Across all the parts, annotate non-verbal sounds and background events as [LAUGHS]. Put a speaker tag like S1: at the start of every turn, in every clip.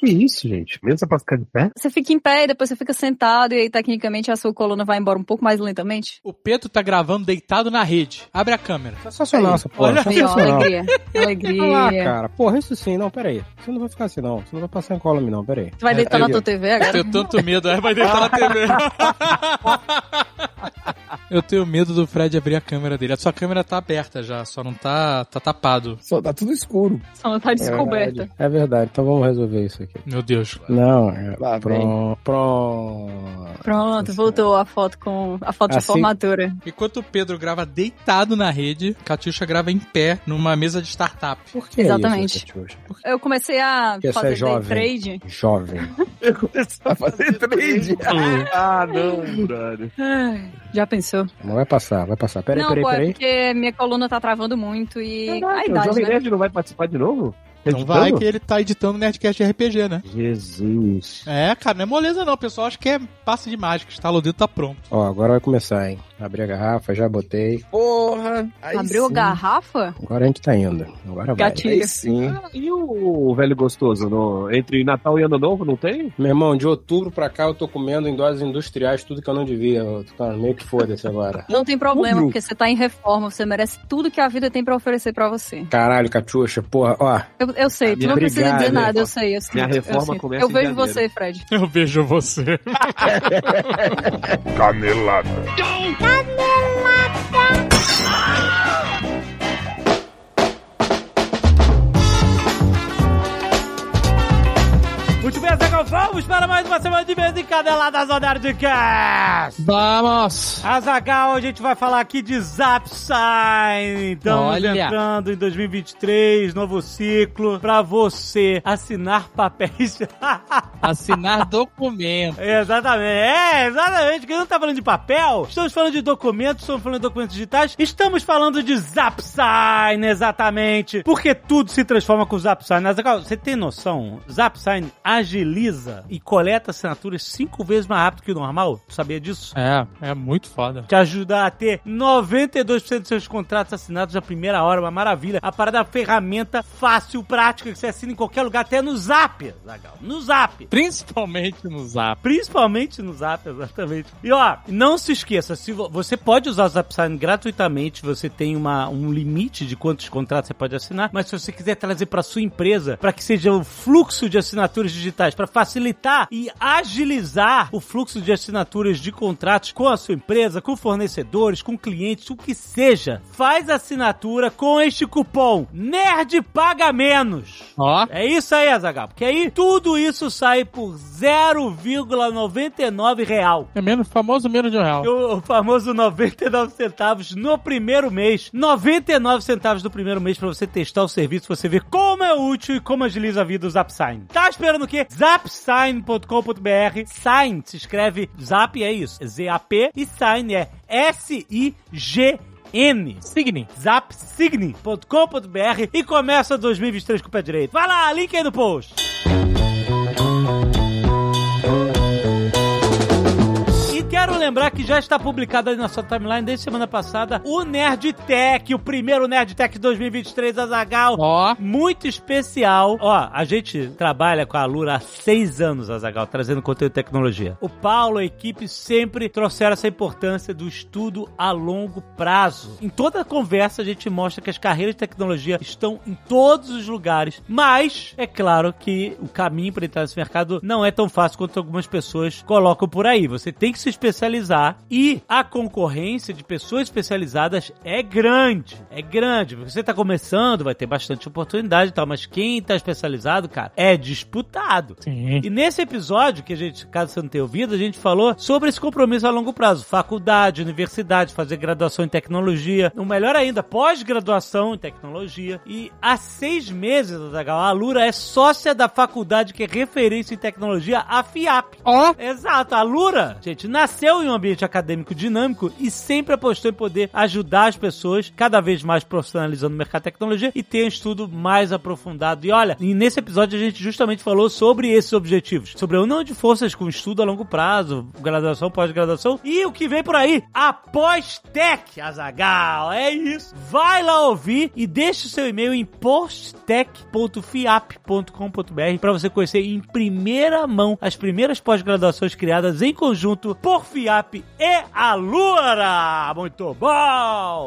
S1: Que isso, gente? Mesa pra ficar de pé?
S2: Você fica em pé e depois você fica sentado e aí tecnicamente a sua coluna vai embora um pouco mais lentamente.
S3: O Pedro tá gravando deitado na rede. Abre a câmera.
S1: Sensacional essa porra.
S3: Olha
S2: Aí, ó,
S1: sensacional.
S2: alegria.
S1: Olha lá,
S2: Alegria.
S1: cara. Porra, isso sim. Não, peraí. Você não vai ficar assim, não. Você não vai passar em cola em mim, não. Peraí.
S2: Tu vai deitar
S1: Aí,
S2: na
S1: ó.
S2: tua TV
S3: Eu
S2: agora?
S3: tenho tanto medo, aí vai deitar na TV. [LAUGHS] Eu tenho medo do Fred abrir a câmera dele. A sua câmera tá aberta já, só não tá, tá tapado.
S1: Só tá tudo escuro.
S2: Só não tá descoberta.
S1: É verdade. Então vamos resolver isso aqui.
S3: Meu Deus.
S1: Não, é.
S4: Lá vem.
S1: [LAUGHS] Pronto. Pronto.
S2: Pronto, voltou a foto com a foto de
S1: Assim-
S2: formatura.
S3: Enquanto o Pedro grava deitado na rede, Catiuxa grava em pé numa mesa de startup.
S1: Por que
S2: Exatamente.
S1: isso, Catiuxa?
S2: Eu comecei a
S1: Porque você é
S2: fazer day
S1: jovem.
S2: trade.
S1: Jovem.
S4: Eu começar a fazer trade. [LAUGHS] ah, não, brother.
S2: Ai, Ah, Já pensou?
S1: Não vai passar, vai passar. Peraí,
S2: não,
S1: peraí,
S2: pô, é
S1: peraí.
S2: porque minha coluna tá travando muito e a
S4: Caraca, o
S2: idade,
S4: Jovem
S2: né?
S4: Nerd não vai participar de novo?
S3: Então vai que ele tá editando Nerdcast RPG, né?
S4: Jesus.
S3: É, cara, não é moleza não, pessoal. Acho que é passe de mágica. Estalo o dedo, tá pronto.
S1: Ó, agora vai começar, hein? Abri a garrafa, já botei.
S4: Porra. Aí
S2: Abriu
S4: sim.
S2: garrafa?
S1: Agora a gente tá indo. Agora vai.
S2: Gatilho.
S4: Aí sim. Ah, e o velho gostoso? No, entre Natal e Ano Novo, não tem?
S1: Meu irmão, de outubro pra cá eu tô comendo em doses industriais tudo que eu não devia. Eu tô meio que foda-se agora.
S2: Não tem problema,
S1: Outubro.
S2: porque você tá em reforma, você merece tudo que a vida tem pra oferecer pra você.
S1: Caralho, Catiuxa, porra, ó.
S2: Eu, eu sei, tu
S4: minha-
S2: não precisa
S1: Obrigado,
S2: dizer nada,
S4: minha
S2: eu sei, eu sei.
S4: minha
S2: eu
S4: reforma
S2: sei.
S4: começa
S2: Eu
S4: em
S2: vejo
S4: janeiro.
S2: você, Fred.
S3: Eu vejo você.
S5: Muito bem, Zagão, vamos para mais uma semana de mesa em caneladas ao Nerdcast!
S3: Vamos!
S5: Azagal, a gente vai falar aqui de Zapsign. Estamos
S3: Olha.
S5: entrando em 2023, novo ciclo, pra você assinar papéis. [LAUGHS]
S3: Assinar [LAUGHS] documento.
S5: exatamente, é, exatamente, que não tá falando de papel, estamos falando de documentos, estamos falando de documentos digitais, estamos falando de Zapsign, exatamente, porque tudo se transforma com Zapsign. Azaghal, você tem noção? Zapsign agiliza e coleta assinaturas cinco vezes mais rápido que o normal? Tu sabia disso?
S3: É, é muito foda.
S5: te ajudar a ter 92% dos seus contratos assinados na primeira hora, uma maravilha. A parada é uma ferramenta fácil, prática, que você assina em qualquer lugar, até no Zap, Zagal. No Zap.
S3: [LAUGHS] Principalmente no Zap.
S5: Principalmente no Zap, exatamente. E ó, não se esqueça, se vo- você pode usar o ZapSign gratuitamente, você tem uma, um limite de quantos contratos você pode assinar, mas se você quiser trazer para sua empresa, para que seja o fluxo de assinaturas digitais, para facilitar e agilizar o fluxo de assinaturas de contratos com a sua empresa, com fornecedores, com clientes, o que seja, faz assinatura com este cupom Nerd Paga Menos.
S3: Ó,
S5: É isso aí, Azaghal. Porque aí tudo isso sai por 0,99 real.
S3: é menos famoso menos de um real.
S5: O o famoso 99 centavos no primeiro mês. 99 centavos no primeiro mês pra você testar o serviço, pra você ver como é útil e como agiliza a vida o ZapSign. Tá esperando o quê? Zapsign.com.br. Sign se escreve Zap, é isso. Z-A-P. E Sign é S-I-G-N
S3: Signi.
S5: zapsign.com.br e começa 2023 com o pé direito. Vai lá, link aí no post. E quero lembrar que já está publicado aí na sua timeline desde semana passada o Nerd Tech, o primeiro Nerd Tech 2023 Azagal
S3: Ó,
S5: muito especial. Ó, a gente trabalha com a Lura há seis anos, Azagal, trazendo conteúdo de tecnologia. O Paulo, a equipe, sempre trouxeram essa importância do estudo a longo prazo. Em toda a conversa, a gente mostra que as carreiras de tecnologia estão em todos os lugares, mas é claro que o caminho para entrar nesse mercado não é tão fácil quanto algumas pessoas colocam por aí. Você tem que se especializar e a concorrência de pessoas especializadas é grande. É grande. Você tá começando, vai ter bastante oportunidade e tal, mas quem tá especializado, cara, é disputado.
S3: sim.
S5: E nesse episódio, que a gente, caso você não tenha ouvido, a gente falou sobre esse compromisso a longo prazo. Faculdade, universidade, fazer graduação em tecnologia, ou melhor ainda, pós-graduação em tecnologia. E há seis meses, Azaghal, a Lura é sócia da faculdade que é referência em tecnologia, a FIAP.
S3: Ó,
S5: Exato, a Lura, gente, nasceu em um ambiente acadêmico dinâmico e sempre apostou em poder ajudar as pessoas, cada vez mais profissionalizando o mercado de tecnologia e ter um estudo mais aprofundado. E olha, e nesse episódio a gente justamente falou sobre esses objetivos, sobre a união de forças com estudo a longo prazo, graduação, pós-graduação e o que vem por aí, após tech, Azagal, é isso. Vai lá ouvir e deixa o seu e-mail em posttech.fiap.com.br para você conhecer em primeira mão as primeiras pós-graduações criadas em conjunto por FIAP e a Lura. Muito bom!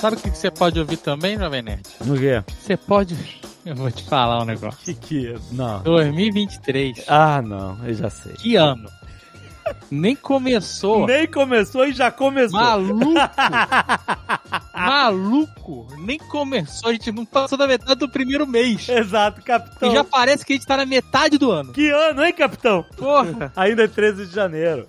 S3: Sabe o que que você pode ouvir também, Jovem Nerd?
S5: O quê?
S3: Você pode. Eu vou te falar um negócio.
S5: Que que é? Não.
S3: 2023.
S5: Ah, não, eu já sei.
S3: Que ano? Nem começou.
S5: Nem começou e já começou. [LAUGHS]
S3: Maluco! Maluco! Nem começou, a gente não passou da metade do primeiro mês.
S5: Exato, capitão.
S3: E já parece que a gente tá na metade do ano.
S5: Que ano, hein, capitão? [LAUGHS]
S3: Porra!
S5: Ainda é 13 de janeiro.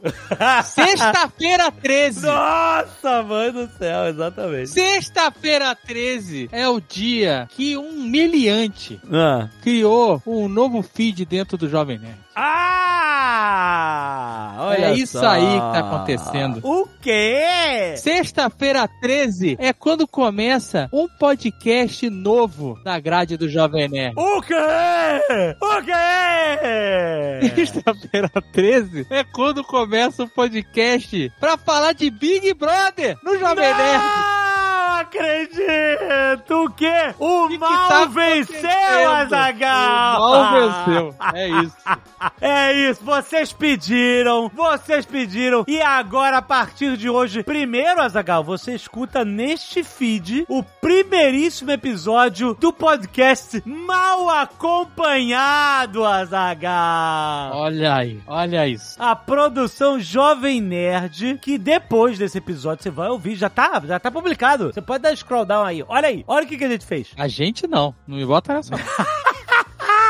S3: Sexta-feira 13!
S5: Nossa, mãe do céu, exatamente.
S3: Sexta-feira 13 é o dia que um miliante
S5: Ah!
S3: criou um novo feed dentro do Jovem Nerd.
S5: Ah! Olha
S3: É isso
S5: só.
S3: aí que tá acontecendo.
S5: O quê?
S3: Sexta-feira 13 é quando começa um podcast novo na grade do Jovem Nerd.
S5: O quê? O
S3: [LAUGHS]
S5: quê?
S3: Sexta-feira 13 é quando começa o podcast pra falar de Big Brother no Jovem Nerd.
S5: Não Ah, acredito! O quê? O
S3: que
S5: mal
S3: tá
S5: venceu,
S3: acontecendo?
S5: Azagal!
S3: Mal venceu. É isso.
S5: É isso, vocês pediram, vocês pediram. E agora, a partir de hoje, primeiro, Azagal, você escuta neste feed o primeiríssimo episódio do podcast Mal Acompanhado, Azagal.
S3: Olha aí, olha isso.
S5: A produção Jovem Nerd, que depois desse episódio você vai ouvir, já tá, já tá publicado. Você pode dar scroll down aí. Olha aí, olha o que, que a gente fez.
S3: A gente não, não me bota nessa.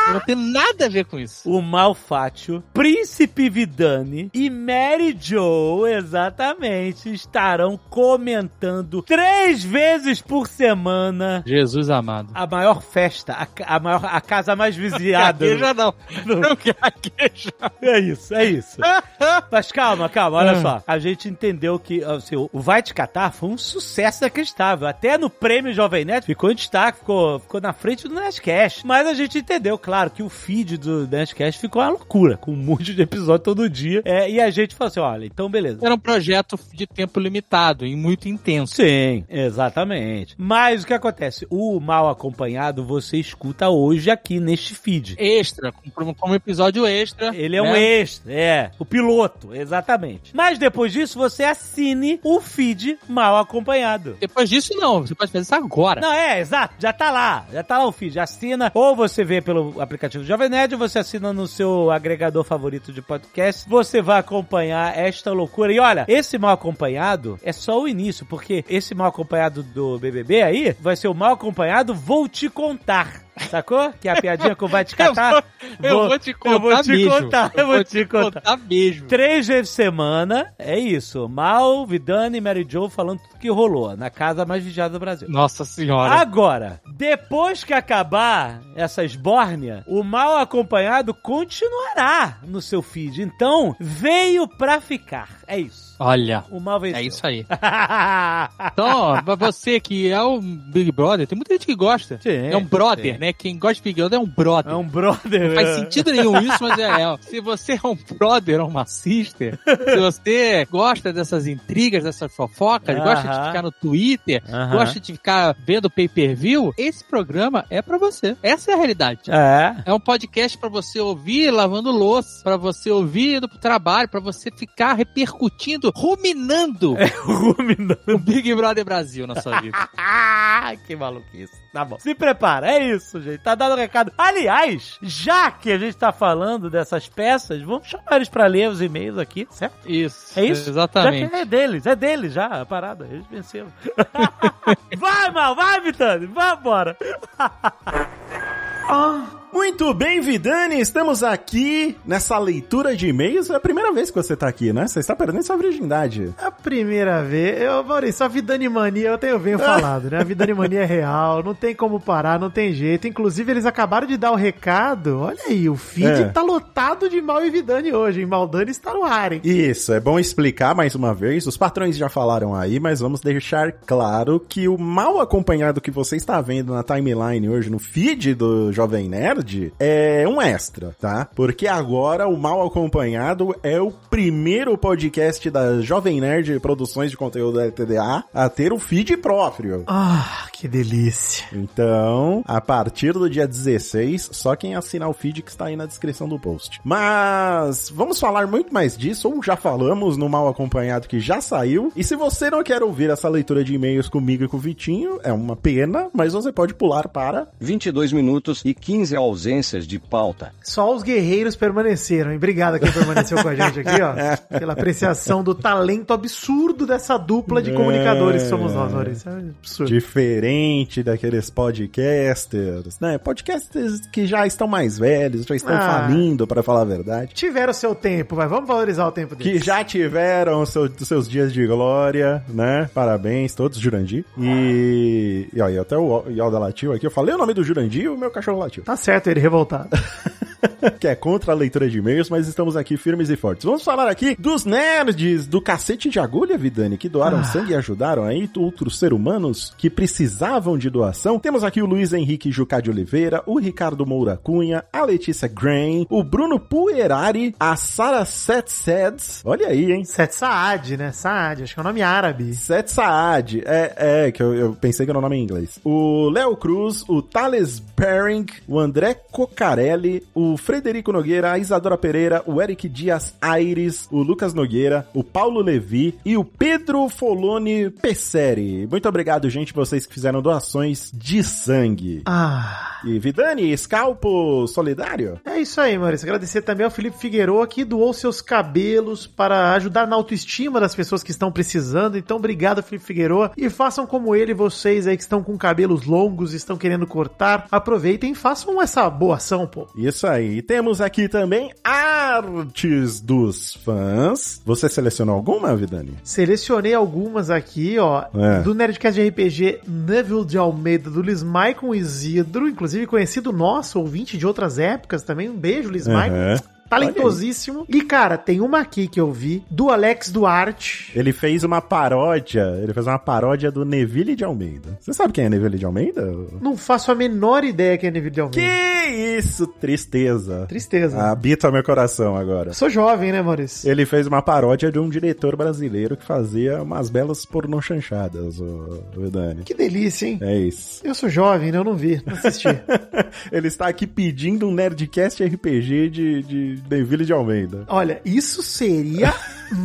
S3: Eu não tenho nada a ver com isso.
S5: O Malfátio, Príncipe Vidani e Mary Joe, exatamente, estarão comentando três vezes por semana
S3: Jesus amado.
S5: a maior festa, a, ca- a maior, a casa mais vigiada.
S3: Gagueja não. Não gagueja.
S5: É isso, é isso. [LAUGHS] Mas calma, calma, olha só. A gente entendeu que assim, o Vai Te Catar foi um sucesso inacreditável. Até no prêmio Jovem Nerd ficou em destaque, ficou, ficou na frente do Nerdcast. Mas a gente entendeu, claro, que o feed do Nerdcast ficou uma loucura, com um monte de episódio todo dia. É, e a gente falou assim, olha, então beleza.
S3: Era um projeto de tempo limitado e muito intenso.
S5: Sim, exatamente. Mas o que acontece? O Mal Acompanhado você escuta hoje aqui neste feed.
S3: Extra, como como episódio extra.
S5: Ele é um
S3: né?
S5: extra, é. O piloto, exatamente. Mas depois disso, você assine o feed mal acompanhado.
S3: Depois disso, não. Você pode fazer isso agora.
S5: Não, é, exato, já tá lá, já tá lá o feed, assina, ou você vê pelo aplicativo Jovem Nerd, ou você assina no seu agregador favorito de podcast, você vai acompanhar esta loucura. E olha, esse mal acompanhado é só o início, porque esse mal acompanhado do BBB aí vai ser o mal acompanhado Vou Te Contar, sacou? Que é a piadinha que [LAUGHS] vai te catar.
S3: eu vou te contar
S5: eu vou te
S3: mesmo.
S5: contar, eu vou te contar.
S3: mesmo.
S5: Três vezes por semana, é isso. Mal, Vidani e Mary Joe falando tudo que rolou na casa mais vigiada do Brasil.
S3: Nossa
S5: Ah.
S3: senhora.
S5: Agora, depois que acabar essa esbórnia, o mal acompanhado continuará no seu feed. Então, veio pra ficar. É isso.
S3: Olha.
S5: O mal venceu. [LAUGHS]
S3: É isso aí.
S5: aí.
S3: Então, ó, pra você que é o Big Brother, tem muita gente que gosta.
S5: Sim,
S3: é um brother,
S5: sim.
S3: né? Quem gosta de Big Brother é um brother.
S5: É um brother.
S3: Não faz
S5: né?
S3: sentido nenhum isso, mas é. é. Se você é um brother ou uma sister, se você gosta dessas intrigas, dessas fofocas,
S5: Aham.
S3: gosta de ficar no Twitter,
S5: Aham.
S3: gosta de ficar vendo pay-per-view, esse programa é pra você. Essa é a realidade.
S5: É.
S3: É um podcast pra você ouvir lavando louça, pra você ouvir indo pro trabalho, pra você ficar repercutindo, [LAUGHS] ruminando
S5: É.
S3: o Big Brother Brasil na
S5: [LAUGHS]
S3: sua vida.
S5: Ah, que maluquice. Tá bom. Se prepara, é isso, gente. Tá dado o recado. Aliás, já que a gente tá falando dessas peças, vamos chamar eles pra ler os e-mails aqui, certo?
S3: Isso.
S5: É isso? Já
S3: Exatamente.
S5: que é deles, é deles já, a parada. Eles [LAUGHS] venceram. vai, mal, vai, Vitani. Vai embora.
S6: Muito bem, Vidani, estamos aqui nessa leitura de e-mails. É a primeira vez que você tá aqui, né? Você está perdendo sua virgindade.
S7: É A primeira vez, eu, Maurício, a Vidani Mania, eu tenho venho falado, né? A Vidani Mania é real, não tem como parar, não tem jeito. Inclusive, eles acabaram de dar o recado. Olha aí, o feed
S6: É.
S7: tá lotado de Mal e Vidani hoje, hein? Maldani está no ar, hein?
S6: Isso, é bom explicar mais uma vez. Os patrões já falaram aí, mas vamos deixar claro que o mal acompanhado que você está vendo na timeline hoje, no feed do Jovem Nerd, é um extra, tá? Porque agora o mal acompanhado é o primeiro podcast da Jovem Nerd Produções de Conteúdo LTDA a ter o feed próprio.
S7: Ah, que delícia.
S6: Então, a partir do dia 16, só quem assinar o feed que está aí na descrição do post. Mas vamos falar muito mais disso, ou já falamos no mal acompanhado que já saiu. E se você não quer ouvir essa leitura de e-mails comigo e com o Vitinho, é uma pena, mas você pode pular para.
S8: 22 minutos e 15 ausências de pauta.
S7: Só os guerreiros permaneceram, hein? Obrigado a quem permaneceu com a gente aqui,
S6: [LAUGHS]
S7: ó. Pela apreciação do talento absurdo dessa dupla de comunicadores que somos nós, Maurício. É absurdo.
S6: Diferente daqueles podcasters, né? Podcasters que já estão mais velhos, já estão
S7: Ah.
S6: falindo, para falar a verdade.
S7: Tiveram seu tempo, vai. Vamos valorizar o tempo
S6: que
S7: deles.
S6: já tiveram seu- seus dias de glória, né? Parabéns, todos, Jurandir. E, e olha, até o Yoda latiu aqui. Eu falei o nome do Jurandir e o meu cachorro latiu. [LAUGHS]
S7: Tá certo ele revoltado.
S6: que é contra a leitura de e-mails, mas estamos aqui firmes e fortes. Vamos falar aqui dos nerds do cacete de agulha, Vidani, que doaram sangue e ajudaram aí outros seres humanos que precisavam de doação. Temos aqui o Luiz Henrique Jucá de Oliveira, o Ricardo Moura Cunha, a Letícia Graham, o Bruno Puerari, a Sara Setseds. Olha aí, hein?
S7: Sete Saad, né? Saad, acho que é o nome árabe.
S6: Seth Saad, é, é, que eu, eu pensei que era o nome em inglês. O Léo Cruz, o Thales Bering, o André Cocarelli, o Frederico Nogueira, a Isadora Pereira, o Eric Dias Aires, o Lucas Nogueira, o Paulo Levi e o Pedro Folone Pesseri. Muito obrigado, gente, vocês que fizeram doações de sangue.
S7: Ah,
S6: E Vidani, Scalpo Solidário?
S7: é isso aí, Maurício. Agradecer também ao Felipe Figueiredo que doou seus cabelos para ajudar na autoestima das pessoas que estão precisando. Então, obrigado, Felipe Figueiredo. E façam como ele, vocês aí que estão com cabelos longos, estão querendo cortar. Aproveitem e façam essa boa ação, pô.
S6: Isso aí. E Temos aqui também artes dos fãs. Você selecionou alguma, Vidani?
S7: Selecionei algumas aqui, ó.
S6: É.
S7: Do Nerdcast de RPG, Neville de Almeida, do Lismaicon Isidro, inclusive conhecido nosso, ouvinte de outras épocas também. Um beijo, Lismaicon.
S6: Aham.
S7: Talentosíssimo. E, cara, tem uma aqui que eu vi, do Alex Duarte.
S6: Ele fez uma paródia, ele fez uma paródia do Neville de Almeida. Você sabe quem é Neville de Almeida?
S7: Não faço a menor ideia quem é Neville de Almeida.
S6: Que isso, tristeza.
S7: Tristeza.
S6: Habita meu coração agora.
S7: Sou jovem, né, Maurício?
S6: Ele fez uma paródia de um diretor brasileiro que fazia umas belas pornô chanchadas, o, o Dani.
S7: Que delícia, hein?
S6: É isso.
S7: Eu sou jovem, né? Eu não vi, não
S6: [LAUGHS]
S7: assisti.
S6: Ele está aqui pedindo um Nerdcast RPG de, de Neville de Almeida.
S7: Olha, isso seria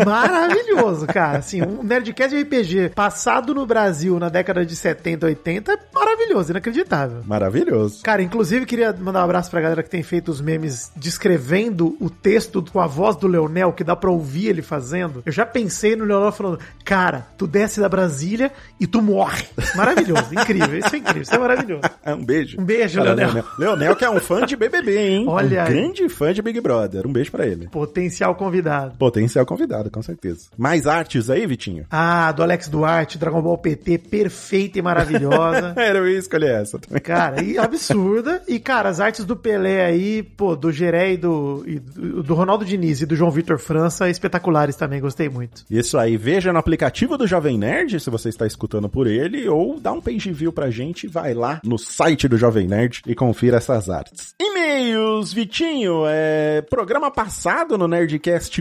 S7: maravilhoso, cara. Assim, um Nerdcast de RPG passado no Brasil na década de 70, 80 é maravilhoso, inacreditável.
S6: Maravilhoso.
S7: Cara, inclusive queria mandar um abraço pra galera que tem feito os memes descrevendo o texto com a voz do Leonel, que dá pra ouvir ele fazendo. Eu já pensei no Leonel falando, cara, tu desce da Brasília e tu morre. Maravilhoso, incrível, isso é incrível, isso é maravilhoso.
S6: É um beijo.
S7: Um beijo,
S6: Para
S7: Leonel.
S6: Leonel. Leonel que é um fã de BBB, hein?
S7: [LAUGHS] Olha
S6: um
S7: aí.
S6: grande fã de Big Brother. Um beijo pra ele.
S7: Potencial convidado.
S6: Potencial convidado, com certeza. Mais artes aí, Vitinho?
S7: Ah, do Alex Duarte, Dragon Ball PT, perfeita e maravilhosa.
S6: [LAUGHS] Era eu ia escolher essa também.
S7: Cara, e absurda. E, cara, as artes do Pelé aí, pô, do Geré e do, e do do Ronaldo Diniz e do João Vitor França, espetaculares também, gostei muito.
S6: Isso aí, veja no aplicativo do Jovem Nerd, se você está escutando por ele, ou dá um page view pra gente, vai lá no site do Jovem Nerd e confira essas artes. E-mails, Vitinho, é... Programa passado no Nerdcast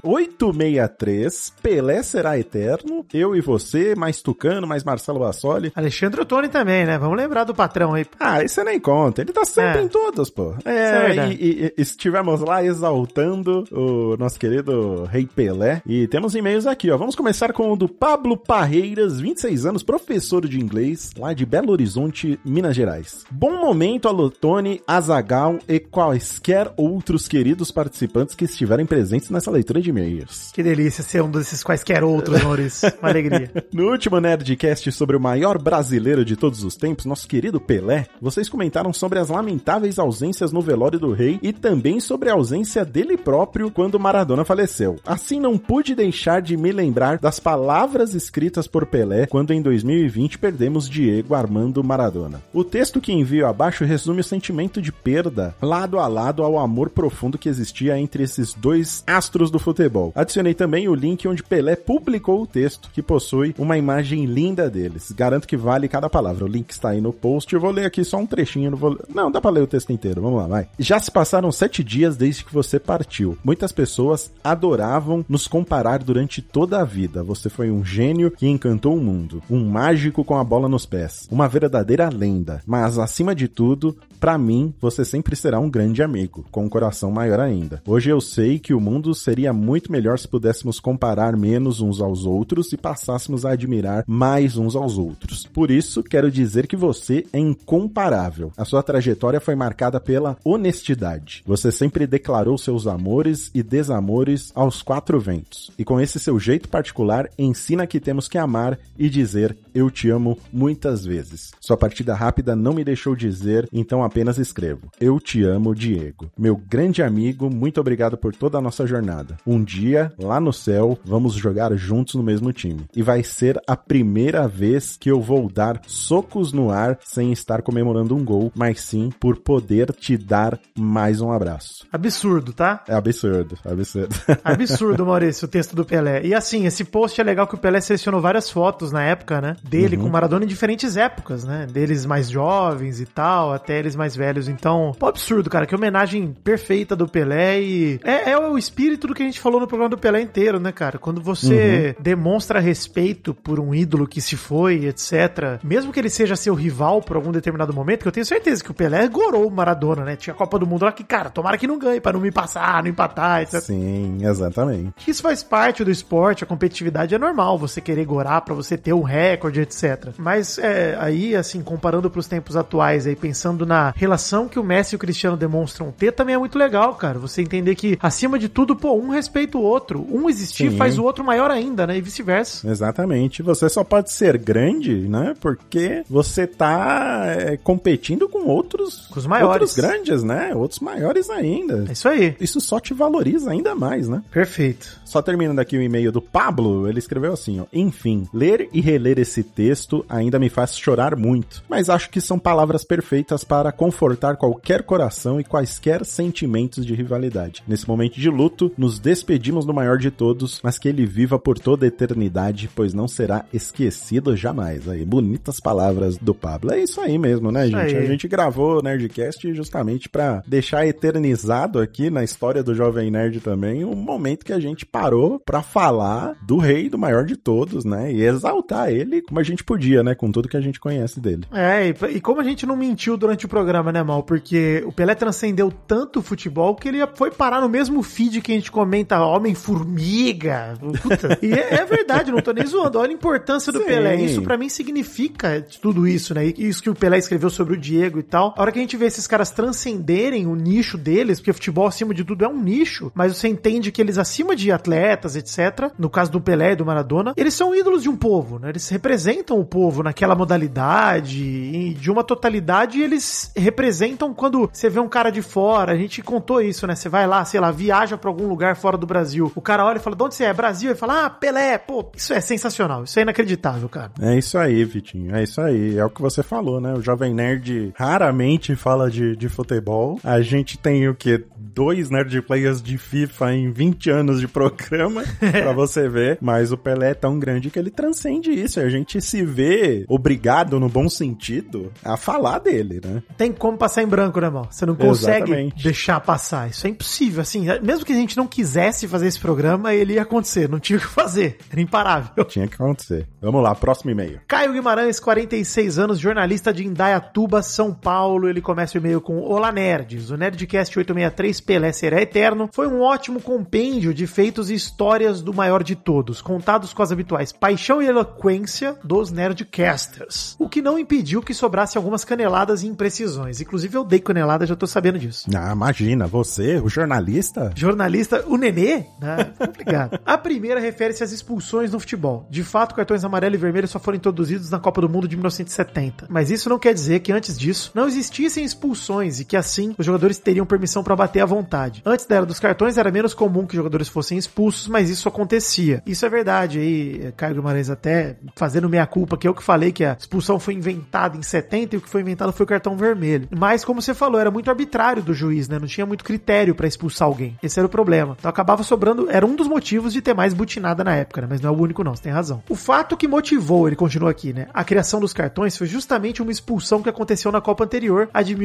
S6: 863, Pelé será eterno, eu e você, mais Tucano, mais Marcelo Bassoli.
S7: Alexandre Ottoni também, né? Vamos lembrar do patrão aí.
S6: Ah, isso você nem conta. Ele tá sempre
S7: É.
S6: em todas, pô.
S7: é
S6: É, e,
S7: verdade.
S6: e- e estivemos lá exaltando o nosso querido Rei Pelé. E temos e-mails aqui, ó. Vamos começar com o do Pablo Parreiras, 26 anos, professor de inglês, lá de Belo Horizonte, Minas Gerais. Bom momento, Alotone, Azagal e Qua quaisquer outros queridos participantes que estiverem presentes nessa leitura de e-mails.
S7: Que delícia ser um desses quaisquer outros, Maurício. Uma alegria.
S6: No último Nerdcast sobre o maior brasileiro de todos os tempos, nosso querido Pelé, vocês comentaram sobre as lamentáveis ausências no velório do rei e também sobre a ausência dele próprio quando Maradona faleceu. Assim, não pude deixar de me lembrar das palavras escritas por Pelé quando em 2020 perdemos Diego Armando Maradona. O texto que envio abaixo resume o sentimento de perda lado a lado ao amor profundo que existia entre esses dois astros do futebol. Adicionei também o link onde Pelé publicou o texto, que possui uma imagem linda deles. Garanto que vale cada palavra. O link está aí no post. Eu vou ler aqui só um trechinho. Não, vou... não dá pra ler o texto inteiro. Vamos lá, vai. Já se passaram sete dias desde que você partiu. Muitas pessoas adoravam nos comparar durante toda a vida. Você foi um gênio que encantou o mundo. Um mágico com a bola nos pés. Uma verdadeira lenda. Mas, acima de tudo, para mim, você sempre será um grande amigo, com um coração maior ainda. Hoje eu sei que o mundo seria muito melhor se pudéssemos comparar menos uns aos outros e passássemos a admirar mais uns aos outros. Por isso, quero dizer que você é incomparável. A sua trajetória foi marcada pela honestidade. Você sempre declarou seus amores e desamores aos quatro ventos. E com esse seu jeito particular, ensina que temos que amar e dizer eu te amo muitas vezes. Sua partida rápida não me deixou dizer, então apenas escrevo. Eu te amo, Diego. Meu grande amigo, muito obrigado por toda a nossa jornada. Um dia, lá no céu, vamos jogar juntos no mesmo time. E vai ser a primeira vez que eu vou dar socos no ar sem estar comemorando um gol, mas sim por poder te dar mais um abraço.
S7: Absurdo, tá?
S6: É absurdo, absurdo. [LAUGHS]
S7: Absurdo, Maurício, o texto do Pelé. E assim, esse post é legal que o Pelé selecionou várias fotos na época, né? Dele com Maradona em diferentes épocas, né? Deles mais jovens e tal, até eles mais velhos. Então, pô, absurdo, cara. Que homenagem perfeita do Pelé e. É, é o espírito do que a gente falou no programa do Pelé inteiro, né, cara? Quando você demonstra respeito por um ídolo que se foi, etc. Mesmo que ele seja seu rival por algum determinado momento, que eu tenho certeza que o Pelé gorou o Maradona, né? Tinha a Copa do Mundo lá que, cara, tomara que não ganhe, pra não me passar, não empatar, etc.
S6: Sim, exatamente.
S7: Isso faz parte do esporte, a competitividade é normal, você querer gorar pra você ter um recorde, etc. Mas é, aí, assim, comparando pros tempos atuais, aí pensando na relação que o Messi e o Cristiano demonstram ter, também é muito legal, cara. Você entender que, acima de tudo, pô, um respeita o outro. Um existir
S6: Sim.
S7: faz o outro maior ainda, né? E vice-versa.
S6: Exatamente. Você só pode ser grande, né? Porque você tá é, competindo com outros,
S7: Com os maiores.
S6: outros grandes, né? Outros maiores ainda.
S7: É isso aí.
S6: Isso só te valoriza ainda mais, né?
S7: Perfeito.
S6: Só terminando aqui o e-mail do Pablo, ele escreveu assim, ó. Enfim, ler e reler esse texto ainda me faz chorar muito, mas acho que são palavras perfeitas para confortar qualquer coração e quaisquer sentimentos de rivalidade. Nesse momento de luto, nos despedimos do maior de todos, mas que ele viva por toda a eternidade, pois não será esquecido jamais. Aí, bonitas palavras do Pablo. É isso aí mesmo, né,
S7: Isso
S6: gente?
S7: aí.
S6: A gente gravou o Nerdcast justamente para deixar eternizado aqui na história do Jovem Nerd também um momento que a gente parou para falar do rei, do maior de todos, né? E exaltar ele como a gente podia, né? Com tudo que a gente conhece dele.
S7: É, e, e como a gente não mentiu durante o programa, né, Mal? Porque o Pelé transcendeu tanto o futebol que ele foi parar no mesmo feed que a gente comenta Homem-Formiga. Puta. e é, é verdade, não tô nem zoando. Olha a importância do
S6: Sim.
S7: Pelé. Isso pra mim significa tudo isso, né? E Isso que o Pelé escreveu sobre o Diego e tal. A hora que a gente vê esses caras transcenderem o nicho deles, porque futebol, acima de tudo, é um nicho, mas você entende que eles, acima de atletas, etc., no caso do Pelé e do Maradona, eles são ídolos de um povo, né? Eles representam o povo naquela modalidade, e de uma totalidade, e eles representam quando você vê um cara de fora, a gente contou isso, né? Você vai lá, sei lá, viaja pra algum lugar fora do Brasil, o cara olha e fala, de onde você é? Brasil? Ele fala, ah, Pelé, pô, isso é sensacional, isso é inacreditável, cara.
S6: É isso aí, Vitinho. É isso aí. É o que você falou, né? O Jovem Nerd raramente fala de, de futebol. A gente tem o quê? Dois Nerd Players de FIFA em 20 anos de programa, pra você ver. Mas o Pelé é tão grande que ele transcende isso. E a gente se vê obrigado, no bom sentido, a falar dele, né?
S7: tem como passar em branco, né, mal? Você não consegue
S6: Exatamente.
S7: deixar passar. Isso é impossível. Assim, mesmo que a gente não quisesse fazer esse programa, ele ia acontecer. Não tinha o que fazer. Era imparável.
S6: [LAUGHS] Tinha que acontecer. Vamos lá, próximo e-mail.
S7: Caio Guimarães, 46 anos, jornalista de Indaiatuba, São Paulo. Ele começa o e-mail com Olá Nerds. O Nerdcast 863 Pelé será eterno. Foi um ótimo compêndio de feitos e histórias do maior de todos, contados com as habituais paixão e eloquência dos Nerdcasters. O que não impediu que sobrasse algumas caneladas e imprecisões decisões. Inclusive, eu dei canelada, já tô sabendo disso.
S6: Ah, imagina, você, o jornalista?
S7: Jornalista, o Nenê? Né? Complicado. A primeira refere-se às expulsões no futebol. De fato, cartões amarelo e vermelho só foram introduzidos na Copa do Mundo de 1970. Mas isso não quer dizer que antes disso não existissem expulsões e que assim os jogadores teriam permissão para bater à vontade. Antes da era dos cartões era menos comum que jogadores fossem expulsos, mas isso acontecia. Isso é verdade. Aí, Caio Guimarães até fazendo meia culpa, que eu que falei que a expulsão foi inventada em 70 e o que foi inventado foi o cartão vermelho. Mas, como você falou, era muito arbitrário do juiz, né? Não tinha muito critério para expulsar alguém. Esse era o problema. Então acabava sobrando, era um dos motivos de ter mais butinada na época, né? Mas não é o único, não, você tem razão. O fato que motivou, ele continua aqui, né? A criação dos cartões foi justamente uma expulsão que aconteceu na Copa anterior, a de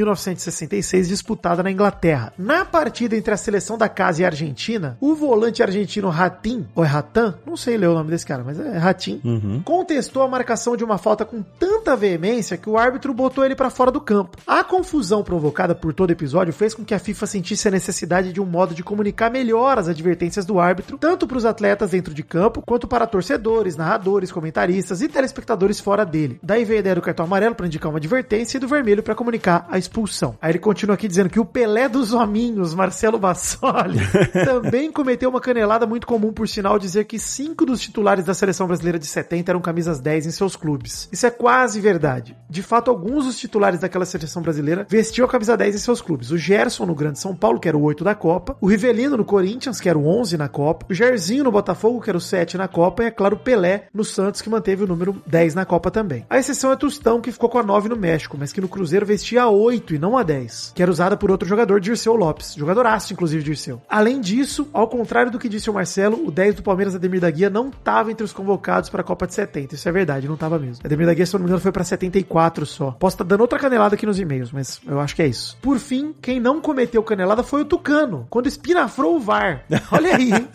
S7: 1966, disputada na Inglaterra. Na partida entre a seleção da casa e a Argentina, o volante argentino Ratim, ou é Ratan, não sei ler o nome desse cara, mas é Ratim, contestou a marcação de uma falta com tanta veemência que o árbitro botou ele pra fora do campo. A confusão provocada por todo o episódio fez com que a FIFA sentisse a necessidade de um modo de comunicar melhor as advertências do árbitro, tanto para os atletas dentro de campo, quanto para torcedores, narradores, comentaristas e telespectadores fora dele. Daí veio a ideia do cartão amarelo para indicar uma advertência e do vermelho para comunicar a expulsão. Aí ele continua aqui dizendo que o Pelé dos hominhos, Marcelo Bassoli, também cometeu uma canelada muito comum por sinal dizer que cinco dos titulares da seleção brasileira de 70 eram camisas 10 em seus clubes. Isso é quase verdade. De fato, alguns dos titulares daquela seleção brasileira vestiam a camisa 10 em seus clubes. O Gerson no Grande São Paulo, que era o 8 da Copa, o Rivelino no Corinthians, que era o 11 na Copa, o Jairzinho no Botafogo, que era o 7 na Copa, e é claro, o Pelé no Santos, que manteve o número 10 na Copa também. A exceção é Tostão, que ficou com a 9 no México, mas que no Cruzeiro vestia a 8 e não a 10, que era usada por outro jogador, Dirceu Lopes, jogador aço, inclusive, Dirceu. Além disso, ao contrário do que disse o Marcelo, o 10 do Palmeiras, Ademir da Guia, não estava entre os convocados para a Copa de 70. Isso é verdade, não estava mesmo. Ademir da Guia, se eu não me engano, foi para 74 só. Posso estar dando outra canelada aqui nos e-mails, mas eu acho que é isso. Por fim, quem não cometeu canelada foi o Tucano, quando espinafrou o VAR. Olha aí, hein?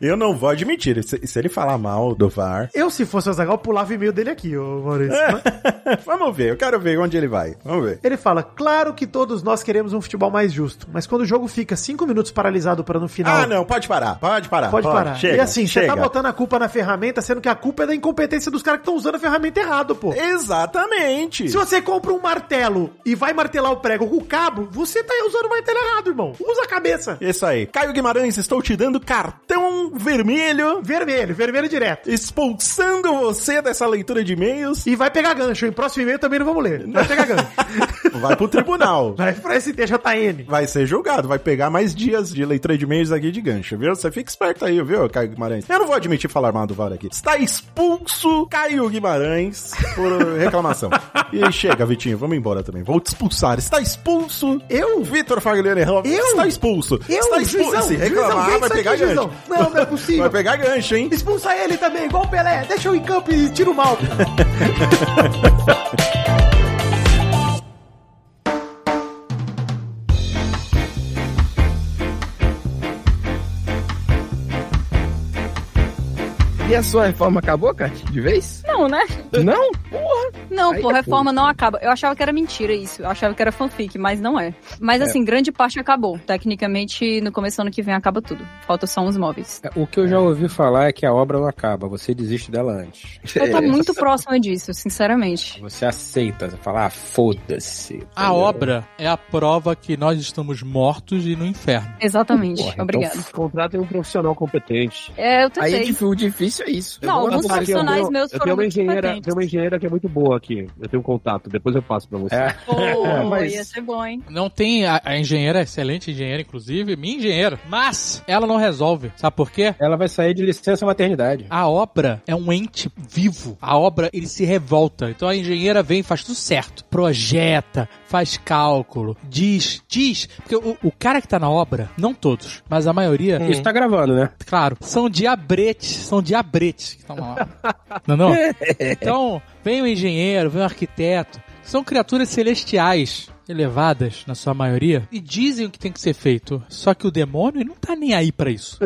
S6: Eu não vou admitir, se, se ele falar mal do VAR...
S7: Eu, se fosse o Zagal, pulava o e-mail dele aqui, ô Maurício.
S6: [LAUGHS] Vamos ver, eu quero ver onde ele vai. Vamos ver.
S7: Ele fala: claro que todos nós queremos um futebol mais justo, mas quando o jogo fica cinco minutos paralisado para no final.
S6: Ah, não, pode parar, pode parar.
S7: Pode parar.
S6: Chega,
S7: e assim, você tá
S6: chega.
S7: botando a culpa na ferramenta, sendo que a culpa é da incompetência dos caras que estão usando a ferramenta errado,
S6: É
S7: pô.
S6: Exatamente.
S7: Se você compra um martelo e vai martelar o prego com o cabo, você tá usando o martelo errado, irmão. Usa a cabeça.
S6: Isso aí. Caio Guimarães, estou te dando cartão vermelho,
S7: Vermelho, vermelho direto.
S6: expulsando você dessa leitura de e-mails.
S7: E vai pegar gancho, hein? Próximo e-mail também não vamos ler. Vai pegar
S6: [LAUGHS]
S7: gancho.
S6: Vai pro tribunal.
S7: [LAUGHS] Vai pra STJN.
S6: Vai ser julgado, vai pegar mais dias de leitura de e-mails aqui de gancho, viu? Você fica esperto aí, viu, Caio Guimarães? Eu não vou admitir falar mal do VAR aqui. Está expulso Caio Guimarães por
S7: [LAUGHS]
S6: reclamação. E chega, Vitinho, vamos embora também. Vou te expulsar. Está expulso.
S7: Eu?
S6: Vitor Faglione Ramos.
S7: Eu?
S6: Está expulso.
S7: Eu,
S6: Está expulso.
S7: juizão,
S6: Se reclamar,
S7: juizão, vem
S6: vai
S7: isso
S6: pegar
S7: aqui,
S6: gancho.
S7: juizão. Não, não é possível.
S6: Vai pegar gancho, hein?
S7: Expulsa ele também, igual o Pelé. Deixa eu em campo e tira o mal.
S9: E a sua reforma acabou, Kat? De vez?
S2: Não, né?
S9: Não?
S2: Não,
S9: Aí
S2: pô,
S9: é
S2: reforma não acaba. Eu achava que era mentira isso. Eu achava que era fanfic, mas não é. Mas assim, grande parte acabou. Tecnicamente, no começo do ano que vem acaba tudo. Falta só uns móveis.
S1: O que eu já ouvi falar é que a obra não acaba, você desiste dela antes.
S2: Eu tô muito próxima disso, sinceramente.
S1: Você aceita, você fala, ah, foda-se.
S3: A
S1: entendeu?
S3: obra é a prova que nós estamos mortos e no inferno.
S2: Exatamente.
S1: Porra, então
S2: Obrigada.
S4: Contratem um profissional competente.
S2: É, eu
S9: Aí é
S2: tentei.
S9: difí- o difícil é isso.
S2: Não,
S9: Eu vou
S2: alguns
S9: lá-
S4: Aqui, eu
S2: profissionais
S4: tenho-
S2: meus
S4: eu
S2: foram
S4: tenho uma
S2: muito
S4: engenheira,
S2: competentes.
S4: tenho uma engenheira que é muito boa aqui. Eu tenho um contato, depois eu passo pra você.
S1: É.
S2: [LAUGHS] Pô,
S4: mas-
S2: ia ser bom, hein?
S3: Não tem a, a engenheira, é excelente engenheira, inclusive, minha engenheira, mas ela não resolve. Sabe por quê?
S1: Ela vai sair de licença maternidade.
S3: A obra é um ente vivo. A obra, ele se revolta. Então a engenheira vem e faz tudo certo. Projeta, faz cálculo, diz, diz. Porque o, o cara que tá na obra, não todos, mas a maioria,
S4: Hum.
S1: Isso tá gravando, né?
S3: claro, são diabretes, são diabretes que estão na obra. Não, não? Então, vem o engenheiro, vem o arquiteto. São criaturas celestiais. elevadas, na sua maioria, e dizem o que tem que ser feito. Só que o demônio ele não tá nem aí pra isso.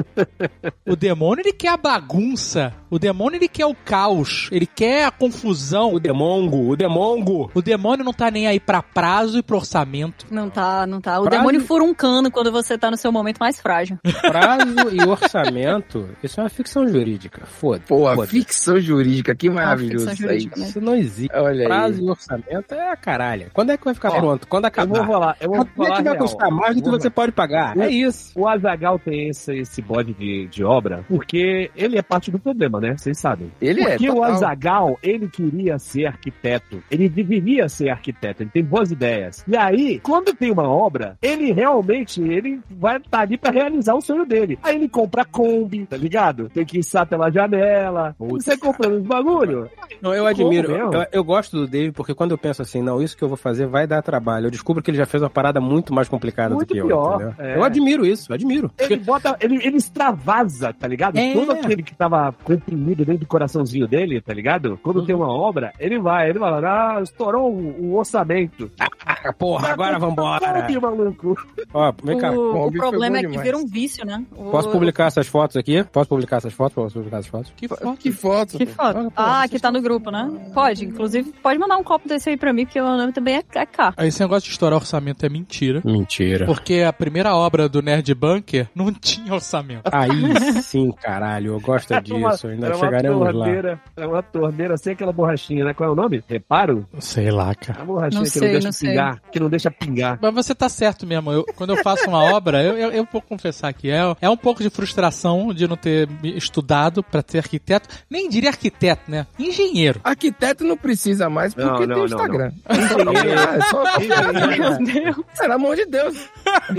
S3: o demônio ele quer a bagunça, o demônio ele quer o caos, ele quer a confusão.
S1: O Demongo, o Demongo.
S3: O demônio não tá nem aí pra prazo e pra orçamento.
S2: Não tá, não tá. O demônio fura um cano quando você tá no seu momento mais frágil.
S1: Prazo e orçamento, isso é uma ficção jurídica. Foda.
S9: Pô, a
S1: foda.
S9: ficção jurídica, que maravilhoso
S2: ficção
S9: isso aí.
S2: jurídica, né?
S1: Isso não existe.
S9: Olha
S1: Prazo
S9: aí.
S1: e orçamento é a caralho. Quando é que vai ficar
S4: Ó,
S1: pronto? Quando
S4: Eu
S1: acabar? [LAUGHS]
S4: vou falar, eu vou
S1: Quanto é
S4: falar
S1: que vai
S4: real.
S1: custar mais do que
S4: Vou-
S1: você pode pagar? É isso.
S4: O Azagal tem esse, esse bode de, de obra porque ele é parte do problema, né? Vocês sabem.
S9: Ele é.
S4: porque o
S9: total.
S4: Azagal, ele queria ser arquiteto. Ele deveria ser arquiteto. Ele tem boas ideias. E aí, quando tem uma obra, ele realmente ele vai estar ali pra realizar o sonho dele. Aí ele compra a Kombi, tá ligado? Tem que içar pela janela. Você comprando os bagulho.
S1: Não, eu admiro.
S4: Como,
S1: Eu,
S4: meu?
S1: eu gosto do Dave porque quando eu penso assim, não, isso que eu vou fazer vai dar trabalho. Eu descubro que ele já fez uma parada muito mais complicada
S4: Muito
S1: do que
S4: pior,
S1: eu. Entendeu?
S4: é.
S1: Eu admiro isso, eu admiro.
S4: Ele bota, ele, ele extravasa, tá ligado?
S3: É.
S4: Todo aquele que tava comprimido dentro do coraçãozinho dele, tá ligado? Quando tem uma obra, ele vai, ele vai lá, ah, estourou o, o orçamento.
S1: Ah, porra, agora vambora.
S4: Sabe, maluco?
S1: Ó, vem cá.
S2: o, o
S9: Kombi foi
S2: problema
S9: bom
S2: é que
S9: demais.
S2: vira um vício, né? O-
S1: Posso publicar essas fotos aqui? Posso publicar essas fotos? Posso publicar essas fotos?
S3: Que foda.
S9: Que foto.
S2: Que foto. Ah, que tá no grupo, né? Pode, inclusive, pode mandar um copo desse aí pra mim, porque o meu nome também é é K.
S3: Aí Esse negócio de estourar orçamento é mentira.
S1: Mentira.
S3: Porque a primeira obra do Nerd Bunker não [LAUGHS] tinha orçamento.
S1: Aí sim, caralho,
S4: [LAUGHS]
S1: eu
S10: É
S4: É
S1: gosto disso. Ainda chegaremos lá.
S4: torneira, É uma torneira sem aquela borrachinha, né? Qual é o nome? Reparo?
S3: Sei lá, cara.
S4: A borrachinha
S2: Não
S4: que
S2: sei,
S4: não deixa
S2: não sei.
S4: pingar. Que não deixa pingar.
S3: Mas você tá certo mesmo. Eu- quando eu faço uma obra, eu, eu, eu vou confessar que é, é um pouco de frustração de não ter me estudado pra ser arquiteto. Nem diria arquiteto, né? Engenheiro.
S9: Arquiteto não precisa mais porque
S4: Não, não,
S9: tem o
S4: não,
S9: Instagram.
S4: Engenheiro,
S9: Ah, é só...
S2: Meu Deus.
S9: Pelo amor de Deus.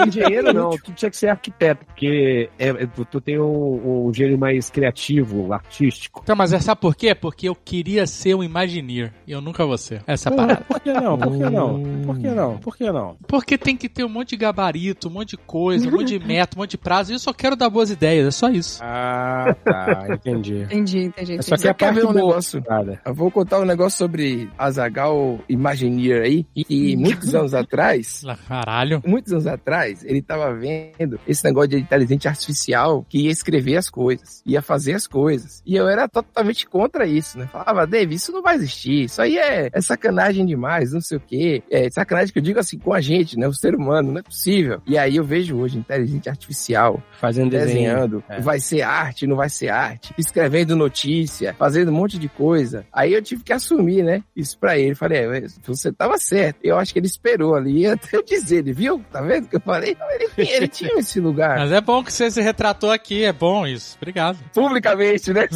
S4: engenheiro [LAUGHS] não, tu tinha que ser arquiteto, porque é- é- tu, tu tem um, um gênio mais criativo, artístico.
S3: Então, mas é- sabe por quê? Porque eu queria ser um Imagineer. E eu nunca vou ser. Essa é a parada.
S1: Tá Por que não? Por que
S9: Hum.
S1: não? Por que não? Por que não?
S3: Porque tem que ter um monte de gabarito, um monte de coisa, um [LAUGHS] monte de meta, um monte de prazo. E eu só quero dar boas ideias. É só isso.
S1: Ah, tá,
S2: [LAUGHS]
S1: entendi.
S2: Entendi, entendi.
S1: Essa
S2: entendi.
S9: Você
S1: aqui é a
S9: quer
S1: parte
S9: ver um
S1: boa.
S9: negócio?
S1: Nada.
S9: Eu vou contar um negócio sobre Azagal Imagineer aí. E muitos anos atrás,
S3: Lá, Caralho.
S9: muitos anos atrás, ele tava vendo esse negócio de inteligente artificial que ia escrever as coisas, ia fazer as coisas. E eu era totalmente contra isso, né? Falava, Dave, isso não vai existir, isso aí é, é sacanagem demais, não sei o quê. É sacanagem que eu digo assim com a gente, né? O ser humano, não é possível. E aí eu vejo hoje inteligente artificial
S1: Fazendo desenho.
S9: desenhando,
S1: é.
S9: vai ser arte, não vai ser arte, escrevendo notícia, fazendo um monte de coisa. Aí eu tive que assumir, né? Isso pra ele. Falei, é, você tava certo. Eu acho que ele esperou ali [LAUGHS] até eu dizer, ele viu? Tá vendo o que eu falei? Não, Ele, ele tinha esse
S3: [LAUGHS]
S9: lugar.
S3: Mas é bom que você se retratou aqui. É bom isso. Obrigado.
S9: Publicamente, né?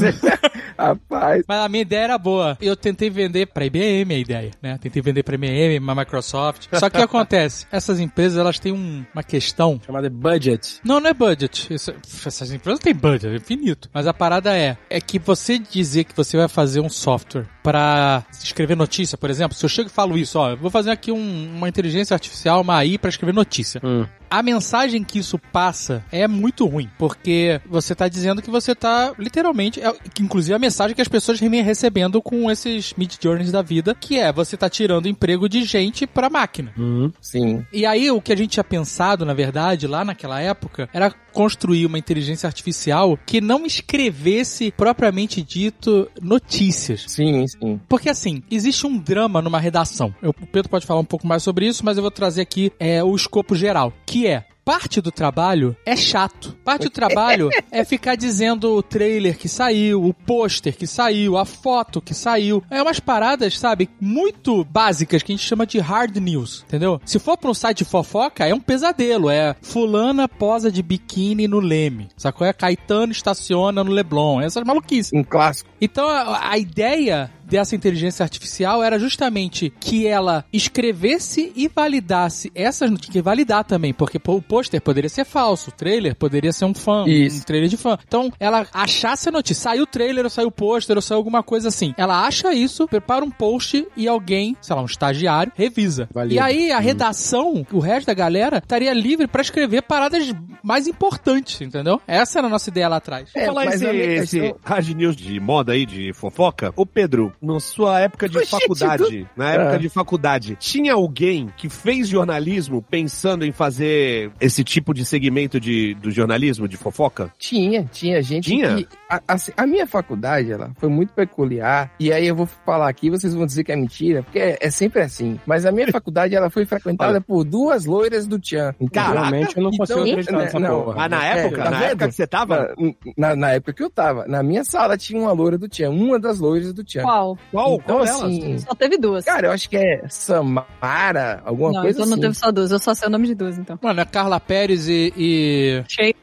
S9: Rapaz.
S3: Mas a minha ideia era boa. Eu tentei vender pra IBM a ideia, né? Tentei vender pra IBM, pra Microsoft. Só que o que acontece? Essas empresas, elas têm um- uma questão.
S1: Chamada budget.
S3: Não, não é budget. Isso- essas empresas têm budget, é infinito. Mas a parada é, é que você dizer que você vai fazer um software pra escrever notícia, por exemplo, se eu chego e falo isso, ó, eu vou fazer aqui um- uma inteligência artificial, uma AI pra escrever notícia a mensagem que isso passa é muito ruim, porque você tá dizendo que você tá literalmente, é, que inclusive a mensagem que as pessoas vêm recebendo com esses mid journeys da vida, que é você tá tirando emprego de gente pra máquina.
S10: Uhum.
S9: Sim.
S3: E aí o que a gente tinha pensado, na verdade, lá naquela época, era construir uma inteligência artificial que não escrevesse propriamente dito notícias.
S9: Sim, sim.
S3: Porque assim, existe um drama numa redação. Eu- o Pedro pode falar um pouco mais sobre isso, mas eu vou trazer aqui é, o escopo geral, que é. Parte do trabalho é chato. Parte do trabalho é ficar dizendo o trailer que saiu, o pôster que saiu, a foto que saiu. É umas paradas, sabe, muito básicas que a gente chama de hard news, entendeu? Se for pra um site de fofoca, é um pesadelo. É fulana posa de biquíni no Leme. Sacou? É Caetano estaciona no Leblon. Essas maluquices.
S9: Um clássico.
S3: Então a, a ideia dessa inteligência artificial era justamente que ela escrevesse e validasse essas notícias, que validar também, porque pô, o pôster poderia ser falso, o trailer poderia ser um fã, um
S9: Isso.
S3: trailer de fã. Então ela achasse a notícia, saiu o trailer, ou saiu o pôster, ou saiu alguma coisa assim. Ela acha isso, prepara um post e alguém, sei lá, um estagiário, revisa.
S1: Valida.
S3: E aí
S9: Uhum.
S3: a redação, o resto da galera, estaria livre pra escrever paradas mais importantes, entendeu? Essa era a nossa ideia lá atrás.
S9: É,
S10: Falar
S9: mas
S10: esse,
S9: a minha
S10: esse
S9: questão-
S10: hard news de moda aí, de fofoca. Ô, Pedro, na sua época de
S9: Gente,
S10: faculdade, na época
S9: É.
S10: de faculdade, tinha alguém que fez jornalismo pensando em fazer esse tipo de segmento de, do jornalismo, de fofoca?
S9: Tinha, tinha gente
S10: Tinha?
S9: que... A, assim, a minha faculdade, ela foi muito peculiar, e aí eu vou falar aqui, vocês vão dizer que é mentira, porque é, é sempre assim. Mas a minha faculdade, ela foi frequentada por duas loiras do Tchan. Então,
S10: Caraca,
S1: Realmente eu não consigo
S9: então-
S1: acreditar nessa
S9: Não,
S1: porra.
S10: Mas na
S9: É,
S10: época,
S9: tá
S10: na
S9: vendo?
S10: época que você tava,
S9: na, um, na- na época que eu tava, na minha sala tinha uma loira do Tchan, uma das loiras do Tchan.
S2: Qual?
S10: qual,
S9: então,
S10: qual delas?
S9: assim,
S2: Só teve duas.
S9: cara, eu acho que é Samara, alguma
S2: não,
S9: coisa
S2: então não
S9: assim.
S2: teve só duas. Eu só sei o nome de duas, então.
S3: Mano, é Carla Pérez e, e-
S2: Achei.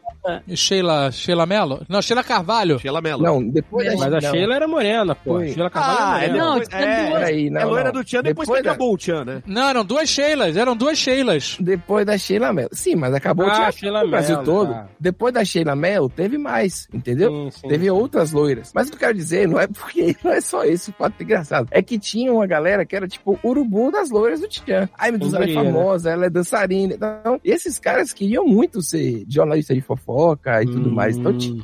S3: e Sheila, Sheila Mello? Não, Sheila Carvalho.
S10: Sheila Mello.
S9: Não, depois da
S1: Mas a
S9: não,
S1: Sheila era morena, pô. A
S9: Ui.
S1: Sheila Carvalho
S10: Ah,
S1: era morena.
S10: é,
S2: Não,
S10: depois-
S2: tinha duas.
S9: peraí, não,
S10: é loira
S9: não.
S10: do Tchan, depois,
S9: Depois
S10: que
S9: da-
S10: acabou o Tchan, né?
S3: Não, eram duas Sheilas, eram duas Sheilas.
S9: Depois da Sheila Mello. Sim, mas acabou
S1: Ah,
S9: o Tchan
S1: Sheila
S9: no Brasil
S1: Mello,
S9: todo.
S1: tá.
S9: Depois da Sheila Mello, teve mais, entendeu?
S1: Sim, sim.
S9: Teve outras loiras. Mas o que eu quero dizer, não é porque [LAUGHS] não é só esse fato engraçado. É que tinha uma galera que era tipo urubu das loiras do Tchan. Ai, meu Deus, ela é
S1: Entendi, né?
S9: famosa, ela é dançarina. Então, esses caras queriam muito ser jornalista de fofoca e tudo
S1: Hum.
S9: mais. Então tinha.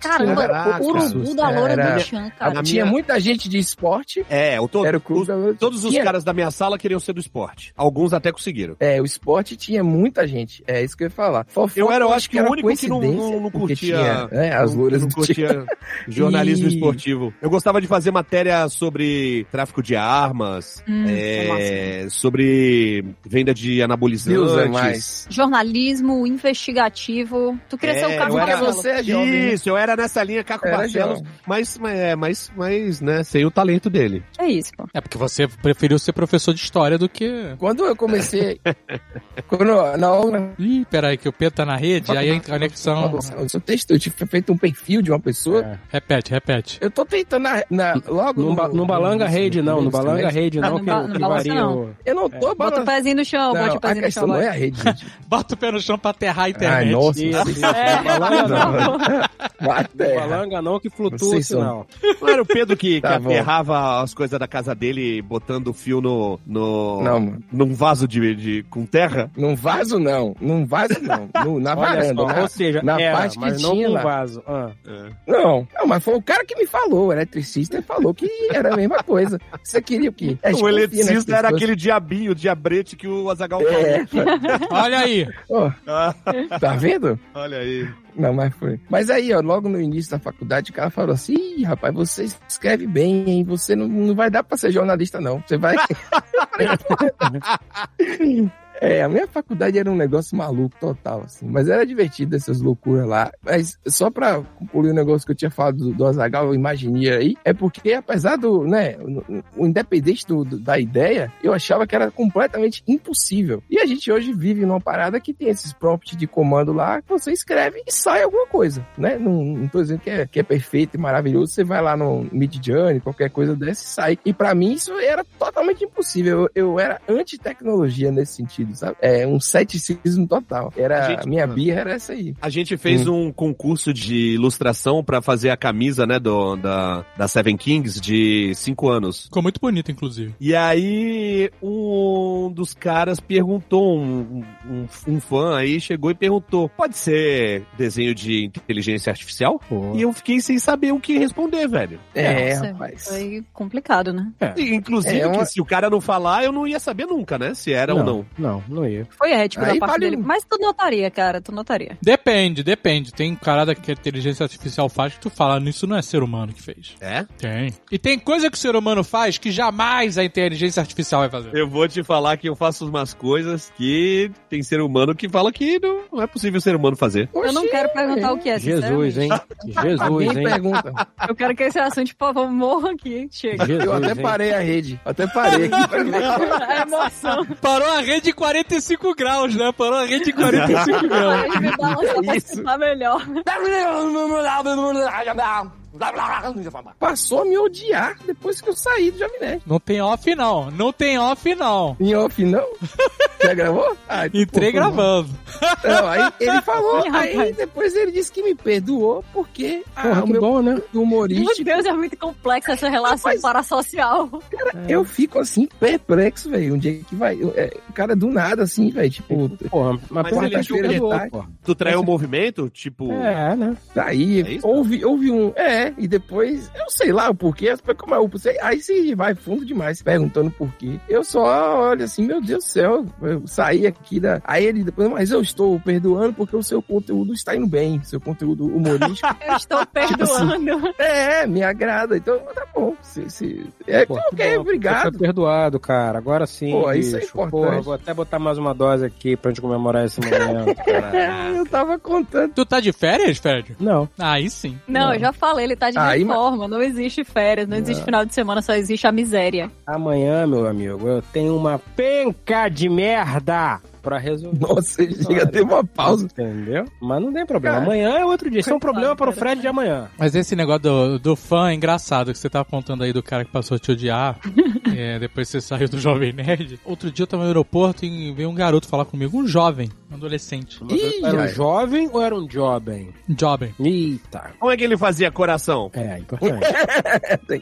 S10: Caramba,
S9: Caraca,
S10: o
S9: cara.
S10: urubu da loira do
S9: Era-
S2: Tchan,
S10: Na
S9: Tinha
S10: minha-
S9: muita gente de esporte.
S10: É, eu tô,
S9: Era o clube
S10: os-
S9: da loira do
S10: todos os
S9: Tinha-
S10: caras da minha sala queriam ser do esporte. Alguns até conseguiram.
S9: É, o esporte tinha muita gente. É isso que eu ia falar. Fofoca,
S10: Eu era, eu acho que, o
S9: era
S10: único que não,
S9: coincidência,
S10: não, não
S9: porque
S10: curtia.
S9: tinha, né, as
S10: não-
S9: loiras
S10: não
S9: do Tchan.
S10: curtia jornalismo
S9: E-
S10: esportivo. Eu gostava de fazer matéria sobre tráfico de armas,
S2: Hum,
S10: é,
S2: massa.
S10: sobre venda de
S9: Deus é
S10: anabolizantes.
S9: mais.
S2: Jornalismo investigativo. Tu queria
S10: É,
S2: ser um o Caco
S10: eu era-
S2: Barcelos.
S9: você é jovem, né?
S10: Isso, eu era nessa linha Caco
S9: Era
S10: Barcelos,
S9: jovem.
S10: mas, mas, mas, mas, né, sem o talento dele.
S2: É isso, pô.
S3: É porque você preferiu ser professor de história do que.
S9: Quando eu
S10: [LAUGHS]
S9: comecei. quando eu- na aula.
S3: Ih, peraí, que o P tá na rede, aí a conexão.
S9: O seu texto, eu tinha feito um perfil de uma pessoa.
S1: É.
S3: Repete, repete.
S9: Eu tô tentando na, na- logo.
S1: Não, ba- não balanga
S9: no-
S1: rede, não. Não
S9: no-
S1: balanga rede, É.
S2: Ah,
S1: não,
S2: não
S1: que,
S2: ba- não
S1: que
S2: balança,
S1: varia
S2: não.
S1: o-
S9: Eu não tô
S2: Bota o
S9: balançando.
S2: pezinho no chão, bota o
S9: a
S2: pezinho no
S9: questão
S2: chão.
S9: não
S2: vai.
S9: é a rede,
S1: [LAUGHS]
S9: gente.
S3: Bota o pé no chão pra aterrar
S1: É,
S3: a
S9: Ai,
S3: internet.
S9: nossa,
S1: Isso,
S9: vocês
S1: isso.
S2: É,
S1: Não balanga, não.
S9: bate.
S1: Não
S9: é.
S1: balanga, não, que flutua o
S9: Vocês são-
S1: sinal.
S10: Não era o Pedro que,
S9: Tá
S10: que
S9: bom.
S10: aterrava as coisas da casa dele botando fio no, no,
S9: Não, mano.
S10: num vaso de, de- com terra?
S9: Num vaso, não. Num vaso, não. No- na
S1: Olha
S9: varanda.
S1: só,
S9: na-
S1: ou seja,
S9: Tá na
S1: era,
S9: parte que
S1: mas não
S9: tinha
S1: com
S9: lá.
S1: vaso. Ah.
S9: Não. não, mas foi o cara que me falou, o eletricista falou que era a mesma coisa. Você queria o quê? É né, A gente
S10: o
S9: confia nas
S10: eletricista era
S9: pessoas.
S10: aquele diabinho, diabrete que o Azagal
S9: É,
S3: Olha aí.
S9: ó,
S1: Ah.
S9: tá vendo?
S10: Olha aí.
S9: [LAUGHS] Não, mas foi. Mas aí, ó, logo no início da faculdade, o cara falou assim: Ih, rapaz, você escreve bem, hein? Você não, não vai dar pra ser jornalista, não. Você vai. [LAUGHS] Eu falei, "Pô." É, a minha faculdade era um negócio maluco total, assim. Mas era divertido essas loucuras lá. Mas só pra concluir o negócio que eu tinha falado do, do Azagal, eu imaginei aí, é porque apesar do, né, o, o independente do- do- da ideia, eu achava que era completamente impossível. E a gente hoje vive numa parada que tem esses prompts de comando lá, que você escreve e sai alguma coisa, né? Não, não tô dizendo que é, que é perfeito e maravilhoso, você vai lá no Midjourney, qualquer coisa dessa e sai. E pra mim isso era totalmente impossível. Eu, eu era anti-tecnologia nesse sentido, sabe? É um ceticismo total.
S10: A
S9: Era,
S10: gente-
S9: minha birra era essa aí.
S10: A gente fez um concurso de ilustração pra fazer a camisa, né, do, da, da Seven Kings de 5 anos.
S3: Ficou muito bonito, inclusive.
S10: E aí, um dos caras perguntou, um, um, um fã aí chegou e perguntou: pode ser desenho de inteligência artificial? E eu fiquei sem saber o que responder, velho.
S9: É,
S2: Nossa,
S9: rapaz.
S2: Foi complicado, né?
S10: E, inclusive,
S9: É uma-
S10: que se o cara não falar, eu não ia saber nunca, né, se era ou não.
S1: Não, não ia.
S2: Foi ético
S9: Aí
S2: da parte
S9: vale
S2: dele.
S9: um-
S2: Mas tu notaria, cara, tu notaria.
S3: Depende, depende. Tem carada que a inteligência artificial faz que tu fala, isso não é ser humano que fez.
S10: É?
S3: Tem. E tem coisa que o ser humano faz que jamais a inteligência artificial vai fazer.
S10: Eu vou te falar que eu faço umas coisas que tem ser humano que fala que não, não é possível ser humano fazer.
S2: Eu não
S9: Oxi,
S2: quero perguntar o que é,
S1: Jesus,
S2: sinceramente.
S1: hein?
S9: [LAUGHS]
S1: Jesus,
S9: ninguém
S1: hein?
S9: Tá
S1: [LAUGHS]
S9: pergunta.
S2: Eu quero que esse assunto, por favor, morra aqui. Chega.
S1: Jesus,
S9: Eu até
S1: hein?
S9: parei a rede. Até parei aqui pra
S1: [LAUGHS]
S9: ver.
S2: É emoção.
S3: Parou a rede de 45 graus, né? Parou a rede de 45 graus.
S2: Aí me balança pra
S9: Isso.
S2: sentar melhor.
S9: Passou a me odiar depois que eu saí do Jovem Nerd.
S3: [LAUGHS] Não tem off, não. Não tem off, não.
S1: [LAUGHS]
S9: Em off, não? Já gravou? Ah, então,
S3: Entrei
S9: pô, foi mal.
S3: gravando.
S9: Não, aí ele falou, aí depois ele disse que me perdoou porque ah,
S1: Porra,
S9: o
S1: que
S9: meu
S1: bom, né?
S2: Meu
S9: humorístico.
S2: Deus, é muito complexa essa relação
S9: Mas-
S2: parasocial.
S1: É.
S9: Eu fico assim, perplexo, velho. Um dia que vai. eu- é, o cara do nada, assim, velho. Tipo,
S1: Porra, mas,
S10: Mas
S1: porra,
S10: ele
S9: é
S1: tá
S10: julga
S1: perdoou,
S9: detalhe.
S1: porra.
S10: Tu traiu o movimento? Tipo.
S1: É, né?
S9: Aí,
S10: É isso?
S9: houve, houve um. É, e depois, eu sei lá o porquê, mas como é o porquê, aí se vai fundo demais, perguntando por quê. Eu só olho assim, meu Deus do céu, eu saí aqui da. Aí ele depois, mas eu estou perdoando porque o seu conteúdo está indo bem, seu
S2: [LAUGHS]
S9: conteúdo humorístico.
S2: Eu estou perdoando.
S9: é, me agrada, então tá bom. Se, se, é,
S1: Pô,
S9: ok,
S1: bom, Você [LAUGHS]
S9: obrigado.
S1: foi perdoado, cara. Agora sim,
S9: Pô, isso
S1: bicho.
S9: é importante.
S1: Porra, vou até botar mais uma dose aqui pra gente comemorar esse momento.
S9: [LAUGHS]
S10: ah,
S9: É, eu tava contando.
S3: Tu tá de férias, Fred? Ah,
S1: Não.
S3: Aí sim.
S2: Não, eu já falei, ele tá de
S9: Aí, mas-
S2: reforma. Não existe férias, não existe final de semana, só existe a miséria.
S1: Amanhã, meu amigo, eu tenho uma penca de merda pra resolver.
S9: Nossa, chega, teve uma pausa.
S1: Entendeu? Mas não tem problema.
S9: Cara,
S1: amanhã é outro dia. Isso é um
S2: coitado,
S1: problema para o
S2: cara.
S1: Fred de amanhã.
S3: Mas esse negócio do, do fã é engraçado, que você tá apontando aí do cara que passou a te [LAUGHS] odiar, é, depois você saiu do Jovem Nerd. Outro dia eu tava no aeroporto e veio um garoto falar comigo, um jovem, um adolescente.
S9: Ih,
S1: Era um
S9: ai.
S1: jovem ou era um jovem?
S3: Jovem.
S1: Eita.
S10: Como é que ele fazia coração?
S9: [LAUGHS]
S1: É, importante.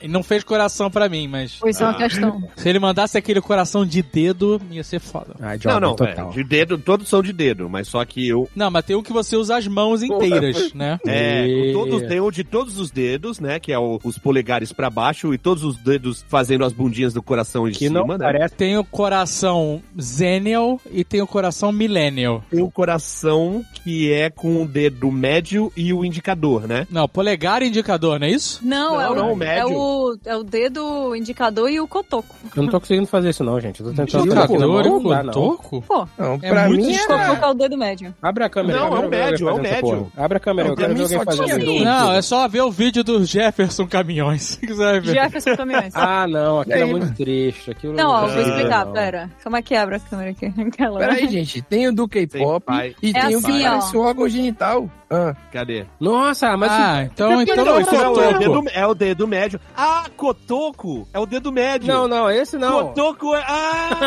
S3: Ele não fez coração pra mim, mas
S2: Pois é uma questão.
S3: se ele mandasse aquele coração de dedo, ia ser foda.
S1: Ah, jovem,
S10: Não, não,
S1: total.
S10: é, de dedo, todos são de dedo, mas só que eu.
S3: Não, mas tem um que você usa as mãos inteiras, né?
S10: É,
S1: E-
S10: com todos tem um de todos os dedos, né? Que é o- os polegares pra baixo e todos os dedos fazendo as bundinhas do coração em
S1: Que não
S10: cima, né?
S1: parece.
S3: Tem o coração Zenial e tem o coração Millennial.
S10: Tem o coração que é com o dedo médio e o indicador, né?
S3: Não, polegar e indicador, não é isso?
S2: Não, é, o,
S10: não,
S2: é,
S10: médio.
S2: o, é o dedo, o indicador e o cotoco.
S1: Eu não tô conseguindo fazer isso, não, gente. Eu tô tentando fazer aqui na mão,
S3: Indicador
S1: não dá,
S3: Tá e
S1: não.
S3: cotoco?
S9: Não,
S3: É
S9: pra
S3: muito
S9: mim
S2: O
S9: era-
S2: cotoco é o dedo médio.
S1: Abre a câmera.
S10: Não,
S1: eu quero
S10: é um
S1: ver alguém
S10: médio, é um
S1: fazer essa
S10: médio.
S1: porra. Abre a câmera,
S9: Não,
S1: eu
S9: pra
S1: quero ver
S9: mim
S1: alguém
S9: só
S1: fazer
S9: tinha
S1: essa
S2: dois.
S1: porra.
S3: Não, é só ver o vídeo do Jefferson Caminhões, [LAUGHS] se quiser ver.
S2: Jefferson Caminhões.
S1: Ah, não, aquilo
S9: E
S1: é
S9: aí,
S1: muito triste. Aquilo
S2: Não, ó, eu vou
S1: Ah,
S2: explicar,
S1: não.
S2: pera. Como é que abre a câmera aqui? [LAUGHS] Aquela-
S9: Peraí, gente, tem o do K-pop
S10: pai.
S9: e
S2: É
S9: tem o
S2: assim,
S9: que
S2: ó.
S9: parece o órgão genital. Ah,
S10: Cadê?
S1: Nossa, mas.
S3: ah, então, então
S10: Não,
S3: não,
S10: isso é o, é o
S3: cotoco.
S10: dedo, é o dedo médio. Ah, cotoco é o dedo médio.
S1: Não, não, esse não.
S10: Cotoco é. Ah!
S1: [LAUGHS]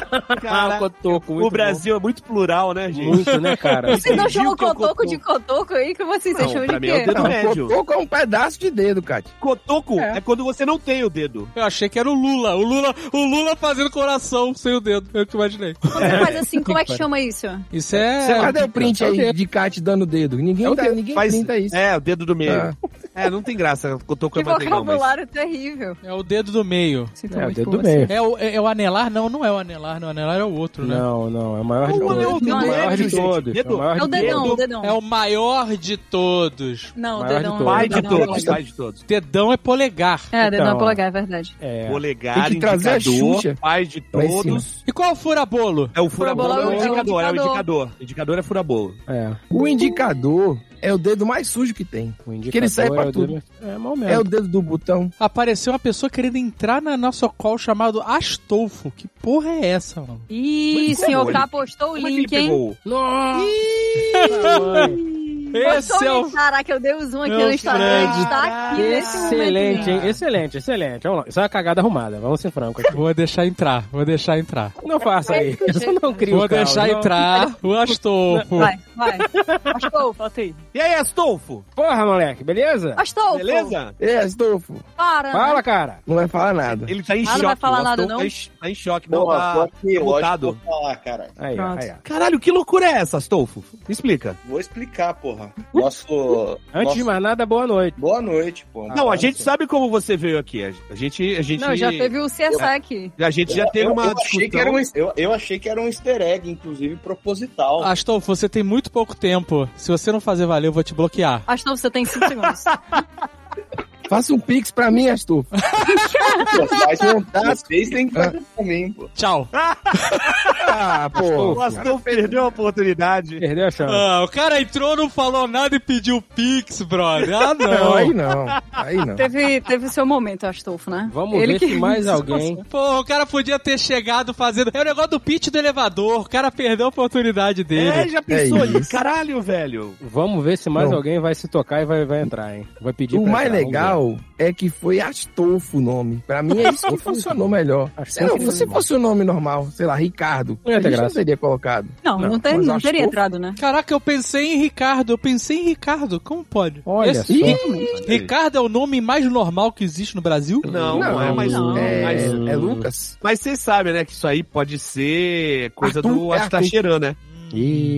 S1: Ah,
S10: Cara,
S1: cotoco, muito
S10: o Brasil é muito plural, né,
S1: bom.
S10: gente?
S1: Muito, né,
S10: [LAUGHS]
S1: cara?
S2: Vocês não chamam
S10: o que é o
S2: cotoco, de cotoco aí? Que vocês
S10: Não,
S2: chamam
S10: pra
S2: de
S10: mim é o
S2: quê?
S10: dedo
S9: não,
S10: médio.
S9: cotoco é um pedaço de dedo, Kátia.
S10: Cotoco é. quando você não tem o dedo.
S3: Eu achei que era o Lula. O Lula, o Lula fazendo coração sem o dedo. Eu que imaginei.
S2: Quando você faz assim, como é que chama isso?
S3: Isso é.
S9: Cadê o print aí de Kátia dando dedo? Ninguém,
S10: É o
S9: tá,
S10: dedo,
S9: ninguém
S10: faz-
S9: printa isso.
S10: É, o dedo do meio.
S9: Ah.
S10: É, não tem graça. Cotoco
S2: Que
S10: é mais legal, mas.
S2: Tipo, vocabulário terrível.
S3: É o dedo do meio.
S2: Sinto
S1: É, o
S2: tá muito
S1: dedo
S2: por
S1: do
S2: você.
S1: meio.
S3: É o, é, é o anelar? Não, não é o anelar. Não, o anelar é o outro, né?
S1: Não, não, é o maior de
S10: Não,
S1: todos. É
S10: é o
S1: o maior
S10: dedo,
S1: de todos.
S10: gente.
S1: É o maior
S2: É o
S1: de
S2: dedão,
S1: todos.
S2: o dedão.
S3: É o maior de todos.
S2: Não, o
S1: maior de
S2: dedão.
S1: todos.
S10: Pai de
S2: dedão é o
S10: todos,
S2: polegar.
S10: pai de todos.
S3: Dedão é polegar.
S2: É, dedão é
S1: Então, ó.
S2: polegar, é verdade.
S1: É.
S10: Polegar,
S9: Tem que trazer a Xuxa
S10: indicador, pai de
S9: lá em
S10: todos.
S3: E qual é o furabolo?
S10: É o
S2: Furabolo
S10: furabolo, é o
S2: é o
S10: indicador, é o
S2: indicador.
S10: indicador. Indicador é furabolo.
S1: É.
S9: O indicador é o dedo mais sujo que tem.
S1: O indicador
S9: Que ele sai pra
S1: é o
S9: tudo.
S1: dedo- É mal
S9: É o
S1: mesmo.
S9: dedo do botão.
S3: Apareceu uma pessoa querendo entrar na nossa call chamado Astolfo. Que porra é essa, mano?
S2: Ih,
S10: Mas como
S2: senhor
S10: ele-
S2: K postou o
S10: Como é que ele
S2: link, hein?
S10: pegou?
S1: Nossa!
S3: Esse é o.
S2: Caraca, eu dei o zoom aqui
S3: Meu
S2: no Instagram.
S3: Fred.
S2: Está aqui nesse momento. é.
S1: Excelente, hein? Excelente, excelente. Vamos lá. Isso é uma cagada arrumada, vamos ser francos. aqui.
S3: Vou deixar entrar, vou deixar entrar.
S1: Não faça
S2: É
S1: isso. Isso [LAUGHS] não cria
S3: Vou
S1: um caos,
S3: deixar
S1: não.
S3: entrar o Astolfo.
S2: Vai, vai. Astolfo, bota aí.
S10: E aí, Astolfo?
S1: Porra, moleque, beleza?
S2: Astolfo,
S10: Beleza?
S9: É, Astolfo,
S2: para. né?
S1: Fala, cara.
S9: não vai falar nada.
S10: Ele tá em
S2: Ah, não
S10: choque.
S2: vai falar
S10: o
S2: nada,
S10: Astolfo
S2: não?
S10: Tá em, ch- tá em choque, não, tá,
S11: é
S10: tá mutado.
S11: falar, cara.
S1: Aí, ó,
S2: Pronto.
S1: aí, ó.
S10: Caralho, que loucura é essa, Astolfo? Me explica.
S11: Vou explicar,
S10: [LAUGHS]
S11: porra. Nosso.
S1: Antes de mais nada, boa noite.
S11: Boa noite, pô.
S10: não, a gente sabe como você veio aqui. A gente. A gente
S2: Não, já teve o CSI aqui.
S10: A gente já teve uma
S11: eu achei, que
S10: discussão.
S11: era um, eu, eu achei que era um easter egg, inclusive proposital.
S3: Astolfo, você tem muito pouco tempo. Se você não fazer valer, eu vou te bloquear.
S2: Astolfo, você tem 5 segundos.
S9: Faça um pix pra mim, Astolfo.
S1: Ah,
S11: Pô, mas
S12: um
S9: Contato.
S11: vocês têm que fazer pra mim, pô.
S3: Tchau.
S9: Ah,
S10: O
S9: pô.
S10: Astolfo perdeu a oportunidade.
S1: Perdeu a chance.
S3: Ah, o cara entrou, não falou nada e pediu pix, brother. [LAUGHS] Ah,
S9: Não, aí
S3: não.
S9: não. Aí
S2: [LAUGHS]
S9: não.
S2: teve, teve o seu momento, Astolfo, né?
S1: Vamos ver se [LAUGHS] mais alguém.
S3: Pô, o cara podia ter chegado fazendo. É o negócio do pitch do elevador. O cara perdeu a oportunidade
S10: É,
S3: dele.
S10: já pensou
S9: É
S10: ali.
S9: isso.
S10: Caralho, velho.
S1: Vamos ver se mais
S9: Não.
S1: alguém vai se tocar e vai, vai entrar, hein? Vai pedir
S9: O
S1: pra
S9: mais
S1: entrar, vamos
S9: legal legal é que foi Astolfo o nome. Pra mim é isso que funcionou melhor. Se, não, se fosse o nome normal, sei lá, Ricardo,
S1: Não ia
S9: a
S1: ter
S9: gente não
S1: graça.
S9: teria colocado.
S2: Não, não, tem-
S9: mas
S2: não
S9: Astolfo-
S2: teria entrado, né?
S3: Caraca, eu pensei em Ricardo, eu pensei em Ricardo. Como pode?
S1: Olha
S3: Esse-
S1: só.
S3: Ih, Ricardo é o nome mais normal que existe no Brasil?
S10: Não, não, é, mas,
S2: não.
S10: mas,
S9: É Lucas?
S10: mas vocês sabem, né, que isso aí pode ser coisa
S9: Arthur,
S10: do
S9: é
S10: Arthur
S9: Arthur.
S10: Tacheran, né?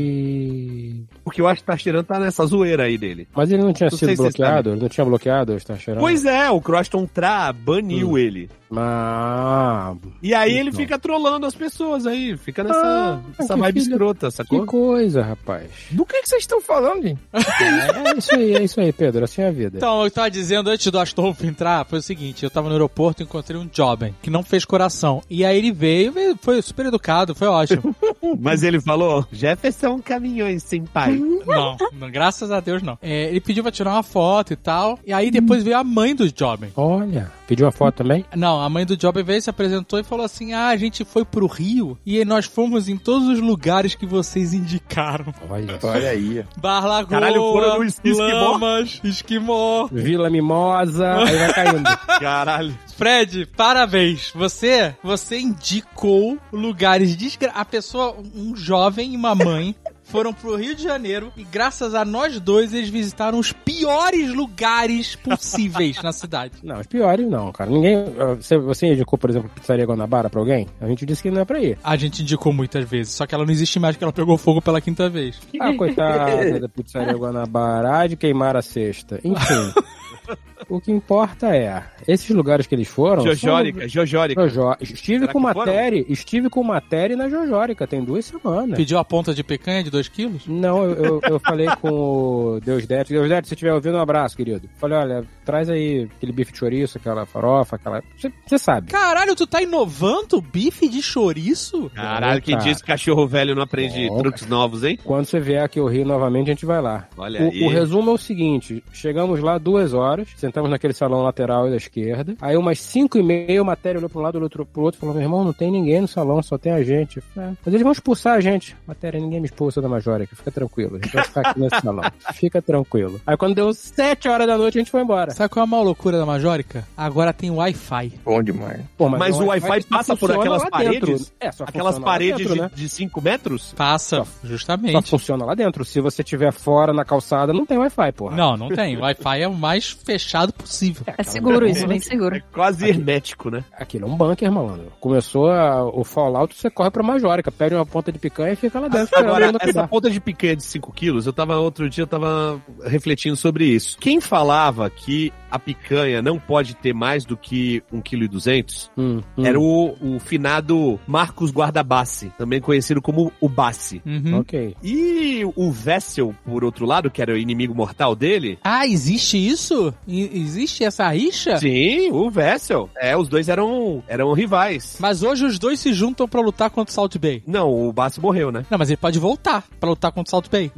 S1: E...
S10: Porque o Arthur Tacheran tá nessa zoeira aí dele.
S1: Mas ele não tinha
S10: Não sei
S1: sido
S10: se vocês
S1: bloqueado? Ele não tinha bloqueado o Star Cheirão?
S10: Pois é, o Croston Tra baniu ele.
S1: Ah,
S10: E aí ele
S1: Não.
S10: fica trolando as pessoas aí, fica nessa, nessa
S1: que
S10: vibe
S1: filha-
S10: escrota,
S1: que
S10: sacou?
S1: coisa, rapaz.
S9: Do que, que vocês estão falando, gente?
S1: É isso aí, é isso aí, Pedro. Assim é a vida.
S3: Então, eu tava dizendo antes do Astolfo entrar, foi o seguinte, eu tava no aeroporto e encontrei um jovem que não fez coração. E aí ele veio, veio- foi super educado, foi ótimo.
S10: Mas ele falou, Jefferson Caminhões, sem pai.
S3: [LAUGHS] não, não, graças a Deus não. É, ele pediu pra tirar uma foto e tal, e aí depois veio a mãe do jovem.
S1: Olha, pediu uma foto também?
S3: Não, a mãe do Job veio, se apresentou e falou assim: Ah, a gente foi pro Rio e nós fomos em todos os lugares que vocês indicaram.
S1: Olha só.
S9: Olha aí.
S3: Bar Lagoa,
S10: Caralho, foram no Esquimó?
S3: Lamas, Esquimó.
S1: Vila Mimosa, aí vai caindo.
S10: Caralho.
S3: Fred, parabéns. Você, você indicou lugares desgra... A pessoa, um jovem e uma mãe [LAUGHS] foram pro Rio de Janeiro e graças a nós dois eles visitaram os piores lugares possíveis na cidade.
S1: Não, os piores não, cara. Ninguém. ah, Você, você indicou, por exemplo, pizzaria Guanabara pra alguém? A gente disse que não é pra
S10: [LAUGHS]
S1: ir.
S3: A gente indicou muitas vezes, só que ela não existe mais porque ela pegou fogo pela quinta vez.
S1: Ah, coitada da pizzaria Guanabara, há de queimar a cesta. Enfim.
S10: [LAUGHS]
S1: o que importa é, esses lugares que eles foram. são-
S10: Jojórica, Jojórica.
S1: Jojo- Estive
S10: Será
S1: com
S10: que
S1: matéria, estive com matéria na Jojórica, tem duas
S10: É.
S1: semanas.
S3: Pediu a ponta de picanha de 2 quilos?
S1: Não, eu, eu, eu falei com o Deusdete. Deusdete, se estiver ouvindo, um abraço, querido. Falei, olha, traz aí aquele bife de chouriço, aquela farofa, aquela... Você sabe.
S3: Caralho, tu tá inovando bife de chouriço?
S10: Caralho, quem
S1: Cara.
S10: disse que cachorro velho não aprende
S1: Bom.
S10: truques novos, hein?
S1: Quando você vier aqui ao Rio novamente, a gente vai lá.
S10: Olha aí.
S1: O, o resumo é o seguinte: chegamos lá duas horas, sentamos naquele salão lateral da esquerda. Aí, umas cinco e meia, o matéria olhou para um lado, olhou outro, pro outro, falou: meu irmão, não tem ninguém no salão, só tem a gente. Eu falei, "É, Mas eles vão expulsar a gente. Matéria, ninguém me expulsa da Majórica, fica tranquilo. A gente vai ficar aqui nesse
S10: [LAUGHS]
S1: salão. Fica tranquilo. Aí, quando deu sete horas da noite, a gente foi embora.
S3: Sabe qual é a maior loucura da Majórica? Agora tem Wi-Fi.
S9: Bom demais.
S1: Pô,
S10: Mas o Wi-Fi
S1: só
S10: passa por
S1: funciona
S10: aquelas
S1: lá dentro.
S10: paredes?
S1: É, só
S10: Aquelas
S1: funciona lá
S10: paredes
S1: dentro, né?
S10: de 5 metros?
S3: Passa,
S1: Só
S3: justamente.
S1: funciona lá dentro. Se você tiver fora na calçada, não tem Wi-Fi, porra.
S3: Não, não tem. Wi-Fi é o mais fechado possível.
S2: É seguro isso, bem seguro.
S10: É quase hermético, né?
S1: Aquilo é um bunker, malandro. Começou a- o Fallout, você corre pra Majórica, pega uma ponta de picanha e fica lá dentro.
S10: Agora,
S1: esperando
S10: essa
S1: acordar.
S10: ponta de picanha de 5 quilos, eu tava outro dia, eu tava refletindo sobre isso. Quem falava que a picanha não pode ter mais do que 1,2 kg
S1: Hum, hum.
S10: era o, o finado Marcos Guardabassi, também conhecido como o Bassi.
S3: Uhum.
S1: Ok.
S10: E o Vessel, por outro lado, que era o inimigo mortal dele,
S3: Ah, existe isso? E- existe essa rixa?
S10: Sim, o Vessel. É, os dois eram, eram rivais.
S3: Mas hoje os dois se juntam pra lutar contra o Salt Bay.
S10: Não, o Bassi
S3: [LAUGHS]
S10: morreu, né?
S3: Não, mas ele pode voltar pra lutar contra o Salt Bay.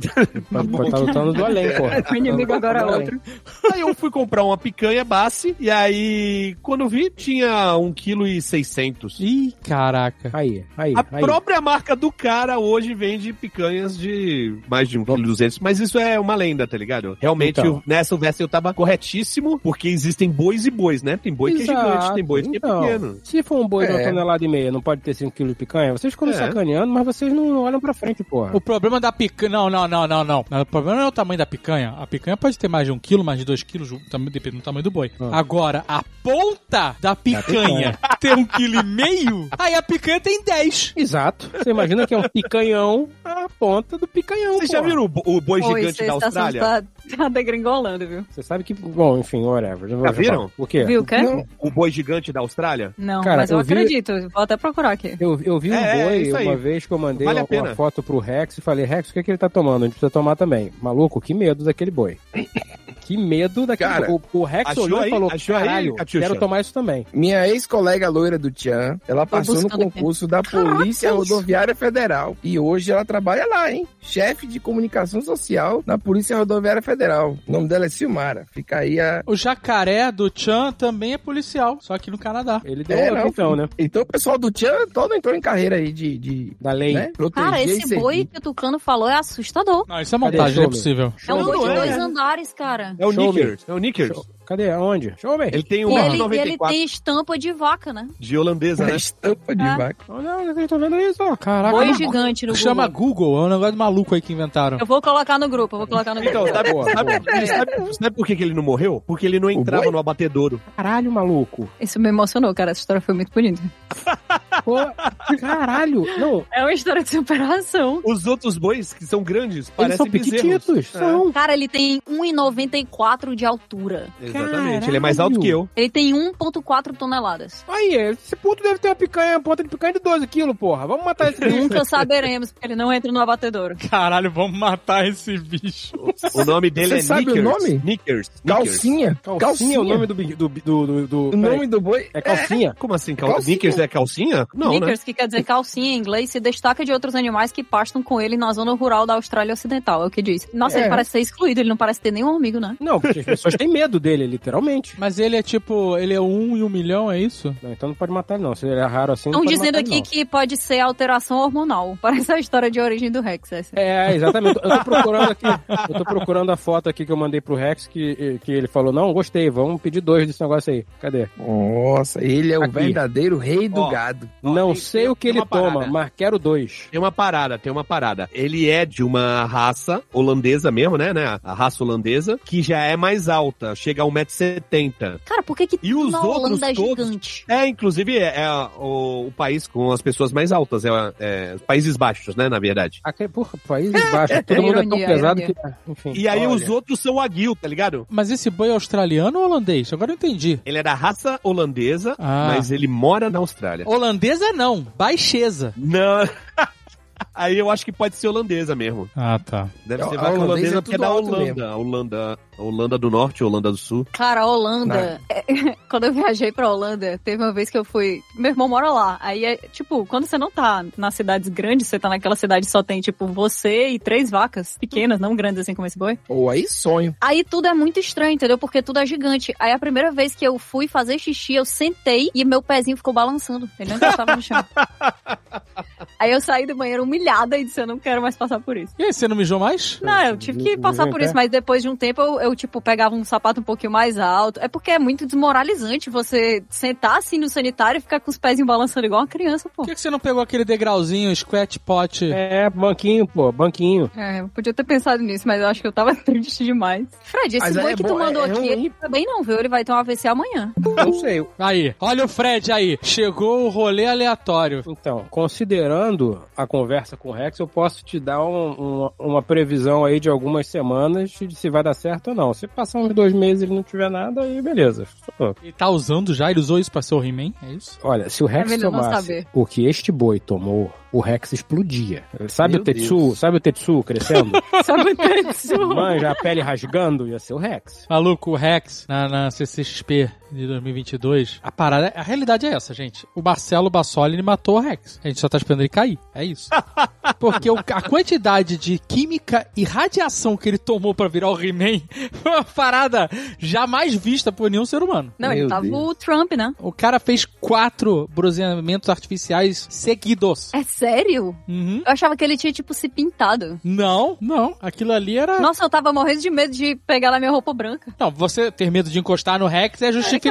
S1: Pode estar lutando do além, porra.
S2: O inimigo agora é
S1: Do além.
S2: outro.
S10: aí eu fui comprar uma picanha Bassi, e aí, quando vi, tinha 1,6kg.
S3: Ih, caraca.
S1: Aí, aí,
S10: A
S1: aí.
S10: própria marca do cara hoje vende picanhas de mais de 1,2kg. Mas isso é uma lenda, tá ligado? Realmente,
S1: Então.
S10: o- nessa o Vessel tava corretíssimo, porque existem bois e bois, né? Tem boi que é
S1: Exato.
S10: gigante, tem boi que é
S1: Então,
S10: pequeno.
S1: Se for um boi de uma
S9: É.
S1: tonelada e meia, não pode ter 5 kg de picanha, vocês ficam me
S10: É.
S1: sacaneando, mas vocês não olham pra frente, porra.
S3: O problema da picanha. Não, não, não, não, não. O problema não é o tamanho da picanha. A picanha pode ter mais de um quilo, mais de dois quilos, tam- depende do tamanho do boi.
S1: Ah.
S3: Agora, a ponta da picanha tem um quilo e meio, aí a picanha tem dez.
S1: Exato. Você imagina que é um picanhão à ponta do picanhão,
S10: Vocês já
S1: porra.
S10: viram o bo- o boi
S2: Pô,
S10: gigante
S2: esse
S10: da
S2: está
S10: Austrália?
S2: Tá, tá degringolando, viu?
S1: Você sabe que... Bom, enfim, whatever. Já
S10: viram?
S1: O quê?
S2: Viu o quê?
S9: Não,
S10: O boi gigante da Austrália?
S2: Não,
S1: Cara,
S2: mas eu,
S1: eu vi-
S2: acredito. Vou até procurar aqui.
S1: Eu, eu vi um
S10: É, é,
S1: boi
S10: isso aí.
S1: uma vez que eu mandei
S10: Vale a
S1: uma,
S10: pena.
S1: uma foto pro Rex e falei, Rex, o que, é que ele tá tomando? A gente precisa tomar também. Maluco, que medo daquele boi. Que medo daquele
S9: Cara,
S1: boi. O, o Rex
S10: achou
S1: olhou
S10: aí?
S1: e falou,
S10: Achou aí,
S1: caralho,
S10: Catiuxa?"
S1: quero tomar isso também.
S9: Minha ex-colega loira do Tchan, ela passou no
S2: buscando aqui.
S9: concurso da Polícia Rodoviária Federal. E hoje ela trabalha lá, hein? Chefe de comunicação social na Polícia Rodoviária Federal. O nome dela é Silmara. Fica aí a.
S3: O jacaré do Chan também é policial, só que no Canadá.
S1: Ele deu
S9: É,
S1: outro,
S9: não,
S1: então, né?
S9: Então o pessoal do Tchan todo entrou em carreira aí de. de
S1: Da lei.
S9: né? Proteger
S2: Cara,
S9: e
S2: esse
S9: servir.
S2: boi que o Tucano falou é assustador.
S3: Não, isso é
S1: Cadê?
S3: montagem, não é
S1: Show me.
S3: possível.
S2: É um
S10: Não,
S2: boi de
S10: não é.
S2: dois andares, cara.
S10: É o
S1: Show me.
S10: Nickers. É o Nickers.
S1: Cadê? Onde? Show, velho.
S10: Ele tem
S2: E ele, e ele tem estampa de vaca, né?
S10: de
S1: [LAUGHS]
S10: holandesa, né?
S9: Estampa de
S2: Ah.
S9: vaca.
S1: Olha, vocês estão vendo isso? ó? Caraca.
S2: Boi gigante no
S3: Chama
S2: Google.
S3: Google, é um negócio maluco aí que inventaram.
S2: Eu vou colocar no grupo, eu vou colocar no grupo.
S10: Então, sabe,
S1: tá Boa,
S10: sabe- sabe- sabe por que, que ele não morreu? Porque ele não entrava no abatedouro.
S1: Caralho, maluco.
S2: Isso me emocionou, cara. Essa história foi muito bonita.
S1: Pô, caralho. Não,
S2: É uma história de superação.
S10: Os outros bois, que são grandes,
S1: eles
S10: parecem É,
S1: são
S10: bezerros.
S1: pequititos. São.
S2: Cara, ele tem 1,94 de altura.
S10: Exatamente, ele é mais alto que eu.
S2: Ele tem 1,4 toneladas.
S1: Aí, esse puto deve ter uma picanha, uma ponta de picanha de 12 quilos, porra. Vamos matar esse bicho.
S2: Nunca saberemos, porque ele não entra no abatedouro.
S3: Caralho, vamos matar esse bicho.
S10: O nome dele
S9: Você
S10: é
S9: sabe o
S10: Knickers.
S9: nome?
S10: Knickers. Knickers.
S9: Calcinha.
S1: Calcinha, é o nome do... bi- do, do, do, do-
S9: O nome do boi
S1: É calcinha?
S10: Como assim? Cal...
S9: Calcinha.
S10: Knickers é calcinha? Não, né?
S2: Knickers, que quer dizer calcinha em inglês, se destaca de outros animais que pastam com ele na zona rural da Austrália Ocidental, é o que diz. Nossa,
S9: É.
S2: ele parece ser excluído, ele não parece ter nenhum amigo, né?
S1: Não, porque as pessoas têm medo dele, literalmente.
S3: Mas ele é tipo, ele é um e um milhão, é isso?
S1: Não, então não pode matar ele, não. Se ele é raro assim, não
S2: Estão
S1: pode
S2: dizendo
S1: matar ele,
S2: aqui
S1: não.
S2: que pode ser alteração hormonal. [LAUGHS] Parece a história de origem do Rex. Essa.
S1: É, exatamente. Eu tô procurando aqui. Eu tô procurando a foto aqui que eu mandei pro Rex, que, que ele falou, não, gostei, vamos pedir dois desse negócio aí. Cadê?
S9: Nossa, ele é o
S1: Aqui.
S9: verdadeiro rei do
S10: Ó.
S9: gado.
S10: Ó,
S1: não
S10: tem-
S1: sei
S10: tem-
S1: o que
S10: tem
S1: ele
S10: uma parada.
S1: toma, mas quero dois.
S10: Tem uma parada, tem uma parada. Ele é de uma raça holandesa mesmo, né? né? A raça holandesa, que já é mais alta, chega a 1,70m.
S2: Cara, por que que
S10: E os
S2: na
S10: outros
S2: Holanda é
S10: todos?
S2: gigante?
S10: É, inclusive, é, é o, o país com as pessoas mais altas, é, é, os Países Baixos, né, na verdade.
S1: Aqui, porra,
S2: [LAUGHS]
S1: países baixos. Todo mundo é tão
S2: Ironia,
S1: pesado
S2: ironia.
S1: que. Enfim.
S10: E aí
S1: olha.
S10: os outros são aguil, tá ligado?
S3: Mas esse boi é australiano ou holandês? Agora eu entendi.
S10: Ele é da raça holandesa,
S3: Ah.
S10: mas é- ele mora na Austrália.
S3: Holandesa não, baixeza.
S10: Não. [LAUGHS] Aí eu acho que pode ser holandesa mesmo.
S3: Ah, tá.
S10: Deve
S9: A-
S10: ser
S9: a
S10: vaca
S9: holandesa
S10: holandesa
S9: é
S10: porque é
S9: tudo
S10: da
S9: alto
S10: Holanda. A Holanda, a Holanda do Norte, a Holanda do Sul.
S2: Cara, a Holanda. É, [LAUGHS] quando eu viajei pra Holanda, teve uma vez que eu fui. Meu irmão mora lá. Aí é tipo, quando você não tá nas cidades grandes, você tá naquela cidade que só tem, tipo, você e três vacas pequenas, não grandes assim como esse boi.
S9: Ou aí sonho.
S2: Aí tudo é muito estranho, entendeu? Porque tudo é gigante. Aí a primeira vez que eu fui fazer xixi, eu sentei e meu pezinho ficou balançando. Ele não encostava no
S9: [LAUGHS]
S2: chão. Aí eu saí do banheiro humilhada e disse: Eu não quero mais passar por isso.
S3: E aí, você não mijou mais?
S2: Não, eu tive que passar por
S1: Inventar.
S2: isso, mas depois de um tempo eu, eu, tipo, pegava um sapato um pouquinho mais alto. É porque é muito desmoralizante você sentar assim no sanitário e ficar com os pezinhos balançando igual uma criança, pô.
S3: Por que, que você não pegou aquele degrauzinho, squat pot?
S1: É, banquinho, pô, banquinho.
S2: É, eu podia ter pensado nisso, mas eu acho que eu tava [LAUGHS] triste demais. Fred, esse
S9: Mas
S2: boi
S9: é
S2: que
S9: bom,
S2: tu mandou
S9: é- é
S2: aqui,
S9: ruim.
S2: ele tá bem não, viu? Ele vai ter um AVC amanhã. [LAUGHS]
S1: Não sei.
S3: Aí, olha o Fred aí. Chegou o rolê aleatório.
S1: Então, considerando a conversa com o Rex, eu posso te dar um- uma, uma previsão aí de algumas semanas de se vai dar certo ou não. Se passar uns dois meses e ele não tiver nada, aí beleza. Pô,
S3: Ele tá usando já? Ele usou isso pra ser o He-Man? É isso?
S1: Olha, se o Rex
S2: melhor não
S1: tomasse
S2: saber.
S1: o que este boi tomou, o Rex explodia. Sabe
S10: Meu
S1: o Tetsu? Sabe o Tetsu crescendo?
S10: [LAUGHS]
S2: Sabe o Tetsu?
S1: Manja, a pele rasgando, ia ser o Rex.
S3: Maluco, o Rex, na, na CCXP de 2022, a parada, a realidade é essa, gente. O Marcelo Bassoli, ele matou o Rex. A gente só tá esperando ele cair. É [LAUGHS] isso. Porque o- a quantidade de química e radiação que ele tomou pra virar o He-Man [LAUGHS] foi uma parada jamais vista por nenhum ser humano.
S2: [LAUGHS] Não, ele
S9: Meu
S2: tava
S9: Deus.
S2: o Trump, né?
S3: O cara fez quatro bronzeamentos artificiais seguidos.
S2: É sério?
S3: Uhum.
S2: Eu achava que ele tinha, tipo, se pintado.
S3: Não, não. Aquilo ali era.
S2: Nossa, eu tava morrendo de medo de pegar lá minha roupa branca.
S3: Não, você ter medo de encostar no Rex é
S9: [LAUGHS]
S3: justificável.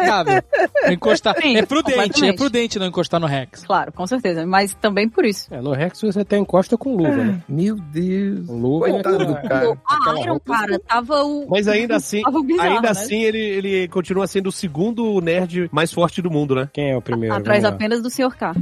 S3: Encostar...
S2: Sim,
S3: É prudente, é
S2: completamente.
S3: prudente não encostar no Rex.
S2: Claro, com certeza, mas também por isso.
S1: É, no Rex você até encosta com luva, né?
S9: Meu Deus.
S1: Luva é
S9: Coitado do cara.
S2: Ah, Iron, cara, tava o...
S10: Mas ainda
S2: [LAUGHS]
S10: assim,
S2: Tava o bizarro,
S10: ainda
S2: né?
S10: assim ele, ele continua sendo o segundo nerd mais forte do mundo, né?
S1: Quem é o primeiro?
S2: Atrás
S1: Vamos lá.
S2: apenas do Sr. K.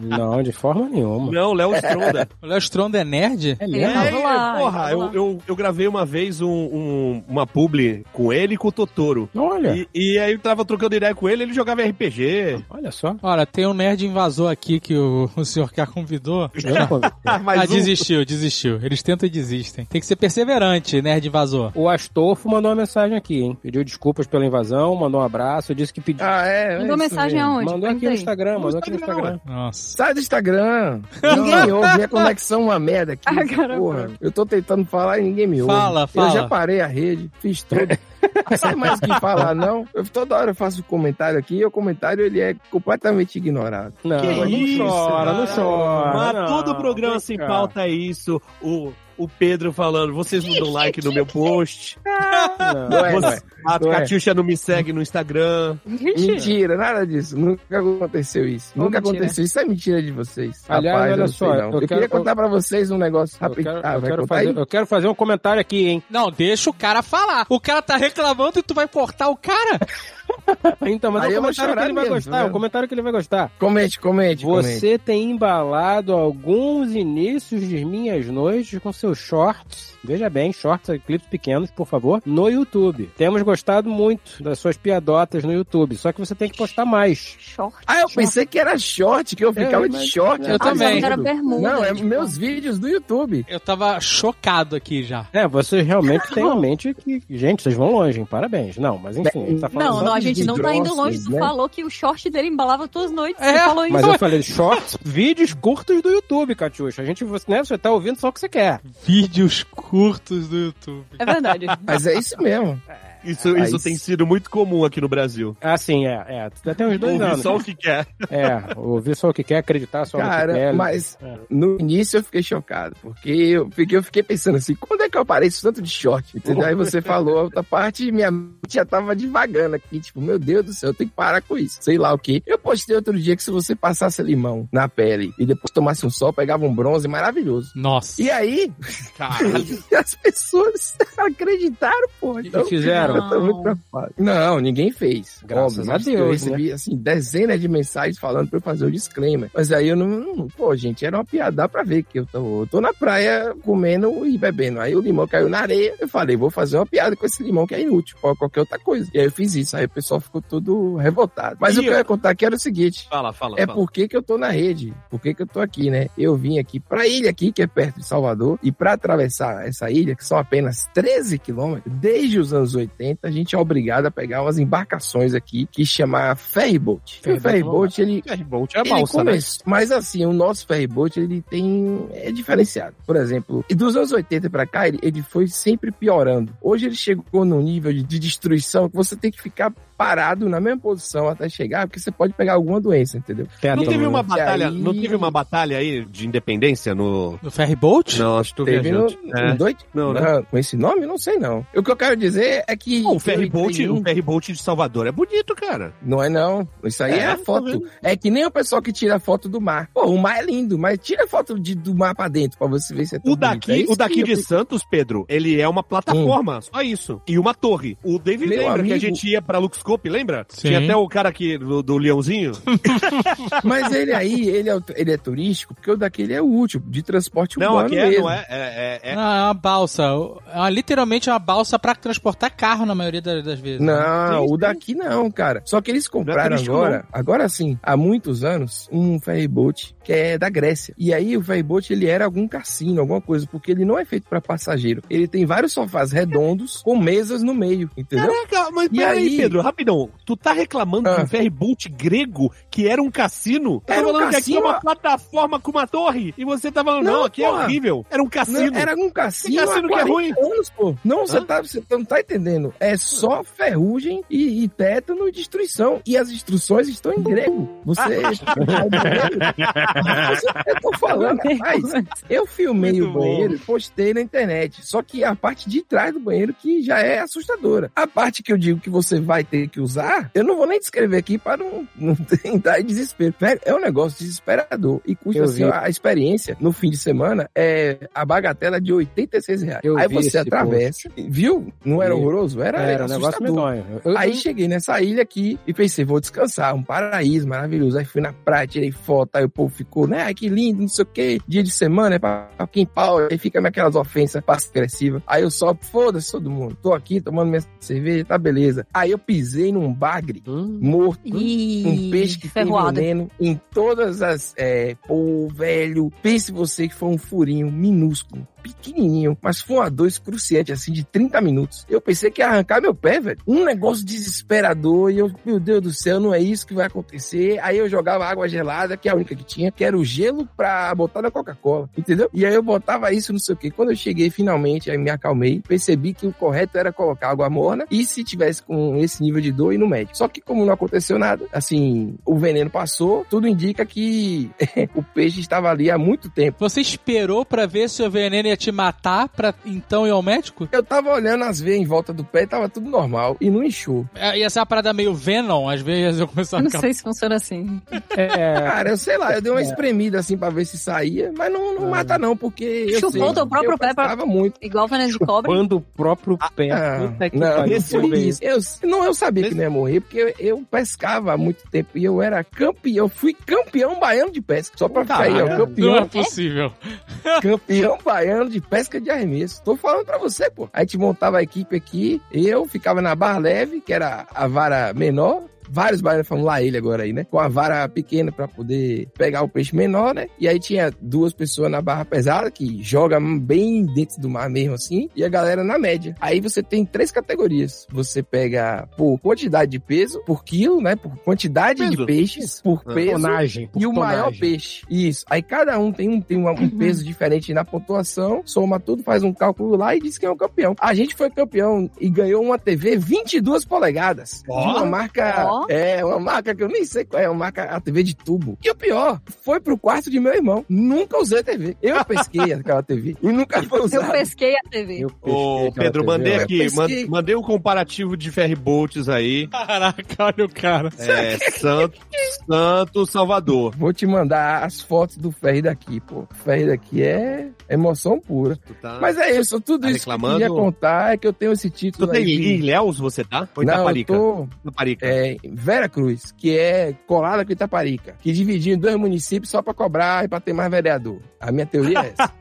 S1: Não. Não, de forma nenhuma.
S9: [LAUGHS]
S10: Não, Léo Stronda.
S3: O Léo Stronda é nerd?
S1: É
S2: Ele
S1: mesmo?
S2: tava lá.
S10: porra,
S2: ele tava
S10: eu,
S2: lá.
S10: eu, eu gravei uma vez um, um- uma publi com ele e com o Totoro.
S1: Olha,
S10: E, e aí eu tava trocando ideia com ele, ele jogava RPG.
S1: olha só.
S3: Olha, tem um nerd invasor aqui que o, o senhor K convidou.
S1: Eu não convido.
S10: Ah,
S3: ah,
S9: um?
S3: desistiu, desistiu. Eles tentam e desistem. Tem que ser perseverante, nerd invasor.
S1: O Astolfo mandou uma mensagem aqui, hein? Pediu desculpas pela invasão, mandou um abraço, disse que pediu.
S9: Ah, é. é
S2: Mandou
S9: isso
S2: mensagem
S9: mesmo.
S2: aonde?
S1: mandou aqui
S2: Pergunta
S1: no
S2: aí.
S1: Instagram, mandou aqui no Instagram.
S3: Nossa.
S9: Sai
S2: [LAUGHS]
S9: do Instagram. Ninguém ouve. Minha conexão é uma merda aqui.
S2: Ah, caramba.
S9: Porra, eu tô tentando falar e ninguém me ouve.
S3: Fala,
S9: Eu
S3: fala.
S9: já parei a rede, fiz tudo. Não sei mais o que falar, não. Eu toda hora eu faço comentário aqui e o comentário ele é completamente ignorado.
S1: Não,
S10: Que
S1: mas não
S10: isso,
S1: chora, não
S10: cara.
S1: chora.
S10: Mas
S1: não.
S10: todo programa
S1: Vem
S10: sem
S1: cá.
S10: pauta é isso. O o Pedro falando: vocês não dão like no meu post.
S1: Ah.
S9: Não, não é, não é.
S10: A
S9: Não é.
S10: Catiuxa não me segue no Instagram.
S1: é
S9: Mentira, nada disso. Nunca aconteceu isso.
S1: Ô,
S9: Nunca
S1: mentira.
S9: aconteceu. Isso é mentira de vocês.
S1: Aliás,
S9: Rapaz,
S1: olha
S9: eu não
S1: só,
S9: sei, não. Eu,
S1: eu quero-
S9: queria contar pra vocês um negócio
S1: Eu
S9: rapidinho.
S1: quero,
S9: Ah,
S1: eu
S9: vai
S1: quero
S9: contar
S1: fazer,
S9: aí?
S1: eu quero fazer um comentário aqui, hein?
S3: Não, deixa o cara falar. O cara tá reclamando e tu vai cortar o cara?
S1: Então, mas
S9: Aí
S1: é um
S9: eu vou
S1: comentário que
S9: chorar
S1: ele vai
S9: mesmo,
S1: gostar.
S9: tá
S1: É um
S9: vendo?
S1: comentário que ele vai gostar.
S9: Comente, comente, comente.
S1: Você tem embalado alguns inícios de minhas noites com seus shorts. Veja bem, shorts, clipes pequenos, por favor, no YouTube. Temos gostado muito das suas piadotas no YouTube, só que você tem que postar mais.
S2: Short.
S9: Ah, eu pensei que era short, que eu ficava de
S1: É, mas- é,
S9: short.
S1: Eu
S9: Ah,
S3: também.
S9: mas
S2: Era bermuda,
S9: Não, é
S2: tipo.
S9: meus vídeos do YouTube.
S3: Eu tava chocado aqui já.
S1: É, vocês realmente têm uma mente que... Gente, vocês vão longe, hein? Parabéns. Não, mas enfim, ele tá falando...
S2: Não, não, a gente não tá indo longe. Tu
S9: né?
S2: falou que o short dele embalava tuas noites.
S3: É,
S2: Você falou isso.
S1: Mas eu falei shorts, Então, [LAUGHS] vídeos curtos do YouTube, Catiuxa. A gente, você- né, você tá ouvindo só o que você quer.
S3: Vídeos curtos do YouTube.
S2: É verdade.
S9: Mas é isso mesmo.
S10: Isso,
S9: Ah,
S10: isso
S9: isso.
S10: tem sido muito comum aqui no Brasil.
S1: Ah, sim, é, é. Já tem uns dois
S10: Ouvir
S1: anos.
S10: só o que quer.
S1: É, ouvir só o que quer, acreditar só no que
S9: Cara,
S1: quer.
S9: mas no início eu fiquei chocado, porque eu fiquei, eu fiquei pensando assim, quando é que eu parei esse tanto de short? Entendeu? Aí você falou a outra parte e minha mente já tava devagando aqui, tipo, meu Deus do céu, eu tenho que parar com isso. Sei lá o quê. Eu postei outro dia que se você passasse limão na pele e depois tomasse um sol, pegava um bronze maravilhoso.
S3: Nossa.
S9: E aí, [LAUGHS] as pessoas [LAUGHS] acreditaram, pô. então
S1: E fizeram?
S9: Eu tô muito preocupado. Não, ninguém fez.
S1: Graças a
S9: mas
S1: Deus,
S9: Eu recebi, assim, dezenas de mensagens falando pra eu fazer o disclaimer. Mas aí eu não, não- Pô, gente, era uma piada, dá pra ver que eu tô, eu tô na praia comendo e bebendo. Aí o limão caiu na areia. Eu falei, vou fazer uma piada com esse limão que é inútil, ou qualquer outra coisa. E aí eu fiz isso. Aí o pessoal ficou todo revoltado. Mas
S10: E
S9: o que eu
S10: eu-
S9: ia contar aqui era o seguinte.
S10: Fala, fala,
S9: É
S10: fala.
S9: por que que eu tô na rede, por que que eu tô aqui, né? Eu vim aqui pra ilha aqui, que é perto de Salvador, e pra atravessar essa ilha, que são apenas 13 quilômetros, desde os anos 80, a gente é obrigado a pegar umas embarcações aqui que chama ferryboat. E o ferryboat, ele...
S10: Ferryboat é a
S9: ele
S10: balsa, né?
S9: começou- Mas assim, o nosso ferryboat, ele tem... é diferenciado. Por exemplo, e dos anos 80 pra cá, ele, ele foi sempre piorando. Hoje ele chegou num nível de, de destruição que você tem que ficar parado na mesma posição até chegar, porque você pode pegar alguma doença, entendeu?
S10: Não
S1: Tétano,
S10: teve uma
S1: né?
S10: batalha,
S9: aí-
S10: não teve uma batalha aí de independência no
S3: No Ferryboat?
S10: Não, acho que tô
S9: Teve no,
S10: viajando. É.
S9: no dois-
S10: Não, né?
S9: Ah, com esse nome? Não sei, não. O que eu quero dizer é que...
S10: Pô, o um. ferryboat,
S9: 81
S10: o ferryboat de Salvador é bonito, cara.
S9: Não é, não. Isso aí é,
S10: É,
S9: a
S10: tá
S9: foto. é que nem o pessoal que tira foto do mar. Pô, o mar é lindo, mas tira foto de, do mar pra dentro pra você ver se é tão
S10: O
S9: bonito. É
S10: daqui,
S9: isso
S10: o daqui
S9: que eu Hum.
S10: de Santos, Pedro, ele é uma plataforma, só isso. E uma torre. O David
S9: Meu
S10: lembra que a
S9: amigo.
S10: gente ia pra Luxcope, lembra?
S3: Sim.
S10: Tinha até o cara aqui do,
S9: [LAUGHS]
S10: do Leãozinho.
S9: Mas ele aí, ele é, o- ele é turístico, porque o daqui ele é útil, de transporte
S10: não,
S9: humano
S10: aqui é,
S9: mesmo.
S10: não é. é, é, é.
S3: Não, é uma balsa. É uma- literalmente é uma balsa pra transportar carro na maioria das, das vezes. né?
S9: Não,
S10: Sim,
S9: o daqui não, cara. Só que eles
S10: Não é
S9: compraram
S10: turístico,
S9: agora, agora sim, há muitos anos, um ferryboat que é da Grécia. E aí o ferryboat ele era algum cassino, alguma coisa, porque ele não é feito pra passageiro. Ele tem vários sofás redondos com mesas no meio, entendeu?
S10: Caraca, mas
S9: E
S10: peraí,
S9: aí?
S10: Pedro, rapidão. Tu tá reclamando de um
S9: Ah.
S10: ferryboat grego que era um cassino? Tá
S9: Era um
S10: falando que aqui é uma
S9: cassino?
S10: plataforma com uma torre. E você tá falando, não,
S9: Não,
S10: aqui é
S9: porra.
S10: horrível. Era um cassino.
S9: Não, era algum cassino,
S10: Que cassino
S9: há
S10: que é
S9: 40 anos, pô. Não, você
S10: Hã?
S9: tá, você não tá entendendo. É só ferrugem e, e tétano e destruição. E as instruções estão em grego. Você...
S10: [LAUGHS]
S9: Mas você- eu tô falando, rapaz. Eu filmei
S10: Muito
S9: o
S10: bom.
S9: banheiro e postei na internet. Só que a parte de trás do banheiro que já é assustadora. A parte que eu digo que você vai ter que usar, eu não vou nem descrever aqui para não, não [LAUGHS] dar desespero. Velho, É um negócio desesperador. E custa
S1: Eu
S9: assim,
S1: vi.
S9: a experiência no fim de semana é a bagatela de 86 reais.
S1: Eu
S9: Aí
S1: vi
S9: você
S1: esse
S9: atravessa, viu? Não era
S1: Vi.
S9: horroroso? Era,
S1: Era um negócio
S9: assustador.
S1: medonho. Eu-
S9: Aí cheguei nessa ilha aqui e pensei, vou descansar, um paraíso maravilhoso. Aí fui na praia, tirei foto, aí o povo ficou, né? Ai, que lindo, não sei o quê. Dia de semana é pra, pra quem pau, aí fica aquelas ofensas passiva agressiva. Aí eu só, foda-se todo mundo, tô aqui tomando minha cerveja, tá beleza. Aí eu pisei num bagre
S1: Hum.
S9: morto.
S2: [LAUGHS] Ih,
S9: Um peixe que
S2: ferroado.
S9: tem veneno em todas as. É, pô, velho. Pense você que foi um furinho minúsculo, pequenininho, mas foi uma dor excruciante, assim, de 30 minutos. Eu pensei que ia arrancar meu pé, velho. Um negócio desesperador. E eu, meu Deus do céu, não é isso que vai acontecer. Aí eu jogava água gelada, que é a única que tinha, que era o gelo pra botar na Coca-Cola. Entendeu? E aí eu botava isso, não sei o quê. Quando eu cheguei finalmente, aí me acalmei, percebi que o correto era colocar água morna e se tivesse com esse nível de dor, ir no médico. Só que como não aconteceu nada, assim, o veneno passou, tudo indica que [LAUGHS] o peixe estava ali há muito tempo.
S3: Você esperou pra ver se o veneno ia te matar pra então ir ao médico?
S9: Eu tava olhando as veias em volta do pé e tava tudo normal. E não inchou.
S3: É, Ia ser uma parada meio Venom, às vezes eu começava
S2: Eu
S3: a
S2: não
S3: ficar...
S2: sei se funciona assim.
S9: Cara, eu sei lá, eu dei uma
S2: É. Ah.
S9: espremida assim pra ver se saía, mas não, não mata não, porque eu
S2: Chupou
S9: sei,
S2: teu próprio
S9: eu
S2: pé pra-
S9: praticava muito.
S2: Igual veneno de cobra.
S1: Quando o próprio pé.
S9: Ah,
S1: Puta que
S9: não,
S1: pariu,
S9: não
S1: tudo
S9: foi
S1: bem.
S9: isso. Eu, não, eu sabia que não ia morrer, porque eu, eu pescava há muito tempo e eu era campeão, eu fui campeão baiano de pesca. Só pra ficar aí, ó,
S3: Caraca, [LAUGHS] Não é
S9: campeão,
S3: possível.
S9: campeão baiano de pesca de arremesso. Tô falando pra você, pô. A gente montava a equipe aqui, eu ficava na barra leve, que era a vara menor, vários baianos falam lá ele agora aí, né? Com a vara pequena pra poder pegar o peixe menor, né? E aí tinha duas pessoas na barra pesada que joga bem dentro do mar mesmo assim, e a galera na média. Aí você tem três categorias. Você pega por quantidade de peso, por quilo, né? Por quantidade de
S10: Peso.
S9: peixes, por
S10: Ah.
S9: peso
S1: Tonagem. por
S9: e o
S1: tonagem.
S9: maior peixe. Isso. Aí cada um tem um, tem uma-
S10: Uhum.
S9: um peso diferente na pontuação, soma tudo, faz um cálculo lá e diz quem é o campeão. A gente foi campeão e ganhou uma TV 22 polegadas. De uma marca.
S2: Ó.
S9: É, uma marca que eu nem sei qual é, uma marca, a TV de tubo. E o pior, foi pro quarto de meu irmão. Nunca usei a TV.
S2: [LAUGHS]
S9: Eu pesquei aquela TV e nunca foi
S2: Eu
S9: usada.
S2: pesquei a TV.
S1: Eu pesquei
S10: Ô,
S1: aquela
S10: Pedro,
S1: TV,
S10: mandei
S1: ó.
S10: aqui,
S9: Pesquei.
S10: man- mandei um comparativo de ferry boats aí.
S3: Caraca, olha o cara.
S10: É, Santo, Santo Salvador.
S9: Vou te mandar as fotos do ferry daqui, pô. O ferry daqui é emoção pura.
S10: Tu tá...
S9: Mas é isso, tudo
S10: Tá
S9: isso
S10: reclamando?
S9: que eu queria contar é que eu tenho esse
S10: tu
S9: título aí.
S10: tem
S9: de-
S10: Ilhéus, você tá? Ou
S9: Não, eu
S10: Itaparica?
S9: tô
S10: Itaparica.
S9: é, Vera Cruz, que é colada com Itaparica, que dividiu em dois municípios só pra cobrar e pra ter mais vereador. A minha teoria é
S10: [LAUGHS]
S9: essa.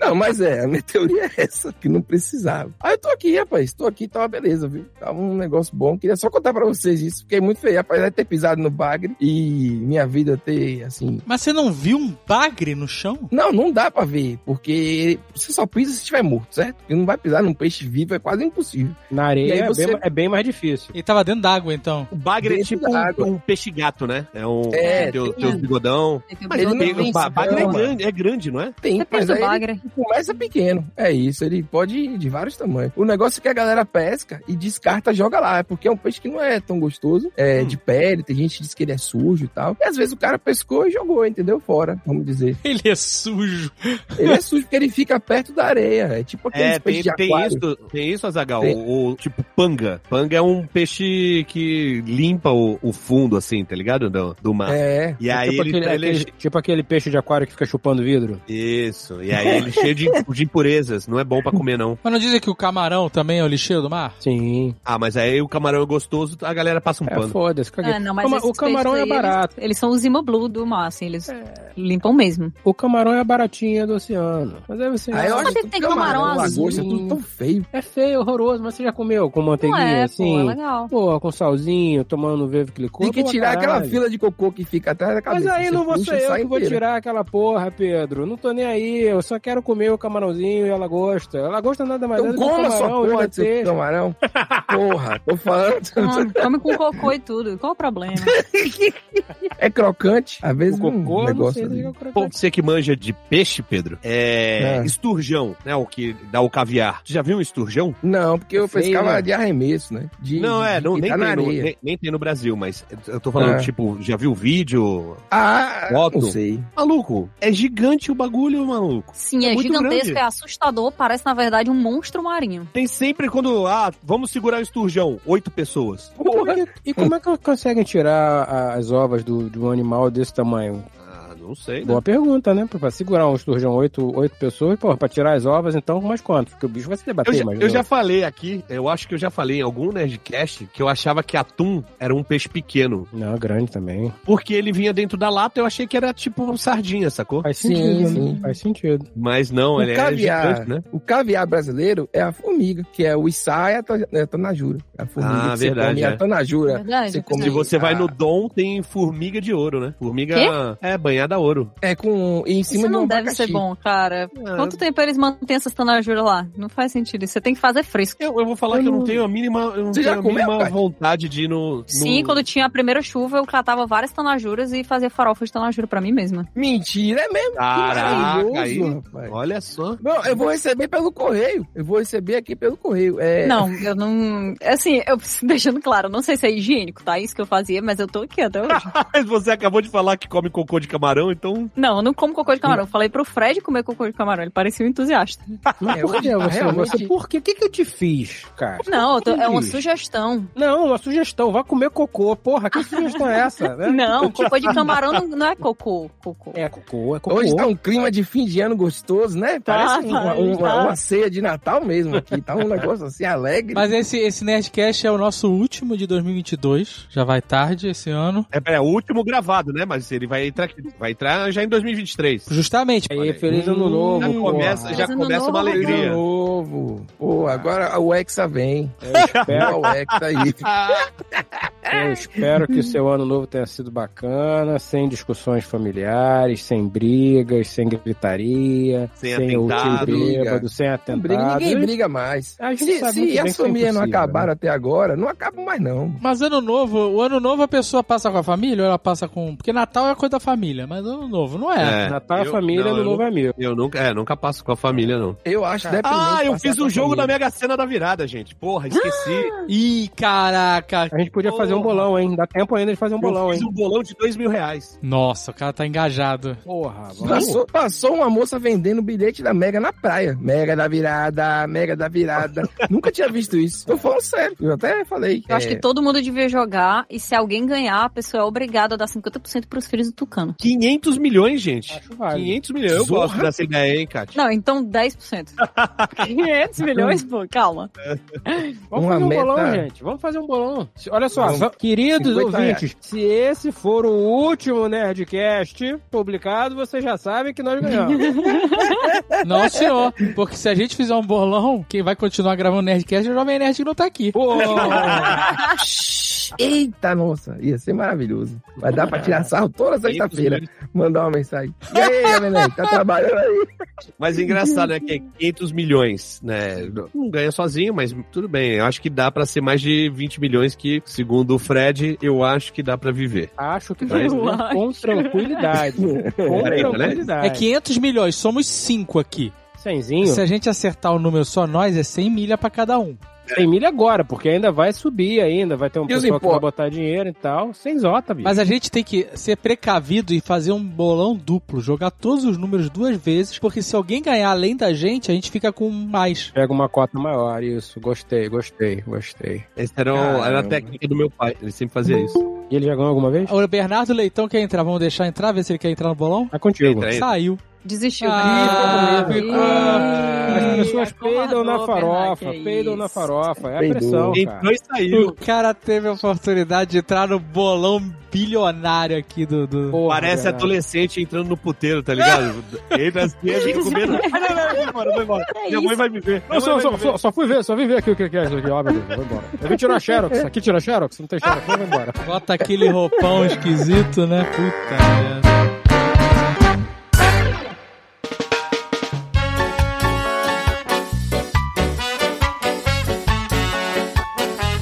S9: não, mas é, a minha teoria é essa, que não precisava. Aí eu tô aqui, rapaz, tô aqui, tá uma beleza, viu? Tava um negócio bom. Queria só contar pra vocês isso, fiquei muito feio, rapaz, de ter pisado no bagre e minha vida ter, assim...
S3: Mas você não viu um bagre no chão?
S9: Não, não dá pra ver, porque você só pisa se estiver morto, certo? Porque não vai pisar num peixe vivo, é quase impossível.
S1: Na
S9: E aí
S1: areia
S9: você-
S1: é, bem, é bem mais difícil.
S3: Ele tava dentro d'água, então.
S10: O bagre é
S9: dentro
S10: tipo
S9: da
S10: um,
S9: água.
S10: um peixe gato, né? É um
S9: É,
S10: teu,
S2: tem
S10: teu
S2: um-
S10: bigodão. Mas ele
S9: não
S10: tem,
S9: tem
S10: o ba- bagre é
S9: sintoma.
S10: grande, é grande, não é?
S9: Tem,
S2: Depende
S9: mas
S2: do
S9: aí ele
S2: bagre.
S9: Começa pequeno, é isso. Ele pode ir de vários tamanhos. O negócio é que a galera pesca e descarta, joga lá. É porque é um peixe que não é tão gostoso, é de pele. Tem gente que diz que ele é sujo e tal. E às vezes o cara pescou e jogou, entendeu? Fora, vamos dizer.
S3: Ele é sujo.
S9: Ele é sujo porque ele fica perto da areia. É tipo aquele
S10: É,
S9: peixe
S10: tem,
S9: de
S10: tem
S9: aquário.
S10: isso, tem isso, Azagal.
S9: Tem.
S10: O, o tipo panga. Panga é um peixe que limpa o, o fundo, assim, tá ligado? Do, do mar.
S9: É.
S10: E aí
S1: tipo,
S10: ele, tá
S1: aquele,
S10: ele-
S1: aquele- tipo aquele peixe de aquário que fica chupando vidro.
S10: Isso. E aí ele é cheio de, de impurezas. Não é bom pra comer, não.
S3: Mas não dizem que o camarão também é o lixeiro do mar?
S1: Sim.
S10: Ah, mas aí o camarão é gostoso, a galera passa um
S1: É,
S10: pano.
S1: foda-se. caguei.
S2: Ah, não, mas
S1: Cama-
S2: esses
S1: o camarão
S2: peixes
S1: é
S2: aí, eles-
S1: barato.
S2: Eles, são os imoblu do mar, assim, eles
S10: É.
S2: limpam mesmo.
S1: O camarão é a baratinha do oceano. Mas aí você.
S9: Aí eu
S2: Sabe
S9: acho
S2: que
S9: que
S2: tem
S9: camarão,
S2: camarão azul?
S9: lagosta, tudo tão feio.
S1: É feio, horroroso, mas você já comeu com
S2: Não
S1: manteiguinha
S2: é,
S1: assim?
S2: pô, é legal.
S1: Pô, com salzinho, tomando vevo que licor.
S9: Tem que
S1: boa
S9: tirar aquela
S1: caralho.
S9: fila de cocô que fica atrás da
S1: Mas
S9: cabeça.
S1: aí
S9: Você
S1: não vou
S9: puxa
S1: ser
S9: e
S1: eu
S9: sai
S1: que vou
S9: inteira.
S1: tirar aquela porra, Pedro. Não tô nem aí. Eu só quero comer o camarãozinho e a lagosta. A lagosta nada mais é
S9: Então
S1: do que um
S9: coma sua
S1: camarão e
S9: porra
S1: uma
S9: de seu
S1: teixa. [LAUGHS]
S9: camarão. Porra, tô falando.
S2: Ah, come com cocô e tudo. Qual o
S10: [LAUGHS]
S2: problema?
S9: É crocante. Às vezes
S1: O cocô,
S9: um
S1: não
S9: negócio
S1: sei
S9: ali.
S1: se é o
S10: Pô,
S1: crocante.
S10: você que manja de peixe, Pedro, é,
S9: É.
S10: esturjão, né? O que dá o caviar. Tu já viu um esturjão?
S9: Não, porque eu
S1: Feio,
S9: pescava
S1: né?
S9: de arremesso, né? De,
S10: não, é,
S9: de
S10: não, nem,
S9: ficar na
S10: tem no,
S9: areia.
S10: nem, nem tem no Brasil, mas eu tô falando,
S9: É.
S10: tipo, já viu o vídeo?
S9: Ah,
S10: Foto.
S9: não sei.
S10: Maluco, é gigante o bagulho, maluco.
S2: Sim, é,
S10: É muito
S2: gigantesco,
S10: grande.
S2: é assustador, parece, na verdade, um monstro marinho.
S10: Tem sempre quando, ah, vamos segurar o esturjão, oito pessoas.
S1: E como é que- E como é que conseguem tirar a- as ovas do- de um animal desse tamanho?
S10: Ah, não sei, né?
S1: Boa pergunta, né? Pra pra segurar um esturjão oito, oito pessoas, porra, pra tirar as ovas, então, mais quanto? Porque o bicho vai se debater,
S10: Eu já,
S1: mas
S10: eu já falei aqui, eu acho que eu já falei em algum Nerdcast que eu achava que atum era um peixe pequeno.
S1: Não, grande também.
S10: Porque ele vinha dentro da lata, eu achei que era tipo um sardinha, sacou?
S1: Faz
S9: Sim,
S1: sentido,
S9: sim.
S1: né? Faz sentido.
S10: Mas não,
S9: O
S10: ele é
S9: caviar.
S10: gigante, né?
S9: O caviar brasileiro é a formiga, que é o içá e a to- a tonajura. É A formiga
S10: Ah,
S9: que
S10: verdade,
S9: você come,
S10: é.
S9: a tonajura.
S2: Verdade.
S9: Você come-
S10: Se você vai
S9: Ah.
S10: no Dom, tem formiga de ouro, né? Formiga é banhada dá ouro.
S9: É, com. E em cima
S2: Isso
S9: de um
S2: não deve
S9: abacaxi.
S2: ser bom, cara.
S10: É. Ah,
S2: Quanto tempo eles mantêm essa tanajura lá? Não faz sentido. Isso Você tem que fazer fresco.
S10: Eu, eu vou falar que eu não tenho a mínima, eu não
S9: Você já
S10: tenho a
S9: comeu,
S10: mínima
S9: cara?
S10: vontade de ir no. no-
S2: Sim, quando tinha a primeira chuva, eu catava várias tanajuras e fazia farofa de tanajura pra mim mesma.
S9: Mentira, é mesmo?
S10: Caraca, aí.
S9: maravilhoso, rapaz.
S10: Olha só.
S9: Não, eu vou receber pelo correio. Eu vou receber aqui pelo correio. É,
S2: Não, eu não. Assim, eu [LAUGHS] deixando claro, eu não sei se é higiênico, tá? Isso que eu fazia, mas eu tô aqui até hoje.
S10: Mas você acabou de falar que come cocô de camarão, então.
S2: não, eu não como cocô de camarão. Eu falei pro Fred comer cocô de camarão, ele parecia um entusiasta.
S1: Mas
S9: É,
S1: por que
S9: hoje tá
S1: você,
S9: realmente-
S1: você- por quê? O que, que eu te fiz, cara?
S2: Não, eu tô- é uma
S1: Ih.
S2: sugestão.
S1: Não, uma sugestão, vá comer cocô. Porra, que sugestão é essa? né?
S2: Não, cocô de camarão não, não é cocô. cocô.
S1: É cocô, é cocô.
S9: Hoje tá um clima de fim de ano gostoso, né? Parece uma, uma-
S2: tá.
S9: uma ceia de Natal mesmo aqui. Tá um negócio assim alegre.
S3: Mas esse, esse Nerdcast é o nosso último de 2022. Já vai tarde esse ano.
S10: É, é o último gravado, né? Mas ele vai entrar, aqui- vai entrar já em 2023.
S3: Justamente. Hum,
S1: Aí, feliz ano novo.
S10: Já começa,
S1: porra.
S10: já
S2: Mas ano
S10: começa uma
S2: novo,
S9: Feliz ano
S10: alegria.
S9: novo. Pô, agora o Hexa vem.
S1: Espero-
S9: Ó, o Hexa aí.
S1: eu espero que seu ano novo tenha sido bacana, sem discussões familiares, sem brigas, sem gritaria,
S10: Sem
S1: o tio
S10: atentado.
S1: bêbado, sem
S9: Não briga,
S1: atentado.
S9: ninguém briga mais.
S1: A gente
S9: Se,
S1: sabe
S9: se
S1: muito bem que
S9: as
S1: isso é
S9: famílias não
S1: impossível,
S9: acabaram até agora, não acabam mais não.
S3: Mas ano novo, o ano novo a pessoa passa com a família ou ela passa com. Porque Natal é coisa da família, mas ano novo não é.
S10: É,
S1: Natal é
S10: eu-
S1: família,
S10: não,
S1: ano
S10: eu
S1: novo é amigo.
S10: Eu nunca, é, nunca passo com a família, não.
S9: Eu acho deprimente.
S10: Ah, eu
S9: passar
S10: fiz
S9: com a
S10: um jogo da
S9: família.
S10: Mega Sena da virada, gente. Porra, esqueci.
S3: Ih, caraca.
S1: A gente podia fazer um
S10: Porra.
S1: bolão, hein? Dá tempo ainda de fazer um bolão,
S10: eu
S1: hein?
S10: fiz um bolão de dois mil reais.
S3: Nossa, o cara tá
S10: um
S3: engajado.
S1: Porra, vamos.
S9: Passou, passou uma moça vendendo bilhete da Mega na praia. Mega da virada, Mega da virada. Nunca tinha visto isso. Tô falando sério. Eu até falei.
S2: Eu acho
S9: É,
S2: que todo mundo devia jogar e se alguém ganhar, a pessoa é obrigada a dar 50% pros filhos do Tucano.
S10: 500 milhões, gente.
S1: Acho válido.
S10: 500 milhões. Eu
S9: Zorra.
S10: gosto dessa ideia, hein, Kátia?
S2: Não, então 10%. 500 milhões, pô, calma.
S1: Vamos
S9: Uma
S1: fazer um
S9: meta-
S1: bolão, gente. Vamos fazer um bolão. Se- Olha só,
S9: Vamos-
S1: va- queridos
S9: 50 reais.
S1: ouvintes, se esse for o último Nerdcast publicado, vocês já sabem que nós ganhamos.
S3: [LAUGHS] Não, senhor. Porque se a gente fizer um bolão, quem vai continuar gravando Nerdcast é o Jovem Nerd que não tá aqui.
S1: Pô,
S9: Eita, nossa, ia ser maravilhoso. Vai dar pra tirar sarro toda
S10: né?
S9: sexta-feira. Mandar uma mensagem. E aí, Gabenete, tá trabalhando aí?
S10: Mas engraçado, né? Que é 500 milhões, né? Não ganha sozinho, mas tudo bem. Eu acho que dá pra ser mais de 20 milhões que, segundo o Fred, eu acho que dá pra viver.
S1: acho que nós
S10: Mas-
S1: ganhamos com tranquilidade. Com
S10: Peraí, né?
S1: tranquilidade.
S3: É 500 milhões, somos 5 aqui.
S1: Cenzinho,
S3: Se a gente acertar o número só nós, é 100 milha pra cada um.
S1: tem milha agora, porque ainda vai subir ainda, vai ter um
S9: E os
S1: pessoal que vai
S9: impostos?
S1: botar dinheiro e tal. Sem zota, bicho.
S3: Mas a gente tem que ser precavido e fazer um bolão duplo, jogar todos os números duas vezes, porque se alguém ganhar além da gente, a gente fica com mais.
S1: Pega uma cota maior, isso. Gostei, gostei, gostei.
S10: Essa era, o- era a
S9: Caramba.
S10: técnica do meu pai. Ele sempre fazia isso.
S1: E ele já ganhou alguma vez?
S3: O Bernardo Leitão quer entrar, vamos deixar entrar, ver se ele quer entrar no bolão?
S1: É contigo. tá
S10: Entra aí.
S3: Saiu.
S2: Desistiu.
S3: Ah,
S2: Ih,
S3: ficou-
S1: As
S3: Ah,
S1: pessoas peidam na
S2: acovardou,
S1: farofa,
S2: Bernardo, que
S1: peidam
S2: isso.
S1: na farofa. É a
S9: Peidou.
S1: pressão, cara.
S10: Entrou e saiu.
S3: O cara teve a oportunidade de entrar no bolão bilionário aqui do. do-
S1: Porra,
S10: Parece
S1: Bernardo.
S10: adolescente entrando no puteiro, tá ligado? Entra assim, a gente com medo. Ah, não, não, vou embora, vou embora.
S2: É
S10: Minha mãe
S2: isso.
S10: vai me ver.
S1: Não,
S10: Minha
S1: só,
S10: mãe vai
S1: só,
S10: me ver.
S1: só, só fui ver, só vim ver aqui o que que é isso aqui. Ó, meu Deus, vou embora. Eu vim tirar Xerox. Aqui tira Xerox, não tem Xerox. Vou embora.
S3: Bota aquele roupão esquisito, né? Puta merda.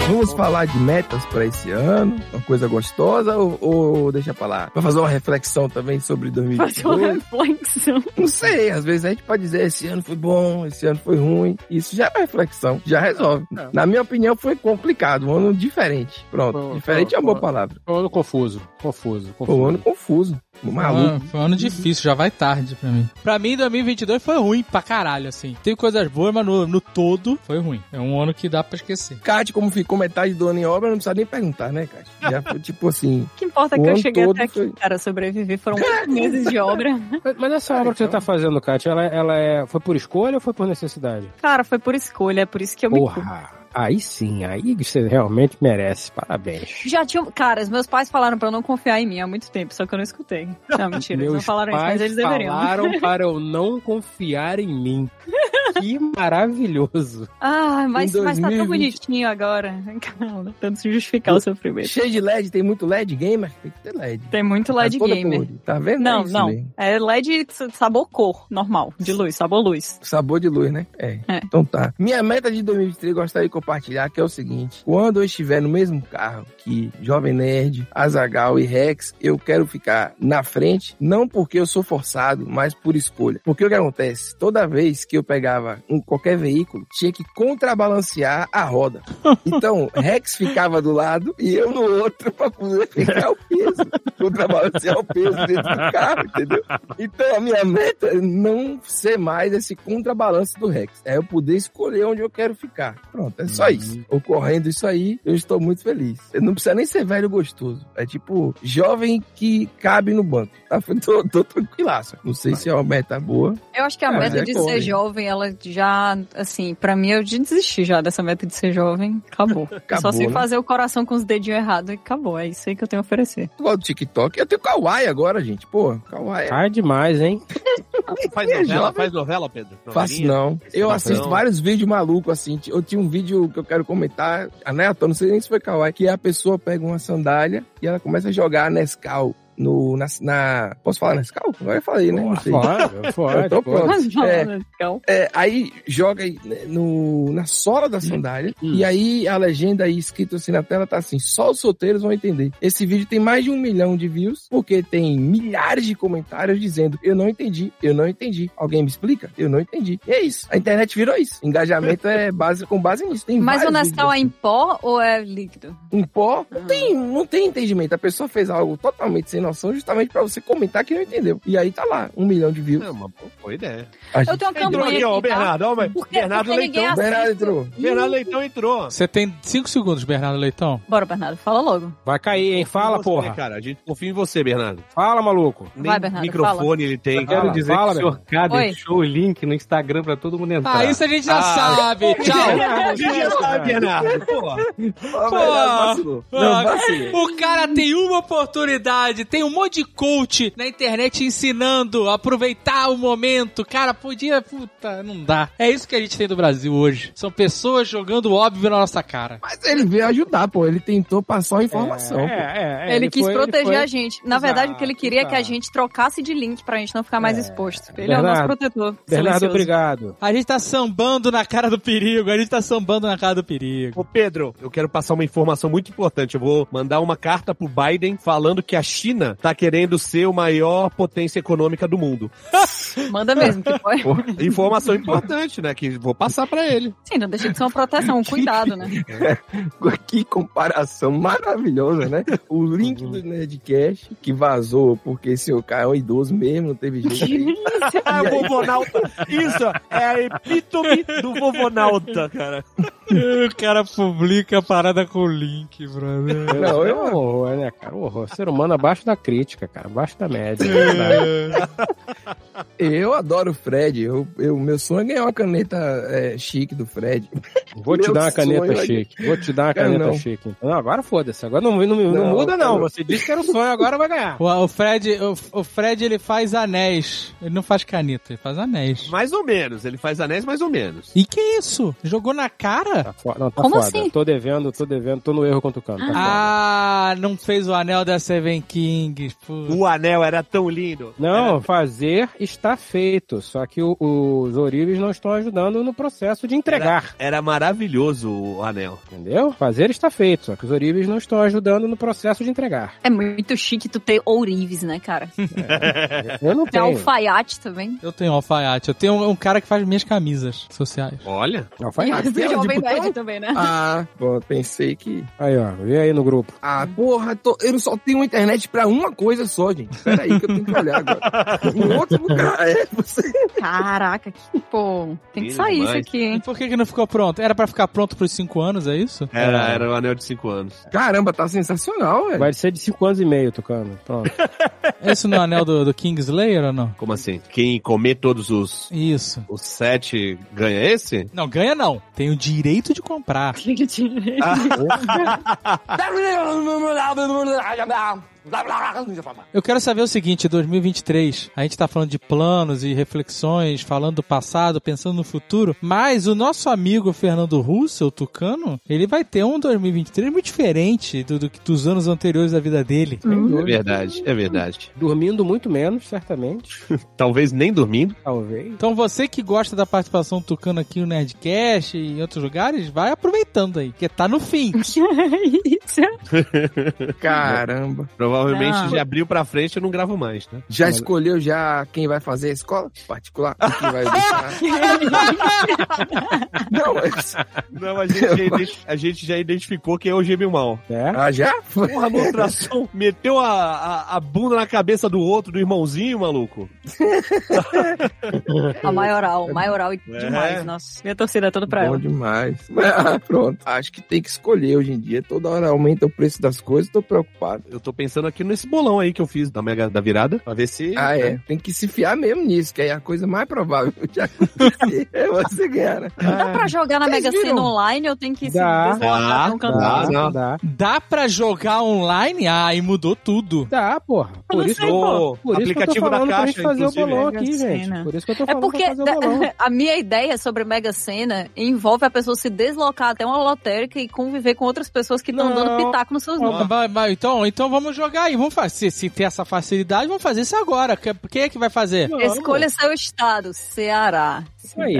S9: Vamos falar de metas pra esse ano? Uma coisa gostosa ou, ou deixa pra lá? Pra fazer uma reflexão também sobre
S2: Fazer uma
S9: 2022?
S2: reflexão.
S9: Não sei, às vezes a gente pode dizer esse ano foi bom, esse ano foi ruim. Isso já é uma reflexão, já resolve.
S1: É.
S9: Na minha opinião, foi complicado, um ano diferente. Pronto,
S1: Foi-
S9: diferente é uma
S1: foi-
S9: boa palavra.
S1: Foi um ano confuso, confuso,
S9: Foi
S1: confuso.
S9: um ano confuso, maluco.
S3: Ah, foi um ano difícil, já vai tarde pra mim. Pra mim, 2022 foi ruim pra caralho, assim. Teve coisas boas, mas no, no todo foi ruim. É um ano que dá pra esquecer.
S9: Cate, como ficou metade do ano em obra, não precisa nem perguntar, né, Cate? Já
S1: [LAUGHS]
S9: foi tipo assim.
S2: O que importa é
S9: O
S2: que eu
S9: ano
S2: cheguei
S9: todo
S2: até aqui,
S9: foi-
S2: cara, sobreviver.
S9: [LAUGHS]
S2: Foram oito meses de obra.
S1: Mas, mas essa
S9: Cara,
S1: obra que você
S9: então-
S1: tá fazendo, Kátia, ela, ela é, foi por escolha ou foi por necessidade?
S2: Cara, foi por escolha, é por isso que eu me culpo.
S1: Porra, aí sim, aí você realmente merece. Parabéns.
S2: Já tinha. Cara, os meus pais falaram pra eu não confiar em mim há muito tempo, só que eu não escutei.
S9: [LAUGHS]
S2: Não, mentira, eles não falaram isso, mas eles deveriam.
S1: falaram para eu não confiar em mim. Que maravilhoso.
S2: Ah, mas,
S1: Em
S2: mas tá tão
S1: 2020.
S2: bonitinho agora. [LAUGHS] Calma, tentando se justificar o sofrimento.
S9: Cheio de LED, tem muito LED gamer? Tem que ter LED.
S2: Tem muito LED
S9: toda
S2: gamer.
S9: colorida. Tá vendo?
S2: Não,
S9: É isso
S2: não.
S9: mesmo.
S2: É LED sabor cor, normal, de luz, sabor luz.
S9: Sabor de luz, né? É.
S2: É.
S9: Então tá. Minha meta de 2023 eu gostaria de compartilhar que é o seguinte: quando eu estiver no mesmo carro que Jovem Nerd, Azagal e Rex, eu quero ficar na frente, não porque eu sou forçado, mas por escolha. Porque o que acontece? Toda vez que eu pegava um qualquer veículo, tinha que contrabalancear a roda. Então, Rex ficava do lado e eu no outro pra poder ficar o peso, contrabalancear o peso dentro do carro, entendeu? Então a minha meta é não ser mais esse contrabalanço do Rex. É eu poder escolher onde eu quero ficar. Pronto, é só isso. Ocorrendo isso aí, eu estou muito feliz. Eu não precisa nem ser velho gostoso. É tipo, jovem que cabe no banco. Tá, [LAUGHS] tô, tô tranquilaço. Não sei se é uma meta boa.
S2: Eu acho que a
S9: É,
S2: meta
S9: é
S2: de
S9: bom,
S2: ser
S9: hein?
S2: jovem, ela já, assim, pra mim eu já desisti já dessa meta de ser jovem. Acabou. Eu É Só
S9: Acabou,
S2: sei
S9: né?
S2: fazer o coração com os dedinhos errados e acabou. É isso aí que eu tenho a oferecer.
S9: Eu gosto do TikTok. Eu tenho Kawaii agora, gente. Pô, Kawaii.
S1: Tá demais, hein?
S10: Faz
S9: É
S2: né?
S10: novela,
S9: jovem.
S10: faz novela, Pedro?
S9: Faço
S10: Novelinha?
S9: não. Eu
S10: Não, é
S9: assisto
S10: não.
S9: vários vídeos malucos, assim. Eu tinha um vídeo que eu quero comentar, aleatório, não sei nem se foi kawaii, que a pessoa pega uma sandália e ela começa a jogar Nescau no, na, na- Posso falar Nescau? Agora eu falei, né? Não sei. [LAUGHS]
S1: Fora, fora.
S9: Então pronto.
S2: Mas não,
S9: É.
S2: né, Cal?
S9: É, aí joga aí, né, no, na sola da sandália e aí a legenda aí escrito assim na tela tá assim, só os solteiros vão entender. Esse vídeo tem mais de um milhão de views porque tem milhares de comentários dizendo, eu não entendi, eu não entendi. Alguém me explica? Eu não entendi. E é isso. A internet virou isso. Engajamento é base, com base nisso. Tem
S2: Mas o
S9: vários
S2: Nescau é
S9: vídeos
S2: em pó ou é líquido?
S9: assim. Em pó, não tem, não tem entendimento. A pessoa fez algo totalmente sem noção justamente pra você comentar que não entendeu. E aí tá lá, um milhão de views.
S10: É uma boa ideia.
S9: A
S2: Eu
S9: gente...
S2: tenho uma
S10: Entrou
S2: campanha
S10: aqui, ó, o
S2: aqui, tá?
S10: Bernardo. Ó, mas
S2: Porque,
S10: Bernardo
S2: porque ninguém
S10: Leitão.
S2: assiste.
S9: Bernardo entrou.
S10: Bernardo Leitão entrou.
S3: Você tem 5 segundos, Bernardo Leitão.
S2: Bora, Bernardo, fala logo.
S1: Vai cair, hein? Fala,
S10: Confia em você,
S1: porra.
S10: Cara, a gente confia em você, Bernardo.
S1: Fala, maluco.
S10: Nem
S2: Vai, Bernardo,
S10: microfone
S2: fala.
S10: ele tem.
S1: Quero
S10: cara.
S1: dizer Fala,
S13: o senhor K
S2: Oi.
S13: deixou o link no Instagram pra todo mundo entrar.
S3: Ah, isso a gente já
S10: Ah.
S3: sabe. [LAUGHS] Tchau.
S10: A gente já
S1: né?
S10: sabe, Bernardo. Porra.
S3: Ah, o cara tem uma oportunidade, tem um monte de coach na internet ensinando a aproveitar o momento. Cara, podia. Puta, não dá. É isso que a gente tem do Brasil hoje. São pessoas jogando óbvio na nossa cara.
S9: Mas ele veio ajudar, pô. Ele tentou passar a informação. pô.
S1: é,
S2: ele, quis
S1: foi-
S2: proteger
S1: foi-
S2: a gente. Na verdade, o que ele
S1: Exato,
S2: queria é que a
S1: exato.
S2: gente trocasse de link pra gente não ficar mais
S1: É.
S2: exposto. Ele é o nosso
S1: Bernardo,
S2: protetor.
S1: Bernardo,
S2: silencioso.
S1: obrigado.
S3: A gente tá sambando na cara do perigo, a gente tá sambando na cara do perigo.
S10: Ô Pedro, eu quero passar uma informação muito importante. Eu vou mandar uma carta pro Biden falando que a China tá querendo ser a maior potência econômica do mundo.
S2: Manda mesmo, que foi.
S10: Informação importante, né? Que vou passar pra ele.
S2: Sim, não deixa de ser uma proteção, um cuidado, né?
S9: [LAUGHS] Que comparação maravilhosa, né? O link do Nerdcast que vazou, porque esse o cara é um idoso mesmo, não teve jeito.
S10: Ah, o Vovonauta. Isso é a epítome do Vovonauta, cara.
S3: [LAUGHS] o cara publica a parada com o link, brother.
S9: Não, eu-
S1: É um horror, né, cara? Um horror. Ser humano abaixo da crítica, cara. Abaixo
S9: [LAUGHS]
S1: da média. Cara.
S9: Eu adoro o Fred. Eu, eu- meu sonho é ganhar uma caneta é, chique do Fred.
S1: Vou te
S9: Meu
S1: dar uma caneta
S9: sonho é-
S1: chique. Vou te dar uma
S9: Cara,
S1: caneta
S9: não.
S1: chique. então. Não, agora foda-se. Agora não, não- não
S9: Não,
S1: muda, não.
S9: cara.
S1: Você disse que era o sonho, agora
S9: [LAUGHS]
S1: vai ganhar.
S3: O, o Fred, o, o Fred, ele faz anéis. Ele não faz caneta, ele faz anéis.
S10: Mais ou menos. Ele faz anéis mais ou menos.
S3: E que isso? Jogou na cara?
S1: Tá foda. Não, tá
S2: Como
S1: foda.
S2: assim?
S1: Tô devendo, tô devendo, tô no erro contra o canto. Tá foda.
S3: Ah, não fez o anel da Seven Kings. Pô.
S10: O anel era tão lindo.
S1: Não, fazer está feito. Só que o- os ourives não estão ajudando no processo de entregar.
S10: Era maravilhoso o anel.
S1: Entendeu? Fazer está feito. Só que os ourives não estão ajudando no processo de entregar.
S2: É muito chique tu ter ourives, né, cara?
S3: [LAUGHS]
S1: Eu não
S2: Tem
S1: tenho.
S2: alfaiate também.
S3: Eu tenho um alfaiate. Eu tenho um, um cara que faz minhas camisas sociais.
S10: Olha.
S1: Alfaiate.
S2: Tem
S9: é de
S2: jovem
S9: botão?
S2: nerd também, né?
S9: Ah, pô, pensei que.
S1: Aí, ó. Vem aí no grupo.
S9: Ah, porra, tô- eu só tenho internet pra uma coisa só, gente. Peraí, que eu tenho que olhar
S1: [LAUGHS]
S9: agora. Um outro lugar. É, você...
S2: Caraca, que pô. Tem que
S10: Lindo
S2: sair isso
S10: demais.
S2: aqui,
S3: E
S2: hein?
S3: por que, que não ficou pronto? Era pra ficar pronto pros 5 anos, é isso?
S10: Era, era o anel de cinco anos.
S9: Caramba, tá sensacional, velho.
S1: Vai ser de 5 anos e meio, Tucano.
S9: [LAUGHS]
S1: Pronto.
S3: Isso não é o anel do, do Kingslayer ou não?
S10: Como assim? Quem comer todos os,
S3: Isso.
S10: os sete ganha esse?
S3: Não, ganha não. Tem o direito de comprar. Eu quero saber o seguinte, 2023, a gente tá falando de planos e reflexões, falando do passado, pensando no futuro, mas o nosso amigo Fernando Russo, o Tucano, ele vai ter um 2023 muito diferente do, do que- dos anos anteriores da vida dele.
S10: É verdade, é verdade.
S1: Dormindo muito menos, certamente.
S10: Talvez nem dormindo.
S1: Talvez.
S3: Então você que gosta da participação do Tucano aqui no Nerdcast e em outros lugares, vai aproveitando aí, que tá no fim.
S2: Isso.
S9: Caramba.
S10: Provavelmente
S9: Não.
S10: de abril pra frente eu não gravo mais, tá?
S9: Já
S10: Olha,
S9: escolheu já quem vai fazer a escola particular? Quem vai deixar?
S2: [LAUGHS]
S9: é Não,
S10: Não, a gente, já identi- a gente já identificou quem é o Gêmeo Mal.
S1: É?
S9: Ah, já?
S10: Porra, no ultrassom, [LAUGHS] meteu a, a, a bunda na cabeça do outro, do irmãozinho, maluco.
S2: [LAUGHS] A maioral, maioral e demais, nossa. Minha torcida é toda pra
S9: Bom
S2: ela.
S9: demais. [LAUGHS] Ah, pronto. Acho que tem que escolher hoje em dia. Toda hora aumenta o preço das coisas, tô preocupado.
S10: Eu tô pensando aqui nesse bolão aí que eu fiz da, mega, da virada, pra ver se...
S9: Ah, é. Tem que se fiar mesmo nisso, que aí é a coisa mais provável de acontecer é você ganhar, né?
S2: Dá pra jogar na
S9: Vocês
S2: Mega Sena
S9: viram?
S2: online ou tem que se
S9: Dá.
S2: deslocar pra um canto?
S10: Ah,
S3: dá,
S1: dá.
S3: Dá pra jogar online? Ah, e mudou tudo.
S1: Dá,
S10: Tá
S1: porra.
S2: Eu não
S1: Por isso,
S2: sei, pô.
S1: por isso que eu tô
S2: Aplicativo da
S1: falando pra
S2: Caixa,
S1: gente fazer
S2: inclusive.
S1: o bolão
S10: né?
S1: aqui,
S2: Mega
S1: gente.
S2: Sena.
S1: Por isso que eu tô
S2: É
S1: falando
S2: porque
S1: pra fazer o
S2: da-
S1: bolão.
S2: [LAUGHS] a minha ideia sobre Mega Sena envolve a pessoa se deslocar até uma lotérica e conviver com outras pessoas que estão dando pitaco nos seus números.
S3: Vai- vai, então, então vamos jogar aí. Vamos fazer. Se, se tem essa facilidade, vamos fazer isso agora. Que- Quem é que vai fazer?
S2: Escolha seu estado, Ceará.
S9: é.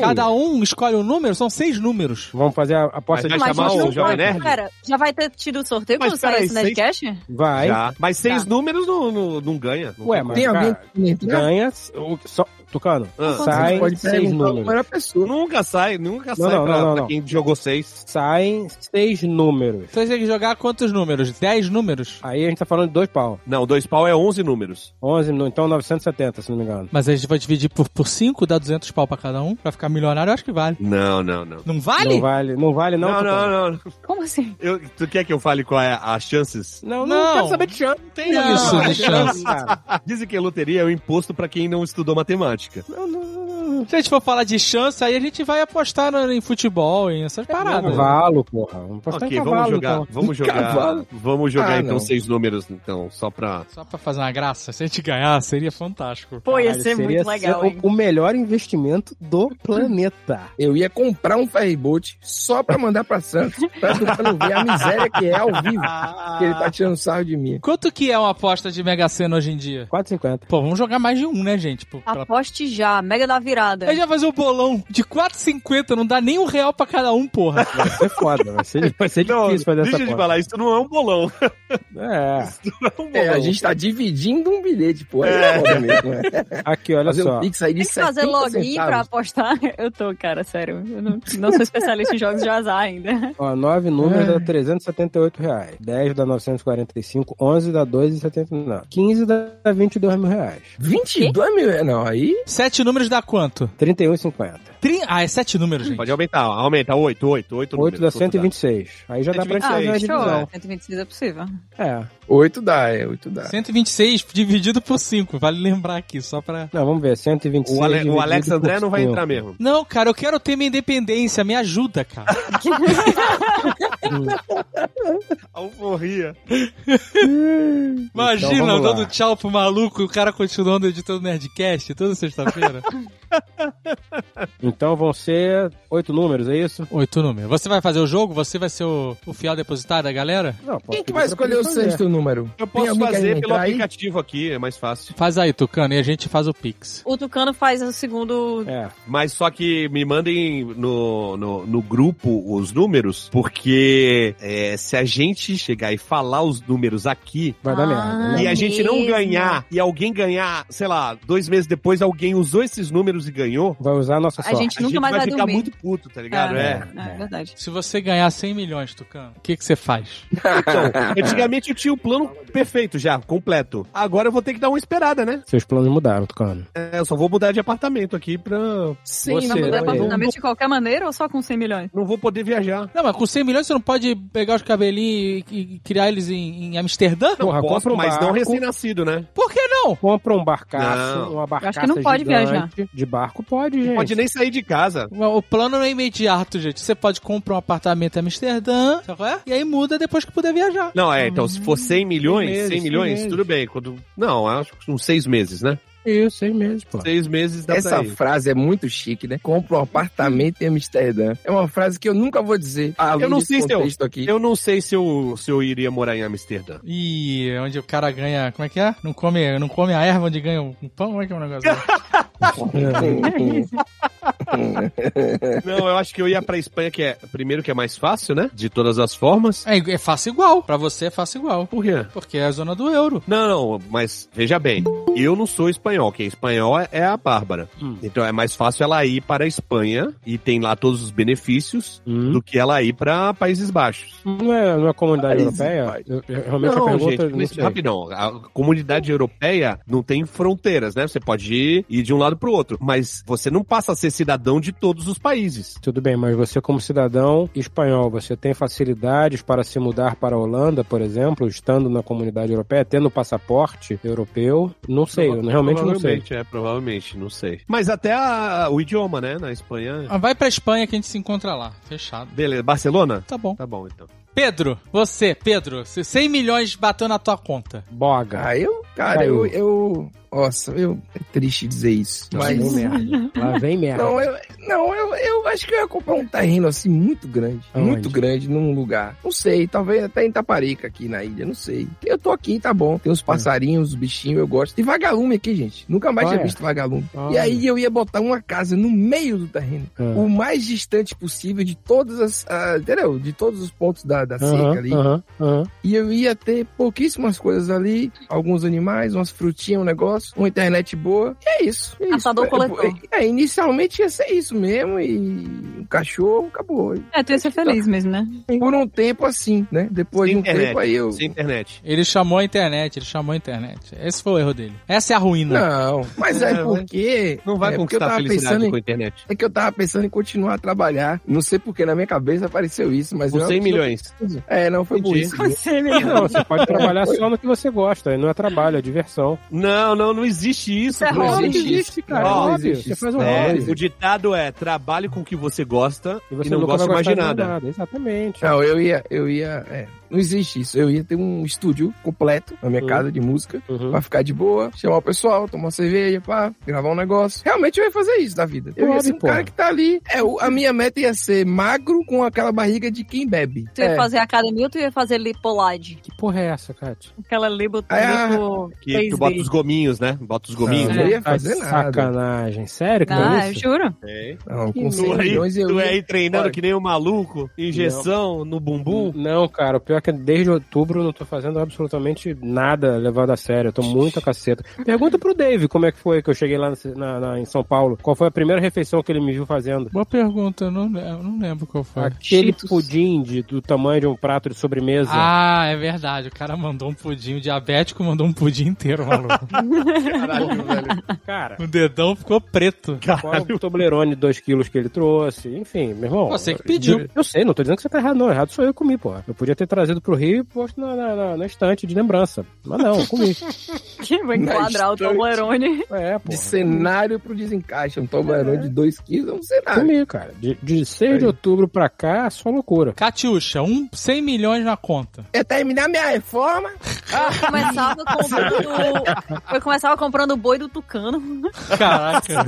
S3: Cada um escolhe um número, são seis números.
S1: Vamos fazer a aposta
S3: de
S2: Mas a gente não pode- Pera, já vai ter tido o sorteio
S3: Mas
S2: quando sair
S3: peraí,
S2: esse Nerdcast?
S1: Vai.
S10: Já. Mas seis números não, não, não ganha. Não
S1: Tá. Ué,
S10: tem
S1: mas
S10: como.
S1: cara, ganha. o- Só, Tucano,
S10: Ah,
S1: sai seis
S10: um
S1: números.
S10: Nunca sai, nunca
S1: Não,
S10: sai
S1: não,
S10: pra,
S1: não, não,
S10: pra
S1: não.
S10: quem jogou seis.
S1: Saem seis números.
S3: Então você tem que jogar quantos números? Dez números?
S1: Aí a gente tá falando de dois pau.
S10: Não, dois pau é 11 números.
S1: 11, nu- então 970, se não me engano.
S3: Mas a gente vai dividir por, por cinco, dá 200 pau pra cada um, pra ficar milionário, eu acho que vale.
S10: Não, não, não.
S3: Não vale?
S1: Não vale, não vale não.
S10: Não,
S1: Tucano.
S10: não, não.
S2: Como assim?
S10: Eu, tu quer que eu fale qual é as chances?
S1: Não,
S3: não Não. quero
S1: saber
S10: de chance. Não tem
S3: Não. isso de chance.
S10: Ah, Dizem que a loteria é um imposto pra quem não estudou matemática.
S3: Se a gente for falar de chance, aí a gente vai apostar no- em futebol, em essas paradas.
S1: Cavalo, porra. Vamos apostar
S10: ok,
S1: em
S10: vamos
S1: cavalo,
S10: jogar,
S1: então.
S10: vamos jogar,
S3: Cavalo?
S10: vamos jogar
S3: Ah,
S10: então
S3: não.
S10: seis números, então, só pra...
S3: Só pra fazer uma graça. Se a gente ganhar, seria fantástico.
S2: Pô, ia
S1: Caralho,
S2: ser
S1: seria
S2: muito legal,
S1: ser o-
S2: hein?
S1: o melhor investimento do
S2: [LAUGHS]
S1: planeta.
S9: Eu ia comprar um ferryboat só pra mandar pra Santos, pra tu não ver a miséria que é ao vivo, que ele tá tirando sarro de mim.
S3: Quanto que é uma aposta de Mega Sena hoje em dia?
S1: 4,50.
S3: Pô, vamos jogar mais de um, né, gente? Pô,
S2: Ah,
S3: pela-
S2: Aposte já, Mega da Virada.
S3: A gente vai fazer o bolão de 4,50, não dá nem um real pra cada um, [LAUGHS] porra.
S1: Vai ser É foda, vai ser, vai ser
S10: Não,
S1: difícil fazer
S10: deixa
S1: essa
S10: eu te
S1: aposta.
S10: falar, isso não é um bolão.
S1: É.
S9: É, a gente tá dividindo um bilhete, pô. Aí é.
S1: É.
S9: foda mesmo, né?
S1: Aqui, olha
S9: Fazer um
S1: só.
S9: pix aí de
S2: Tem que fazer
S9: 70
S2: login pra
S9: centavos.
S2: apostar? [LAUGHS] Eu tô, cara, sério. Eu não, não sou especialista em jogos de azar ainda.
S1: Ó, 9 números
S2: Ai.
S1: dá 378 reais. 10 dá 945, 11 dá 2,79. 15 dá 22 mil reais.
S9: 22 mil reais? Não, aí...
S3: Sete números dá quanto?
S1: 31,50.
S3: Tri... Ah, é sete números, gente.
S10: Pode aumentar, aumenta, oito, oito, oito
S1: 8 dá
S10: números.
S1: 126. Aí já dá pra gente
S2: Ah,
S1: fazer uma
S2: show.
S1: divisão.
S2: 126 é possível.
S1: É.
S9: 8 dá, é, 8 dá.
S3: 126 dividido por 5, vale lembrar aqui, só pra...
S1: Não, vamos ver. 126
S10: O, Ale- o
S1: dividido
S10: Alex
S1: por
S10: André não vai
S1: cinco.
S10: entrar mesmo.
S3: Não, cara, eu quero ter minha independência, me ajuda, [LAUGHS] cara. [LAUGHS]
S10: Alforria.
S3: Imagina,
S10: Então,
S3: eu
S10: vamos lá.
S3: dando tchau pro maluco e o cara continuando editando Nerdcast toda sexta-feira.
S1: Então vão ser 8 números, é isso?
S3: [LAUGHS] Oito números. Você vai fazer o jogo? Você vai ser o, o fiel depositário da galera?
S1: Não, pô.
S9: Quem que vai escolher o sexto número?
S10: Eu
S9: Tem
S10: posso
S9: alguém que
S10: fazer
S9: quer
S10: pelo
S9: entrar aí?
S10: aplicativo aqui, é mais fácil.
S3: Faz aí, Tucano, e a gente faz o Pix.
S2: O Tucano faz o segundo.
S1: É.
S10: Mas só que me mandem no, no, no grupo os números, porque é, se a gente chegar e falar os números aqui.
S1: Vai
S9: Ah.
S1: dar merda.
S10: E
S1: né?
S10: a gente não
S2: mesmo.
S10: ganhar, e alguém ganhar, sei lá, dois meses depois alguém usou esses números e ganhou,
S1: Vai usar a nossa
S2: A
S1: sorte.
S2: gente nunca mais
S10: vai
S2: vai
S10: ficar
S2: dormir.
S10: muito puto, tá ligado? É.
S2: É, é verdade.
S3: Se você ganhar 100 milhões, Tucano, o que, que você faz?
S10: Então, antigamente eu tinha o plano perfeito já, completo. Agora eu vou ter que dar uma esperada, né?
S1: Seus planos mudaram, Tucano.
S10: É, eu só vou mudar de apartamento aqui pra.
S9: Sim,
S1: Você,
S2: Não mudar
S1: né?
S2: apartamento de qualquer maneira ou só com 100 milhões?
S10: Não vou poder viajar.
S3: Não, mas com 100 milhões você não pode pegar os cabelinhos e, e criar eles em, em Amsterdã?
S10: Não
S1: Porra,
S10: posso,
S1: compra um
S10: mas não
S1: barco.
S10: recém-nascido, né?
S3: Por que não?
S1: Compra um barcaço,
S10: Não.
S1: uma barcaça
S2: não pode
S1: gigante.
S2: viajar.
S1: De barco pode, gente.
S10: Não pode nem sair de casa.
S3: O plano não é imediato, gente. Você pode comprar um apartamento em Amsterdã, sabe qual é? E aí muda depois que puder viajar.
S10: Não, é, então se for
S1: Hum,
S10: 100 milhões,
S3: meses, cem
S10: 100 milhões,
S3: meses.
S10: tudo bem. Quando, não, acho que uns seis meses, né?
S1: Isso, seis meses, pô.
S10: Seis meses dá
S9: Essa
S10: pra ir.
S9: frase é muito chique, né? Compra um apartamento em Amsterdã. É uma frase que eu nunca vou dizer. Ah,
S10: Eu não sei se eu,
S9: contexto aqui.
S10: eu não sei se eu, se eu iria morar em Amsterdã.
S3: E onde o cara ganha. Como é que é? Não come, não come a erva onde ganha um pão? Como é que é o negócio?
S10: Não, eu acho que eu ia pra Espanha, que é, primeiro, que é mais fácil, né? De todas as formas.
S3: [LAUGHS] É, é fácil igual. Pra você é fácil igual.
S10: Por quê?
S3: Porque é a zona do euro.
S10: Não, não, mas veja bem, eu não sou espanhol, quem é espanhol é- é a Bárbara. Então é mais fácil ela ir para a Espanha e tem lá todos os benefícios do que ela ir para Países Baixos.
S1: Hum? Não é, não é comunidade
S10: Países
S1: europeia? Eu- eu- realmente
S10: não,
S1: a pergunta
S10: gente,
S1: não
S10: mas
S1: sei.
S10: rapidão, a comunidade europeia não tem fronteiras, né? Você pode ir, ir de um lado para o outro, mas você não passa a ser cidadão de todos os países.
S1: Tudo bem, mas você como cidadão espanhol, você tem facilidades para se mudar para a Holanda, por exemplo, estando na comunidade europeia, tendo passaporte europeu? Não sei, eu realmente não sei.
S10: Provavelmente, é, provavelmente, não sei. Mas até a- o idioma, né, na Espanha.
S3: Ah, Vai pra Espanha que a gente se encontra lá. Fechado.
S10: Beleza, Barcelona?
S3: Tá bom.
S10: Tá bom, então.
S3: Pedro, você, Pedro, se 100 milhões bateu na tua conta.
S1: Boga.
S9: Ah, eu, cara, eu, eu. Nossa, eu. É triste dizer isso. Mas.
S1: Lá vem merda. Lá vem merda.
S9: Não, eu, não eu, eu acho que eu ia comprar um terreno assim muito grande.
S1: Aonde?
S9: Muito grande num lugar. Não sei, talvez até em Taparica aqui na ilha, não sei. Eu tô aqui, tá bom. Tem uns
S10: Ah.
S9: passarinhos, os bichinhos, eu gosto. Tem vagalume aqui, gente. Nunca mais
S1: Olha.
S9: tinha visto vagalume. E
S1: Olha.
S9: aí eu ia botar uma casa no meio do terreno.
S1: Ah.
S9: O mais distante possível de todas as. ah, entendeu? De todos os pontos da, da cerca
S1: Aham,
S9: ali.
S1: aham, aham.
S9: E eu ia ter pouquíssimas coisas ali, alguns animais, umas frutinhas, um negócio, uma internet boa. E é isso. É
S2: Caçador
S9: isso.
S2: coletor.
S9: É, é, inicialmente ia ser isso mesmo, e um cachorro, acabou.
S2: É, tu ia ser feliz mesmo, [LAUGHS] né?
S9: Por um tempo assim, né? Depois
S10: Sem
S9: de um tempo aí eu.
S10: Sem internet.
S3: Ele chamou a internet, ele chamou a internet. Esse foi o erro dele. Essa é a ruína.
S9: Não, mas é,
S10: É, mas
S9: porque.
S10: Não vai
S9: é porque eu
S10: conquistar a
S9: tava
S10: felicidade
S9: pensando em-
S10: com a internet.
S9: É que eu tava pensando em continuar a trabalhar. Não sei porque na minha cabeça apareceu isso, mas.
S10: Com
S9: eu-
S10: 100 milhões.
S9: É, não, foi por
S10: Entendi.
S9: isso.
S2: Você
S1: Não,
S2: mesmo.
S1: você pode trabalhar só no que você gosta, aí não é trabalho, é diversão.
S10: Não, não, não existe isso.
S2: Isso é
S10: não
S2: hobby.
S10: existe.
S1: existe, cara. é
S10: Não,
S9: não
S1: óbvio.
S9: existe.
S1: Você faz um
S10: É,
S1: hobby.
S10: o ditado é: trabalhe com o que você gosta e,
S1: E você
S10: não
S1: nunca
S10: gosta
S1: vai
S10: mais de
S1: gostar
S10: nada.
S1: Exatamente.
S9: Não, eu ia, eu ia. é, não existe isso. Eu ia ter um estúdio completo na minha
S1: Uhum.
S9: casa de música.
S1: Uhum.
S9: Pra ficar de boa, chamar o pessoal, tomar uma cerveja, pá, gravar um negócio. Realmente eu ia fazer isso na vida. Eu ia
S1: Claro,
S9: ser um
S1: porra.
S9: cara que tá ali. É, o- a minha meta ia ser magro com aquela barriga de quem bebe.
S2: Tu ia
S9: É.
S2: fazer academia ou tu ia fazer lipolade?
S1: Que porra é essa, Kátia?
S2: Aquela lipo...
S9: Ah,
S2: lipo
S10: Que tu bota os
S2: 3D.
S10: gominhos, né? Bota os
S2: É.
S9: Eu
S10: gominhos.
S9: não ia
S1: Tá de
S9: fazer nada.
S1: Sacanagem. Sério que
S2: Ah,
S1: é
S2: eu
S1: isso?
S2: juro.
S10: É.
S9: Não, com
S10: Tu
S9: 100
S10: aí-
S9: milhões eu
S10: tu é
S9: ia...
S10: aí treinando
S9: Olha.
S10: que nem um maluco, injeção no bumbum.
S1: Não, cara, o pior é que desde outubro eu não tô fazendo absolutamente nada levado a sério. Eu tô muito a caceta. Pergunta pro Dave como é que foi que eu cheguei lá na- na- na- em São Paulo. Qual foi a primeira refeição que ele me viu fazendo?
S3: Boa pergunta, eu não, le- eu não lembro qual
S10: Ah,
S3: foi.
S1: Aquele
S9: Cheetos.
S1: pudim de- do tamanho de um prato de sobremesa.
S3: Ah, é verdade. O cara mandou um pudim. O diabético mandou um pudim inteiro, maluco.
S9: Caralho, velho.
S1: Cara,
S3: o dedão ficou preto.
S1: fora é o Toblerone de 2kg que ele trouxe. Enfim, meu irmão.
S3: Você que pediu.
S1: Eu, eu sei, não tô dizendo que você tá errado, não. Errado sou eu que comi, porra. Eu podia ter trazido pro Rio e posto na, na, na- na estante de lembrança. Mas não, eu comi.
S2: Que vou enquadrar o
S9: estante.
S2: Toblerone.
S1: É,
S9: De
S1: porra.
S9: cenário pro desencaixe. Um tubarão de 2 quilos é um cenário.
S1: Comi, cara. De, de 6 de outubro pra cá, só loucura.
S3: Catiuxa, um 100 milhões na
S1: Uhum.
S3: conta.
S9: É terminar minha reforma.
S2: Eu começava comprando... Eu começava comprando o boi do Tucano.
S3: Caraca.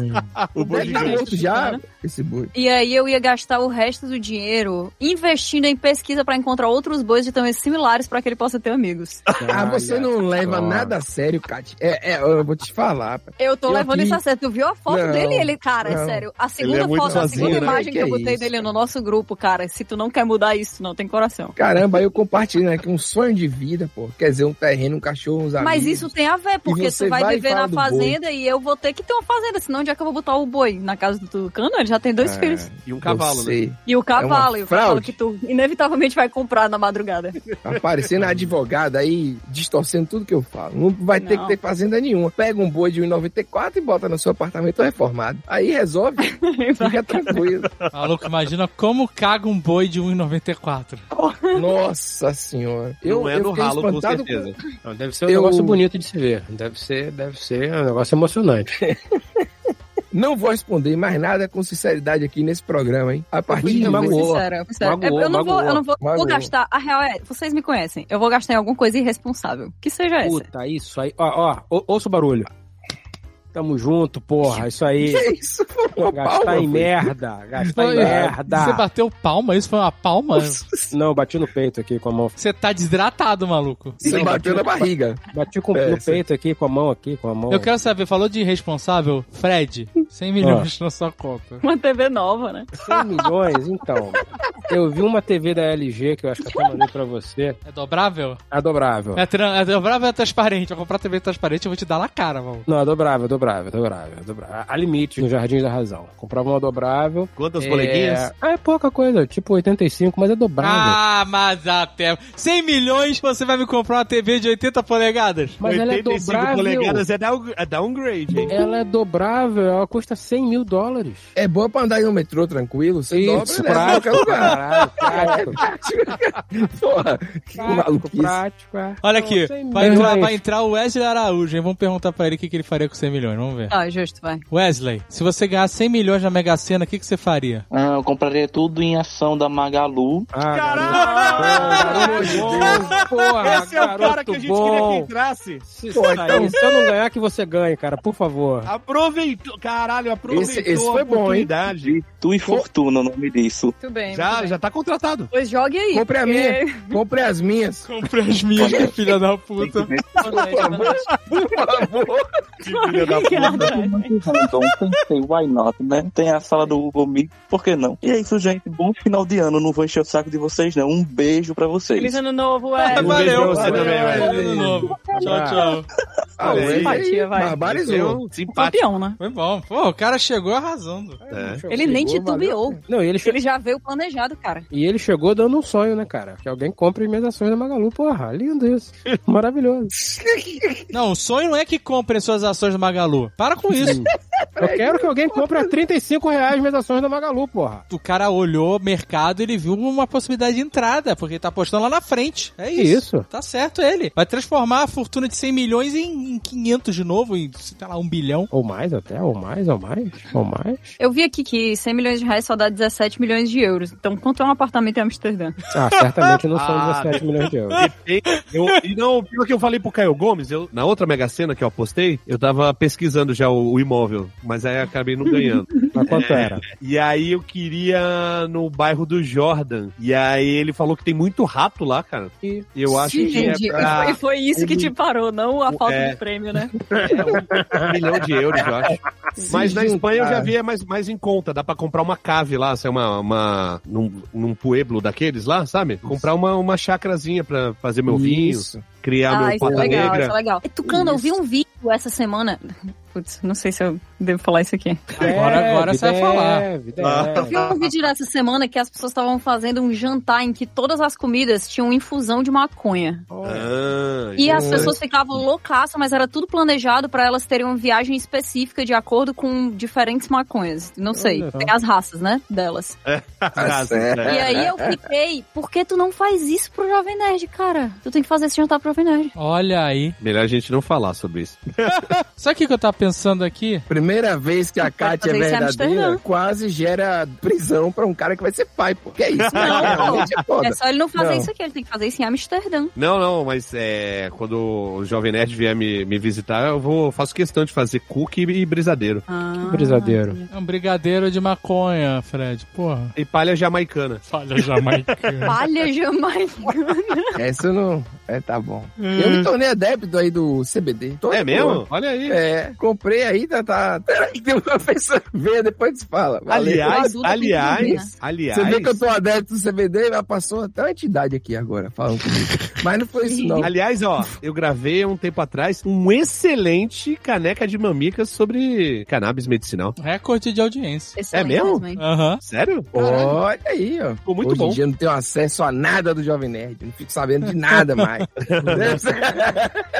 S10: O
S9: Deve tá
S10: gigante.
S9: morto já, esse boi.
S2: E aí eu ia gastar o resto do dinheiro investindo em pesquisa pra encontrar outros bois de tamanhos similares pra que ele possa ter amigos.
S9: Ah, você não leva
S1: só.
S9: nada a sério, Kátia. É, é, eu vou te falar, pá.
S2: Eu tô
S9: Eu
S2: levando
S9: vi.
S2: isso a sério. Tu viu a foto
S9: Não,
S2: dele? Ele, cara, é
S9: não.
S2: sério. A
S10: Ele
S2: segunda
S10: é muito
S2: foto, a
S10: sozinho,
S2: segunda
S10: né?
S2: imagem que,
S9: Que
S2: eu
S9: é
S2: botei
S9: isso,
S2: dele no nosso grupo, cara. Se tu não quer mudar isso, não tem coração.
S9: Caramba, eu compartilhando aqui um sonho de vida, pô. Quer dizer, um terreno, um cachorro, uns amigos.
S2: Mas isso tem a ver, porque
S9: você
S2: tu vai,
S9: vai e
S2: viver
S9: fala
S2: na
S9: do boi.
S2: fazenda e eu vou ter que ter uma fazenda, senão onde é que eu vou botar o boi? Na casa do Tucano? Ele já tem dois
S9: Ah,
S2: filhos.
S10: E um cavalo,
S9: eu
S10: né?
S9: sei.
S2: E o cavalo,
S9: uma
S2: e o cavalo
S9: fraude.
S2: que tu inevitavelmente vai comprar na madrugada. [LAUGHS]
S9: Tá Aparecendo advogado aí, distorcendo tudo que eu falo. Não vai ter
S2: Não.
S9: que ter fazenda nenhuma. Pega um boi de 1,94 e bota no seu apartamento reformado. Aí resolve,
S2: [LAUGHS]
S9: fica tranquilo.
S3: Maluco, imagina como caga um boi de 1,94.
S9: Nossa senhora. Eu,
S10: não é
S9: eu
S10: no
S9: fiquei
S10: ralo, com
S9: espantado
S10: certeza.
S1: Deve ser um
S9: Eu-
S1: negócio bonito de se ver. Deve ser, deve ser um negócio emocionante.
S9: Não vou responder mais nada com sinceridade aqui nesse programa, hein? A partir de
S2: Fui
S9: agora.
S2: sincera, fui sincera. É, eu não vou, eu não vou, vou gastar. A real é, vocês me conhecem. Eu vou gastar em alguma coisa irresponsável. Que seja essa.
S1: Puta, isso aí. Ó, ó, ou- ouça o barulho. Tamo junto, porra. Isso aí.
S9: [LAUGHS]
S10: um
S9: Que isso? é Uma
S1: Gastar
S3: palma,
S1: em
S3: foi?
S1: merda. Gastar em
S3: Foi-
S1: merda.
S3: é Você bateu palma? Isso foi uma palma?
S1: Não, eu bati no peito aqui com a mão.
S3: Você tá desidratado, maluco.
S1: Não, bati no- Bati com,
S3: É,
S1: no
S3: sim.
S1: peito aqui, com a mão aqui, com a mão.
S3: Eu quero saber, falou de irresponsável? Fred, 100
S1: Ah.
S3: milhões na sua conta.
S2: Uma TV nova, né?
S1: 100 milhões, então. Eu vi uma TV da LG que eu acho que eu até mandei pra você.
S3: É dobrável?
S1: É dobrável.
S3: É, tran- é dobrável ou é transparente? Eu vou comprar TV transparente, eu vou te dar na cara, mano.
S1: Não, é dobrável, dobrável, dobrável, dobrável. Há limites no Jardim da Razão. Comprava uma dobrável.
S3: Quantas
S1: é...
S3: boleguinhas?
S1: Ah, é pouca coisa, tipo 85, mas é dobrável.
S3: Ah, mas até 100 milhões você vai me comprar uma TV de 80 polegadas?
S1: Mas ela é 85 dobrável. polegadas é
S10: down, é downgrade, hein?
S1: Ela é dobrável, ela custa 100 mil dólares.
S9: É boa pra andar em um metrô tranquilo, sem dobra,
S1: Isso,
S9: né?
S1: prático,
S9: Qualquer lugar.
S1: caralho, prático.
S9: Porra, que maluquice.
S1: prático, é.
S3: Olha aqui,
S1: Cem
S3: vai entrar,
S1: milhões.
S3: vai entrar o Wesley Araújo, hein? Vamos perguntar pra ele o que, que ele faria com 100 milhões, vamos ver.
S2: Tá, justo, vai.
S3: Wesley, se você ganhar 100 milhões na Mega Sena, o que, que você faria?
S12: Ah, eu compraria tudo em ação da Magalu.
S1: Porra,
S4: [LAUGHS] Esse é o cara que a gente queria que entrasse.
S1: Se, sair, então, se eu não ganhar, que você ganhe, cara, por favor.
S4: Aproveitou, caralho, aproveitou
S12: Tu e Fortuna, o nome disso.
S2: Muito bem.
S4: Já,
S2: muito bem.
S4: já tá contratado.
S2: Pois jogue aí.
S9: Compre a
S2: porque-
S9: minha. Compre as minhas.
S3: Compre as minhas, que filha da puta.
S10: [LAUGHS]
S12: Filha da puta. Pensei, why not, né? Tem a sala do Google Meet, por que não? E é isso, gente. Bom final de ano. Não vou encher o saco de vocês, não. Um beijo pra vocês.
S2: Feliz ano novo, é.
S12: Um beijo pra
S3: Valeu,
S12: você também,
S3: valeu,
S12: Wesley.
S3: de novo. Tchau, tchau.
S12: Ah, Olha aí. simpatia, vai.
S1: Barbarizou.
S3: Simpático.
S2: Campeão, né?
S3: Foi bom. Pô, o cara chegou arrasando.
S2: Ele nem titubeou.
S1: Não, e ele, che-
S2: Ele já veio planejado, cara.
S1: e ele chegou dando um sonho, né, cara? Que alguém compre as minhas ações da Magalu, porra. Lindo isso. Maravilhoso.
S3: Não, o sonho não é que comprem suas ações do Magalu. Para com isso.
S1: Eu
S3: É,
S1: quero que alguém compre a 35 reais minhas ações da Magalu, porra.
S3: O cara olhou o mercado e ele viu uma possibilidade de entrada, porque ele tá apostando lá na frente. É isso.
S1: Isso.
S3: Tá certo ele. Vai transformar a fortuna de 100 milhões em, em 500 de novo, em, sei lá, um bilhão.
S1: Ou mais até, ou mais, ou mais, ou mais.
S2: Eu vi aqui que 100 milhões de reais só dá 17 milhões de euros. Então, quanto é um apartamento em Amsterdã?
S1: Ah, certamente
S3: [LAUGHS]
S1: não são
S10: Ah,
S1: 17 milhões de euros.
S10: E, eu, e não, pelo que eu falei pro Caio Gomes, eu, na outra Mega Sena que eu apostei, eu tava pesquisando já o, o imóvel, mas aí acabei não ganhando.
S1: Mas quanto
S10: É,
S1: era?
S10: E aí eu queria no bairro do Jordan. E aí ele falou que tem muito rato lá, cara.
S1: E
S10: eu acho
S2: Sim,
S10: que é
S2: gente,
S10: pra
S2: E foi isso que te parou, não a falta
S10: É.
S2: de prêmio, né?
S10: um [LAUGHS] milhão de euros, eu acho. Mas na Espanha eu já
S1: cara.
S10: vi é mais, mais em conta. Dá pra comprar uma cave lá, assim, uma, uma, num, num pueblo daqueles lá, sabe? Comprar uma, uma chacrazinha pra fazer meu
S1: Isso.
S10: vinho, criar
S2: ah,
S10: meu
S2: isso é
S10: pata
S2: legal, isso é
S10: negra.
S2: legal. E, Tucano, eu vi um vídeo essa semana. Putz, não sei se eu devo falar isso aqui.
S3: Agora, agora você vai falar.
S1: Deve,
S10: É.
S2: Eu vi um vídeo dessa semana que as pessoas estavam fazendo um jantar em que todas as comidas tinham infusão de maconha.
S10: Ah,
S2: é E as
S10: interessante.
S2: pessoas ficavam loucaças, mas era tudo planejado pra elas terem uma viagem específica de acordo com diferentes maconhas. Não sei,
S10: Olha né? só.
S2: tem as raças, né,
S10: [LAUGHS]
S2: delas. E aí eu fiquei, por que tu não faz isso pro Jovem Nerd, cara? Tu tem que fazer esse jantar pro Jovem Nerd.
S3: Olha aí.
S10: Melhor a gente não falar sobre isso.
S3: Sabe o que que eu tava pensando aqui?
S9: Primeira vez que a Kátia é
S2: fazer isso em
S9: verdadeira,
S2: Amsterdã.
S9: quase gera prisão pra um cara que vai ser pai, pô. Que é isso? [LAUGHS] cara?
S2: Não,
S9: Realmente
S2: pô.
S9: foda.
S2: É só ele não fazer
S9: Não.
S2: isso aqui, ele tem que fazer isso em Amsterdã.
S10: Não, não, mas é, quando o Jovem Nerd vier me, me visitar, eu vou, faço questão de fazer cookie e brisadeiro.
S2: Ah.
S1: Brisadeiro.
S3: É um brigadeiro de maconha, Fred. Porra.
S10: E palha jamaicana.
S3: Palha jamaicana.
S2: Palha jamaicana.
S9: Essa eu não. É, tá bom. Eu me tornei adepto aí do CBD. Tô
S10: É
S9: de
S10: mesmo?
S9: boa.
S10: Olha aí.
S9: É, comprei aí, tá. tá... Peraí, deu uma pessoa ver, depois se fala. Valeu.
S10: Aliás,
S2: né?
S10: aliás, aliás.
S9: Você vê que eu tô adepto do CBD, mas passou até uma entidade aqui agora falando comigo. Mas não foi isso, não.
S10: Aliás, ó, eu gravei há um tempo atrás um excelente caneca de mamicas sobre cannabis medicinal.
S3: [LAUGHS] Recorde de audiência.
S10: Excelente, mesmo?
S2: mesmo, hein?
S3: Aham.
S10: Sério?
S9: Olha aí, ó.
S10: Ficou muito
S9: Hoje
S10: bom.
S9: em dia eu não tenho acesso a nada do Jovem Nerd. Não fico sabendo de nada mais.
S10: [LAUGHS]
S9: mais.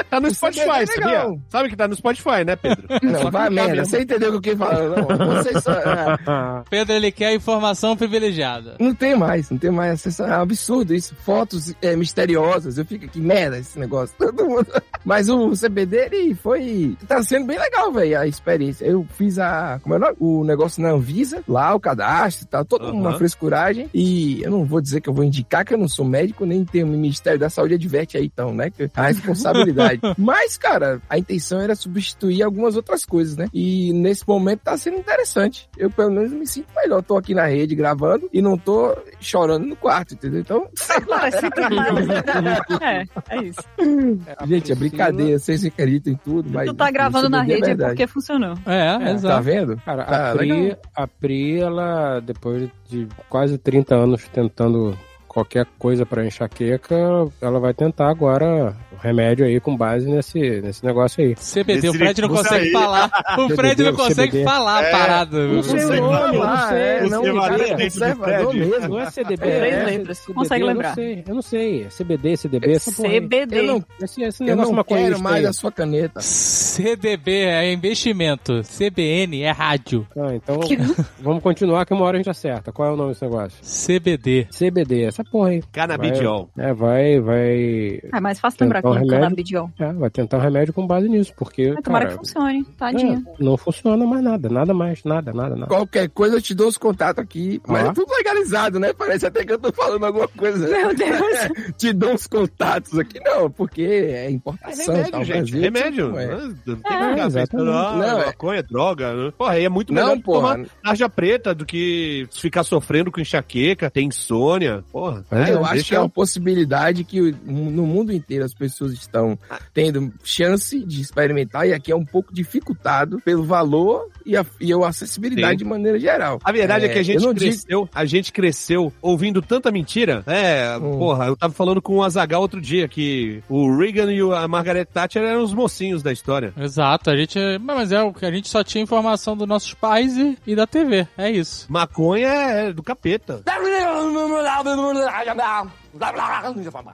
S10: Tá no
S9: Isso é
S10: Spotify,
S9: legal.
S10: sabia? Sabe que tá no Spotify, né, Pedro?
S9: [LAUGHS] Não, vai merda. Você entendeu o que eu fiquei falando? Não, vocês só... ah.
S3: Pedro, ele quer informação privilegiada.
S9: Não tem mais, não tem mais acesso. É um absurdo isso. Fotos é, misteriosas. Eu fico, que merda esse negócio. Todo mundo. Mas o CBD, ele foi. Tá sendo bem legal, velho, a experiência. Eu fiz a. Como é o nome? O negócio na Anvisa, lá, o cadastro e tal. Toda
S10: Aham.
S9: uma frescuragem. E eu não vou dizer que eu vou indicar que eu não sou médico, nem tenho o Ministério da Saúde adverte aí, então, né? Que A
S2: [LAUGHS]
S9: responsabilidade. Mas, cara, a intenção era substituir algumas outras coisas, né? E nesse momento tá sendo interessante. Eu, pelo menos, me sinto melhor. Tô aqui na rede gravando e não tô chorando no quarto, entendeu? Então,
S2: É, é isso.
S9: gente, é brincadeira. Vocês acreditam em tudo, mas.
S2: né? Tu tá gravando
S9: isso
S2: na
S9: é
S2: rede é
S9: verdade.
S2: porque funcionou.
S9: É, Tá vendo?
S1: Cara,
S9: Tá
S1: a,
S3: Ah,
S1: Pri,
S9: legal.
S1: a Pri, ela, depois de quase 30 anos tentando qualquer coisa pra enxaqueca, ela vai tentar agora o remédio aí com base nesse, nesse negócio aí.
S3: CBD, o Fred não consegue falar. O Fred não consegue falar a parada.
S1: Não sei o nome, não sei.
S3: é,
S1: não,
S3: não,
S1: cara,
S3: cara,
S1: é
S9: né?
S3: conservador mesmo.
S1: Não é CDB,
S3: É,
S1: é
S3: lembra,
S1: CBD,
S3: consegue
S1: eu
S3: lembrar.
S1: Não sei, eu não sei, é CBD, CDB, essa porra aí.
S2: CBD.
S1: Eu não, esse, esse
S9: Eu
S1: negócio
S9: não quero
S1: maconhista
S9: mais
S1: aí. tá,
S9: a sua caneta.
S3: CDB é investimento, CBN é rádio.
S1: Ah, então vamos continuar que uma hora a gente acerta. Qual é o nome desse negócio?
S3: CBD.
S1: CBD, essa porra aí.
S10: Canabidiol.
S1: Vai, é, vai, vai.
S2: [LAUGHS] É mais fácil lembrar que
S1: Tentar um
S2: é
S1: remédio.
S2: canabidiol.
S1: É, vai tentar um remédio com base nisso, porque.
S2: Mas tomara
S1: cara,
S3: um
S2: que funcione, tadinha.
S1: é, não funciona mais nada, nada mais, nada, nada, nada.
S9: Qualquer coisa eu te dou os contatos aqui. Mas
S1: Ah.
S9: é tudo legalizado, né? Parece até que eu tô falando alguma coisa. Meu
S2: Deus.
S9: te dou os contatos aqui. Não, porque é importação.
S10: Remédio,
S9: tá, o
S10: gente.
S9: Brasil,
S10: remédio.
S9: não
S10: Não,
S9: é.
S10: não tem
S9: É,
S10: nada a ver.
S9: exatamente. Não,
S10: Não,
S9: é-
S10: maconha, droga. né? Porra, aí é muito
S9: Não,
S10: melhor não,
S9: porra.
S10: tomar tarja preta do que ficar sofrendo com enxaqueca, tem insônia. Porra. né?
S9: É, eu
S10: Deixa-
S9: acho que é uma possibilidade que o- no mundo inteiro as pessoas estão
S10: Ah.
S9: tendo chance de experimentar e aqui é um pouco dificultado pelo valor e a, e a acessibilidade
S10: Sim.
S9: de maneira geral.
S10: A verdade é, que a
S9: eu
S10: gente
S9: não digo-
S10: cresceu, a gente cresceu ouvindo tanta mentira. É,
S9: Hum.
S10: porra, eu tava falando com o Azagal outro dia que o Reagan e o- a Margaret Thatcher eram os mocinhos da história.
S3: Exato, a gente. Mas é o que a gente só tinha informação dos nossos pais e, e da TV. É isso.
S10: Maconha é do capeta.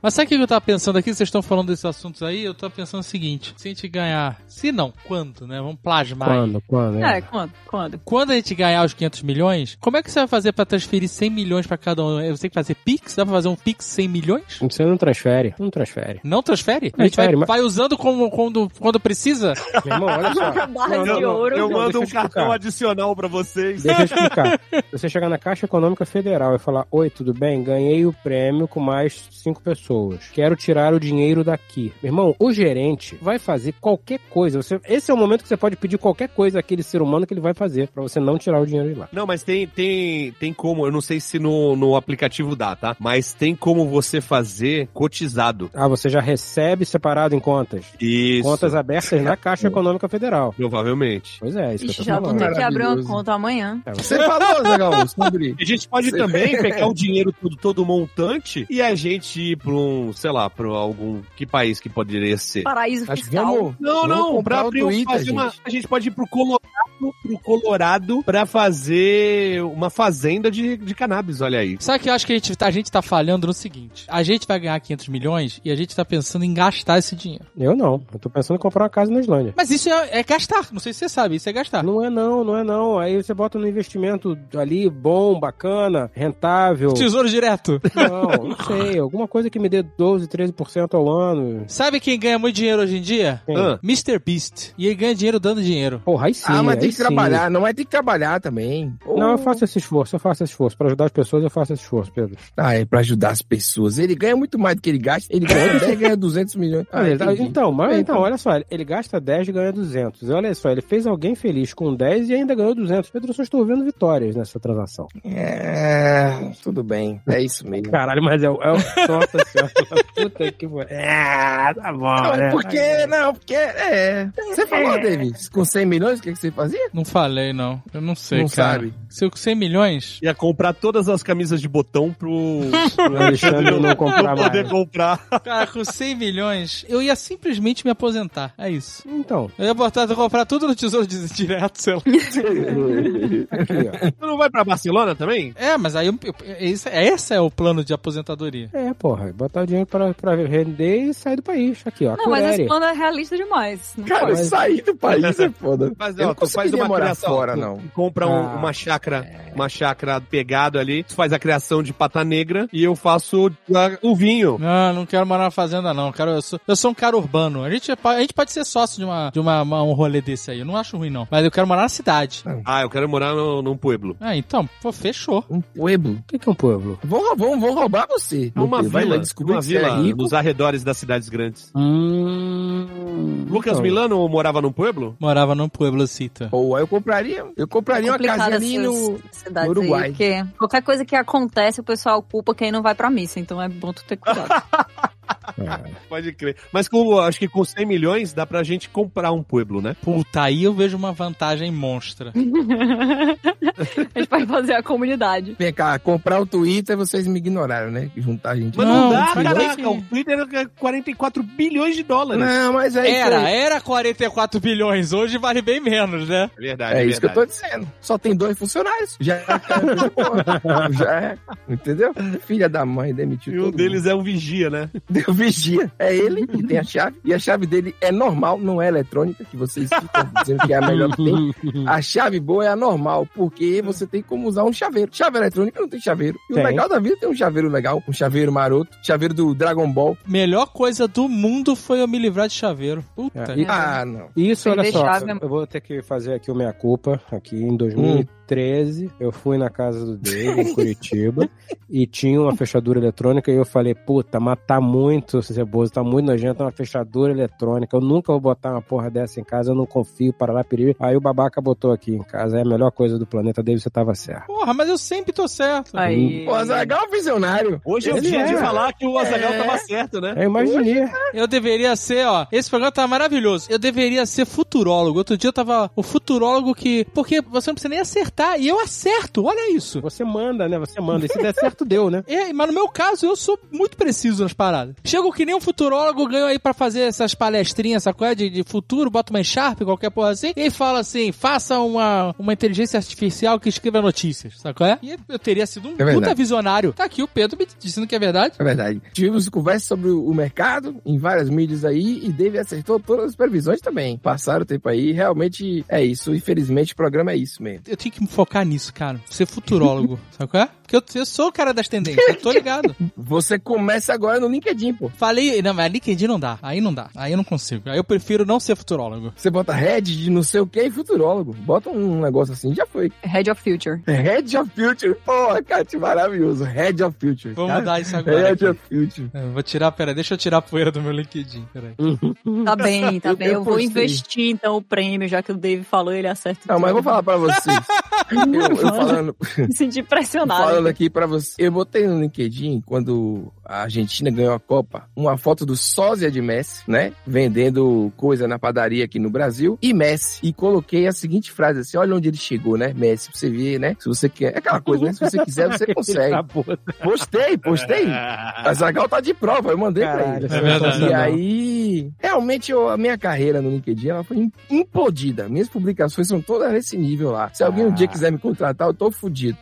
S3: Mas sabe o que eu tava pensando aqui? Vocês estão falando desses assuntos aí? Eu tava pensando o seguinte: se a gente ganhar. Se não, quando, né? Vamos plasmar aí.
S1: Quando, quando?
S2: É, quando? Quando?
S3: Quando a gente ganhar os 500 milhões, como é que você vai fazer pra transferir 100 milhões pra cada um? Você tem que fazer Pix? Dá pra fazer um Pix 100 milhões?
S1: Você não transfere,
S3: [LAUGHS]
S1: não transfere.
S3: Não transfere? A gente vai,
S1: Transfere, mas-
S3: vai usando como, quando, quando precisa?
S1: Meu irmão, olha só.
S2: Barra de ouro.
S10: Eu
S1: Não,
S10: mando
S1: deixa eu
S10: um
S1: explicar.
S10: cartão adicional pra vocês.
S1: Deixa eu
S10: [LAUGHS]
S1: explicar. Você chegar na Caixa Econômica Federal e falar: Oi, tudo bem? Ganhei o prêmio com mais cinco pessoas. Quero tirar o dinheiro daqui. Meu irmão, o gerente vai fazer qualquer coisa. Você- esse é o momento que você pode pedir qualquer coisa àquele ser humano que ele vai fazer pra você não tirar o dinheiro de lá.
S10: Não, mas tem, tem, tem como, eu não sei se no, no aplicativo dá, tá? Mas tem como você fazer cotizado.
S1: Ah, você já recebe separado em contas.
S10: Isso.
S1: Contas abertas na
S10: [LAUGHS]
S1: Caixa Econômica Federal.
S10: Provavelmente.
S1: Pois é, isso que
S2: Ixi,
S1: eu tô
S2: já vou
S1: falando.
S2: ter que abrir uma conta amanhã.
S9: Você falou,
S10: [LAUGHS]
S9: Zagal, sobre.
S10: A gente pode
S9: Você- [LAUGHS]
S10: também pegar o dinheiro todo, todo montante e a gente ir pra um, sei lá, pra algum. Que país que poderia ser?
S2: Paraíso
S9: Acho que
S2: fiscal.
S9: vamos-
S10: Não,
S9: Vamos
S10: não,
S9: comprar
S10: pra
S9: o
S10: abrir um-
S9: Twitter,
S10: fazer uma.
S9: gente.
S10: A gente pode ir pro Colorado, pro Colorado pra fazer uma fazenda de, de cannabis, olha aí.
S3: Sabe que eu acho que a gente, tá- a gente tá falhando no seguinte: a gente vai ganhar 500 milhões e a gente tá pensando em gastar esse dinheiro.
S1: Eu não. Eu tô pensando em comprar uma casa na Islândia.
S3: Mas isso é, é gastar, não sei se você sabe, isso é gastar.
S1: Não é não, não é não. Aí você bota no investimento ali, bom, bacana, rentável.
S3: Tesouro direto.
S1: Não, não sei. Alguma coisa que me dê 12, 13% ao ano.
S3: Sabe quem ganha muito dinheiro hoje em dia?
S1: Quem?
S10: Ah.
S3: Mr. Beast. E ele ganha dinheiro dando dinheiro.
S1: Porra, aí sim.
S9: ah, mas
S1: aí
S9: tem que
S1: sim.
S9: trabalhar, Oh. não, mas tem que trabalhar também.
S1: Não, eu faço esse esforço, eu faço esse esforço. Pra ajudar as pessoas, eu faço esse esforço, Pedro.
S9: Ah, é pra ajudar as pessoas. Ele ganha muito mais do que ele gasta. Ele ganha 10
S1: [LAUGHS]
S9: ganha 200 milhões. Ah,
S1: Ah, ele-
S9: entendi.
S1: então, mas
S9: É,
S1: então,
S9: então.
S1: olha só, ele gasta 10 e ganha 200. Olha só, ele fez alguém feliz com 10 e ainda ganhou 200. Pedro, eu só estou vendo vitórias nessa transação.
S9: É, tudo bem. É isso mesmo.
S1: Caralho, mas é o... É o nossa senhora, [LAUGHS] puta que... pariu. É, tá
S11: Ah,
S1: bom,
S9: Não,
S1: né?
S9: porque, não, porque, é. Você falou, Davis, com 100 milhões, o que, que você fazia?
S3: Não falei, não. Eu não sei,
S9: Não
S3: cara.
S9: sabe.
S3: Se eu com 100 milhões.
S10: Ia comprar todas as camisas de botão
S1: [LAUGHS]
S10: pro.
S11: [LAUGHS]
S1: O Alexandre não comprar
S10: poder
S1: mais.
S10: comprar.
S3: Cara, com 100 milhões, eu ia simplesmente me aposentar. É isso.
S1: Então,
S3: Eu ia botar, comprar tudo no tesouro di- direto, sei lá.
S1: aqui, ó.
S10: Tu não vai pra Barcelona também?
S3: É, mas aí eu- eu- esse, esse é o plano de aposentadoria.
S1: É, porra, botar o dinheiro pra, pra render e sair do país. Aqui, ó.
S2: Não, mas esse
S1: Curere.
S2: plano é realista demais. Não
S1: Cara,
S2: pode.
S1: sair do
S10: país é foda.
S11: Mas,
S10: Eu
S11: ó,
S10: não
S11: tu faz
S10: conseguiria
S11: uma
S10: morar
S11: criação,
S10: fora,
S11: tu
S10: não.
S11: compra um-
S10: Ah.
S11: uma chácara, uma chácara pegado ali, tu faz a criação de pata negra e eu faço ah, o vinho.
S3: Não, não quero morar na fazenda, não. Cara, eu, sou, eu sou um cara urbano. A gente, é pa- a gente pode ser sócio de, uma, de uma, uma- um rolê desse aí. Eu não acho ruim, não. Mas eu quero morar na cidade.
S10: É.
S11: Ah, eu quero morar no, num pueblo.
S3: Ah, então, pô, fechou.
S9: Um pueblo?
S1: O que, que é
S3: [LAUGHS]
S1: um pueblo?
S9: Vão, vão, vão roubar você.
S11: É uma
S9: Você vai
S11: vila,
S9: lá descobrir
S11: uma
S9: que você é
S11: vila
S9: rico.
S11: nos arredores das cidades grandes. Lucas
S9: Hum,
S3: então.
S11: Milano morava num pueblo?
S3: Morava num pueblocito.
S9: Ou eu compraria. Eu compraria uma
S2: Complicado
S9: casinha ali
S2: essas
S9: no,
S2: cidades
S9: no Uruguai.
S2: Aí, porque qualquer coisa que acontece, o pessoal culpa quem não vai pra missa. Então é bom tu ter cuidado.
S11: Pode crer. Mas com, acho que com 100 milhões dá pra gente comprar um pueblo, né?
S3: Puta, aí eu vejo uma vantagem monstra.
S2: a gente vai fazer a comunidade.
S9: Vem cá, comprar o Twitter, vocês me ignoraram, né? Que Juntar a gente.
S11: Mas não, dá,
S9: filho.
S11: caraca. O Twitter é 44 bilhões de
S1: Né?
S11: dólares.
S9: Não, mas é isso
S3: Era,
S9: aí.
S3: era 44 bilhões. Hoje vale bem menos, né?
S11: É verdade,
S9: É isso que eu tô dizendo. Só tem dois funcionários. Já é.
S11: [LAUGHS]
S9: Já é. Entendeu? Filha da mãe demitiu.
S11: E um
S9: todo
S11: deles é um vigia, né?
S9: mundo. Deu vigia. É ele que tem a chave. E a chave dele é normal, não é eletrônica, que vocês ficam dizendo que é a melhor que tem. A chave boa é a normal, porque você tem como usar um chaveiro. Chave eletrônica não tem chaveiro. E
S3: Tem.
S9: o legal da vida é ter um chaveiro legal, um chaveiro maroto, chaveiro do Dragon Ball.
S3: Melhor coisa do mundo foi eu me livrar de chaveiro. Puta.
S1: É. Ah,
S9: não.
S1: Isso, olha
S3: Vender
S1: só.
S3: chave é-
S1: Eu vou ter que fazer aqui o minha culpa. Aqui em 2013, eu fui na casa do
S2: [LAUGHS]
S1: Dave, em Curitiba, e tinha uma fechadura eletrônica. E eu falei, puta, mas tá muito ceboso, tá muito nojento, é uma fechadura eletrônica. Eu nunca vou botar uma porra dessa em casa, eu não confio, para lá, perigo. Aí o babaca botou aqui em casa, é a melhor coisa do planeta, Dave, você tava certo.
S3: Porra, mas eu sempre tô certo.
S1: Aí.
S9: O Azagal é um visionário.
S11: Hoje
S3: é o dia de é falar
S11: que o Azaghal
S9: é.
S11: tava certo, né?
S1: Eu imaginei.
S3: Eu deveria ser, ó. Esse programa tá maravilhoso. Eu deveria ser futurólogo. Outro dia eu tava o futurólogo que. Porque você não precisa nem acertar. E eu acerto, olha isso.
S1: Você manda, né? Você manda. E se der certo, deu, né?
S3: É, mas no meu caso, eu sou muito preciso nas paradas. Chego que nem um futurólogo, ganho aí pra fazer essas palestrinhas, essa coisa de, de futuro, bota uma encharpe, qualquer porra assim, e fala assim: faça uma, uma inteligência artificial que escreva notícias, sacou? É? E eu teria sido um
S9: verdade.
S3: puta visionário. Tá aqui o Pedro me dizendo que é verdade.
S9: É verdade. Tivemos conversa sobre o mercado em várias mídias aí e Dave acertou todas as previsões também. Passaram o tempo aí, realmente é isso. Infelizmente, o programa é isso mesmo.
S3: Eu tenho que me focar nisso, cara.
S9: [LAUGHS]
S3: Ser futurólogo, sacou? É? Porque eu, eu sou o cara das tendências, eu tô ligado.
S9: Você começa agora no LinkedIn, pô.
S3: Falei, não, mas LinkedIn não dá. Aí não dá. Aí eu não consigo. Aí eu prefiro não ser futurólogo.
S9: Você bota head de não sei o que e futurólogo. Bota um negócio assim, já foi.
S2: Head of Future.
S9: Head of Future. Porra, cara, que maravilhoso. Head of Future.
S3: Vamos
S9: cara. é
S3: mudar isso agora
S9: Head
S3: aqui.
S9: of Future.
S3: Eu vou tirar, peraí, deixa eu tirar a poeira do meu LinkedIn, peraí.
S2: Tá bem, tá
S3: Eu-
S2: bem. Eu,
S3: eu
S2: vou
S3: postei.
S2: investir então o prêmio, já que o Dave falou, ele acerta.
S9: Não, mas eu vou falar pra vocês.
S3: [LAUGHS]
S2: [LAUGHS]
S9: Eu, eu falando,
S2: Me senti pressionado.
S9: falando aqui pra você. Eu botei no LinkedIn, quando a Argentina ganhou a Copa, uma foto do sósia de Messi, né? Vendendo coisa na padaria aqui no Brasil. E Messi. E coloquei a seguinte frase assim: olha onde ele chegou, né? Messi, pra você ver, né? Se você quer. É aquela coisa, né? Se você quiser, você consegue. Postei, postei. A Zagal tá de prova, eu mandei pra ele.
S3: é verdade.
S9: E aí, realmente, eu- a minha carreira no LinkedIn ela foi im- implodida. Minhas publicações são todas nesse nível lá. Se alguém
S11: Ah.
S9: um dia quiser me contratar, eu tô fudido.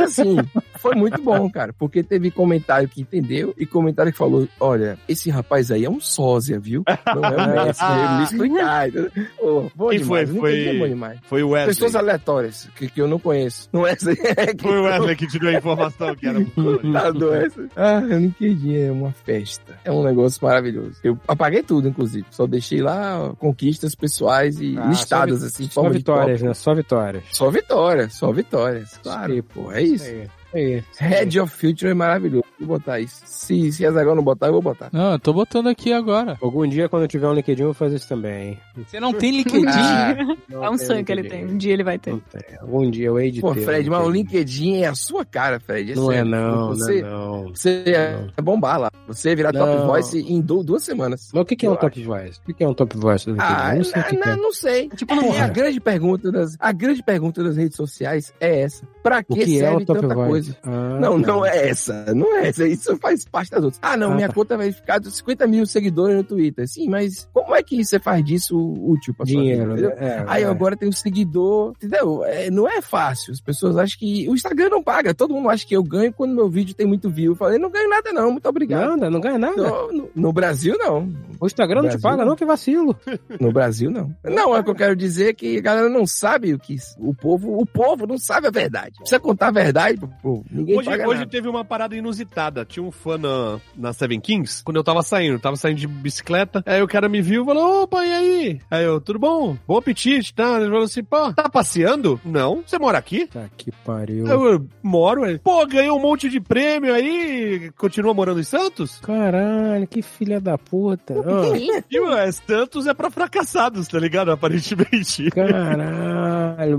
S11: [LAUGHS]
S9: assim, foi muito bom, cara, porque teve comentário que entendeu e comentário que falou: olha, esse rapaz aí é um sósia, viu? Não
S11: [LAUGHS]
S9: é um Messi, ele me explicar. entendeu? Ô, bom
S11: Quem
S9: demais,
S11: Ah. foi? Foi-
S9: o
S11: assim.
S9: LinkedIn é bom demais.
S11: Foi o Wesley.
S9: Pessoas aleatórias, que, que eu não conheço. Não [LAUGHS] é essa-
S11: Foi o Wesley que te deu a informação que era um
S1: [LAUGHS]
S11: clone.
S9: Tá doença. Ah, eu não entendi. É uma festa. É um negócio maravilhoso. Eu apaguei tudo, inclusive. Só deixei lá ó, conquistas pessoais e
S1: Ah,
S9: listadas,
S1: só vi-
S9: assim, em
S1: Só
S9: forma de
S1: vitórias,
S9: copo.
S1: né? Só vitórias.
S9: Só vitórias, só vitórias. Claro, pô, é isso.
S1: aí, É isso.
S9: Head of Future é maravilhoso. Vou botar isso. Se, se Azaghal não botar, eu vou botar.
S3: Não, eu tô botando aqui agora.
S1: Algum dia, quando eu tiver um LinkedIn, eu vou fazer isso também.
S3: Você não tem LinkedIn?
S9: Ah,
S2: é um sangue que ele tem. Um dia ele vai ter.
S1: Algum dia eu hei de
S9: pô,
S1: ter. um
S9: Fred, mas o LinkedIn é a sua cara, Fred.
S1: Não é
S9: sério.
S1: não,
S9: Você,
S1: não é não.
S9: você é bombar lá. Você ia virar top
S1: Não.
S9: voice em du- duas semanas.
S1: Mas o que, que é um
S9: Eu
S1: top voice? O que, que é um top voice do LinkedIn?
S9: Ah,
S1: Eu não sei o que, que
S9: na-
S1: é.
S9: na- não sei.
S2: Tipo,
S9: é, a grande pergunta das a grande pergunta das redes sociais é essa. Pra que,
S1: O que é
S9: serve
S1: o Top
S9: tanta
S1: Void?
S9: coisa?
S1: Ah,
S9: não,
S1: tá.
S9: não é essa. Não é essa. Isso faz parte das outras. Ah, não,
S1: Ah,
S9: minha
S1: tá.
S9: conta vai ficar dos 50 mil seguidores no Twitter. Sim, mas como é que você faz disso útil pra sua vida,
S1: Dinheiro,
S9: entendeu?
S1: né? É,
S9: Aí
S1: é.
S9: agora tem um seguidor, entendeu? É, não é fácil. As pessoas acham que... O Instagram não paga. Todo mundo acha que eu ganho quando meu vídeo tem muito view. Eu falei, não ganho nada não, muito obrigado. Então,
S1: Nada, não né? ganha nada.
S9: No, no- no Brasil, não.
S1: O Instagram não te paga, não, que vacilo.
S9: No Brasil, não. Não, é o que eu quero dizer que a galera não sabe o que o povo, o povo não sabe a verdade. Precisa contar a verdade pro povo. Ninguém
S10: [LAUGHS] Hoje,
S9: paga
S10: hoje
S9: nada.
S10: teve uma parada inusitada. Tinha um fã na, na Seven Kings, quando eu tava saindo, eu tava saindo de bicicleta, aí o cara me viu e falou, opa, e aí? Aí eu, tudo bom? Bom apetite, tá? Ele falou assim, pô, tá passeando? Não, você mora aqui?
S1: Tá que pariu.
S10: Eu, eu moro, aí. Pô, ganhou um monte de prêmio aí, continua morando em Santos? [LAUGHS]
S1: Caralho, que filha da puta.
S10: E, ué, Santos é pra fracassados, tá ligado? Aparentemente.
S1: Caralho,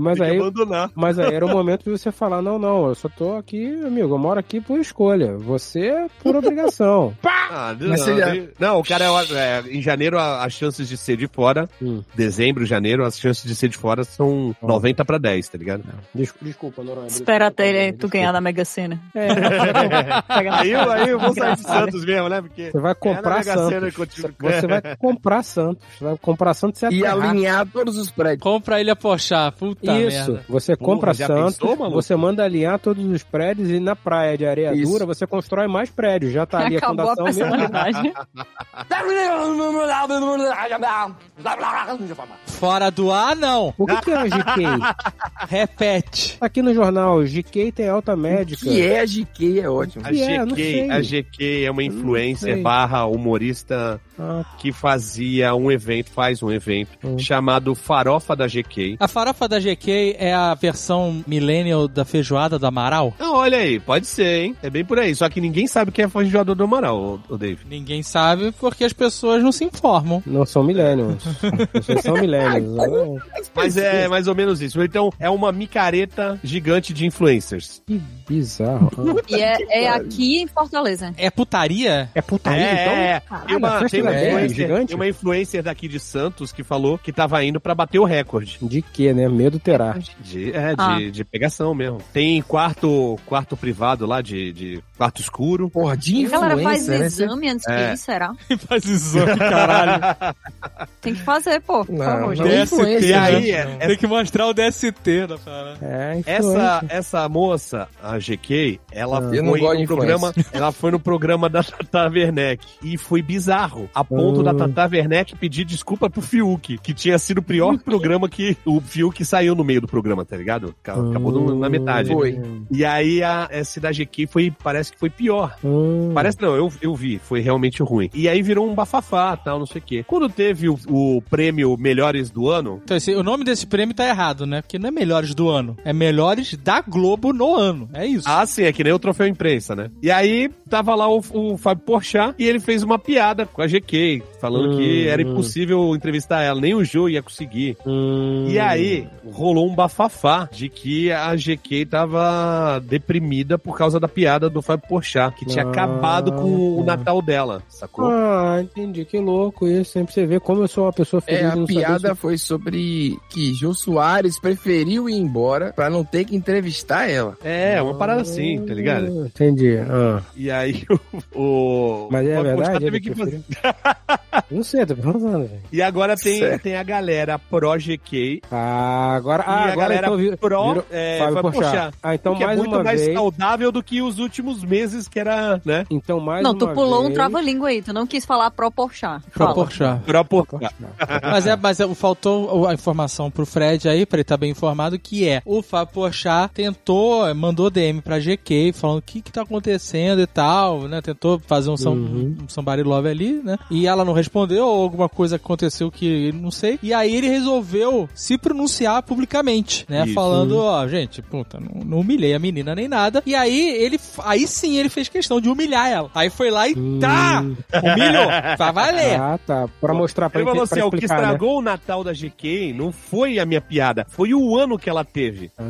S9: [LAUGHS]
S1: mas
S10: Tem que
S1: aí.
S10: abandonar.
S1: Mas aí era o momento de você falar: não, não, eu só tô aqui, amigo, eu moro aqui por escolha. Você
S9: [LAUGHS]
S1: por obrigação.
S10: Ah,
S1: Mas
S10: não,
S1: você já-
S10: aí- não, o cara, é, é, em janeiro, a- as chances de ser de fora,
S1: Hum.
S10: dezembro, janeiro, as chances de ser de fora são 90 pra 10, tá ligado?
S1: Desculpa, desculpa Noronha.
S2: Espera até ele- tu ganhar na Mega Sena.
S10: aí, eu- aí eu vou sair de Santos mesmo, né? Porque
S1: Você vai comprar Santos.
S10: é.
S1: Você vai comprar Santos. Você vai comprar Santos você
S9: E
S1: aterrar.
S9: alinhar todos os prédios.
S3: Compra ele a pochar, puta
S1: Isso.
S3: merda.
S1: Você
S3: Porra,
S1: compra
S3: já
S1: Santos,
S3: pensou, maluco?
S1: você manda alinhar todos os prédios e na praia de areia
S3: Isso.
S1: dura você constrói mais prédios. Já tá ali
S14: Acabou
S1: a
S14: a
S1: fundação
S14: personalidade.
S3: Fora do ar, não.
S1: O que, que é a GK?
S3: Repete.
S1: Aqui no jornal, GK tem alta médica.
S9: que é a GK é ótimo.
S10: A
S1: Que é, não
S10: GK,
S1: sei.
S10: a GK é uma influencer
S1: sei.
S10: barra humorista
S1: Ah.
S10: que fazia um evento, faz um evento,
S1: Hum.
S10: chamado Farofa da GK.
S3: A farofa da GK é a versão millennial da feijoada do Amaral?
S10: Ah, olha aí, pode ser, hein? É bem por aí. Só que ninguém sabe quem é fã de jogador do Amaral, ô- ô Dave.
S3: Ninguém sabe porque as pessoas não se informam.
S1: Não são millennials. Vocês são millennials.
S10: Mas é mais ou menos isso. Então, é uma micareta gigante de influencers.
S1: Que Ah, bizarro. Ah,
S2: E é, é aqui em Fortaleza.
S3: É putaria?
S1: É putaria,
S10: é,
S2: então?
S10: é. Tem uma,
S2: Caralho,
S10: tem uma
S2: festa da
S10: influencer,
S2: Gig gigante?
S10: tem uma influencer daqui de Santos que falou que tava indo pra bater o recorde.
S1: De que, né? Medo terá.
S10: De, é,
S1: Ah.
S10: de, de pegação mesmo. Tem quarto, quarto privado lá, de, de quarto escuro.
S9: Porra, de
S2: A galera faz
S1: né?
S2: exame antes
S10: É.
S2: de ir, será?
S3: faz [LAUGHS] exame,
S10: caralho.
S2: Tem que fazer, pô. Por favor, gente.
S3: DST,
S10: E aí,
S3: né?
S10: é-
S3: Tem que mostrar o DST da parada.
S1: É,
S10: Essa, essa moça, a GK, ela
S3: Ah.
S10: foi
S3: Eu não gosto
S10: no
S3: de
S10: programa,
S3: influencer.
S10: ela foi no programa da Tata Werneck e foi bizarro, a ponto da Tata Werneck pedir desculpa pro Fiuk, que tinha sido o pior programa que o Fiuk saiu no meio do programa, tá ligado? Ca- Acabou no- na metade. né?
S9: Foi.
S10: E aí a essa da GK foi, parece que foi pior. Parece não, eu, eu vi, foi realmente ruim. E aí virou um bafafá, tal, não sei o quê. Quando teve o, o prêmio Melhores do Ano,
S3: Então, esse- o nome desse prêmio tá errado, né? Porque não é melhores do ano, é melhores da Globo no ano. É isso.
S10: Ah, sim, é que nem o troféu imprensa, né? E aí tava lá o, o Fábio Porchat e ele fez uma piada com a GK, falando
S15: Hum,
S10: que era
S15: hum.
S10: impossível entrevistar ela, nem o Joe ia conseguir.
S3: Hum.
S1: Hum.
S10: E aí rolou um bafafá de que a GK tava deprimida por causa da piada do Fábio Porchat, que tinha
S1: Ah,
S10: acabado com o Natal dela, sacou?
S1: Ah, entendi. Que louco isso. Sempre você vê como eu sou uma pessoa feliz.
S9: É,
S1: de
S9: a
S1: não saber
S9: piada
S1: isso.
S9: foi sobre que Jô Soares preferiu ir embora pra não ter que entrevistar ela.
S10: É, uma parada assim, tá ligado?
S1: Entendi. Ah.
S10: E aí [LAUGHS] o... o
S1: Mas é
S10: Fábio Porchat
S1: verdade?
S10: teve
S1: ele
S10: que fazer...
S1: preferiu? Não sei, tô perguntando, velho.
S10: E agora tem,
S1: Certo.
S10: tem a galera pro GK.
S1: Ah, agora,
S10: e
S1: ah,
S10: a
S1: agora
S10: galera
S1: então vi-
S10: pro
S1: virou
S10: é,
S1: Fábio
S10: Fábio
S1: Porchat.
S10: Porchat.
S1: Ah, então
S10: que
S1: mais
S10: é muito
S1: uma
S10: mais
S1: vez-
S10: saudável do que os últimos meses que era, né?
S1: Então mais
S2: Não, tu pulou um trava-língua aí. Tu não quis falar proporchar.
S3: Pro Porchat.
S10: Pro Porchat.
S3: Mas, é, mas é, faltou a informação pro Fred aí, pra ele estar bem informado, que é o Fábio Porchat tentou, eh, mandou DM pra GK, falando o que que tá acontecendo e tal, né? Tentou fazer um, são, um somebody love ali, né? E ela não respondeu, ou alguma coisa aconteceu que não sei. E aí ele resolveu se pronunciar publicamente, né?
S16: Isso.
S3: Falando, ó, gente, puta, não, não humilhei a menina nem nada. E aí ele, aí sim ele fez questão de humilhar ela. Aí foi lá e tá! Humilhou! Vai valer!
S1: Ah, tá. Pra mostrar pra
S10: Ele falou assim,
S1: pra
S10: ó, o que
S1: explicar, né?
S10: estragou o Natal da GK não foi a minha piada, foi o ano que ela teve.
S1: Ah,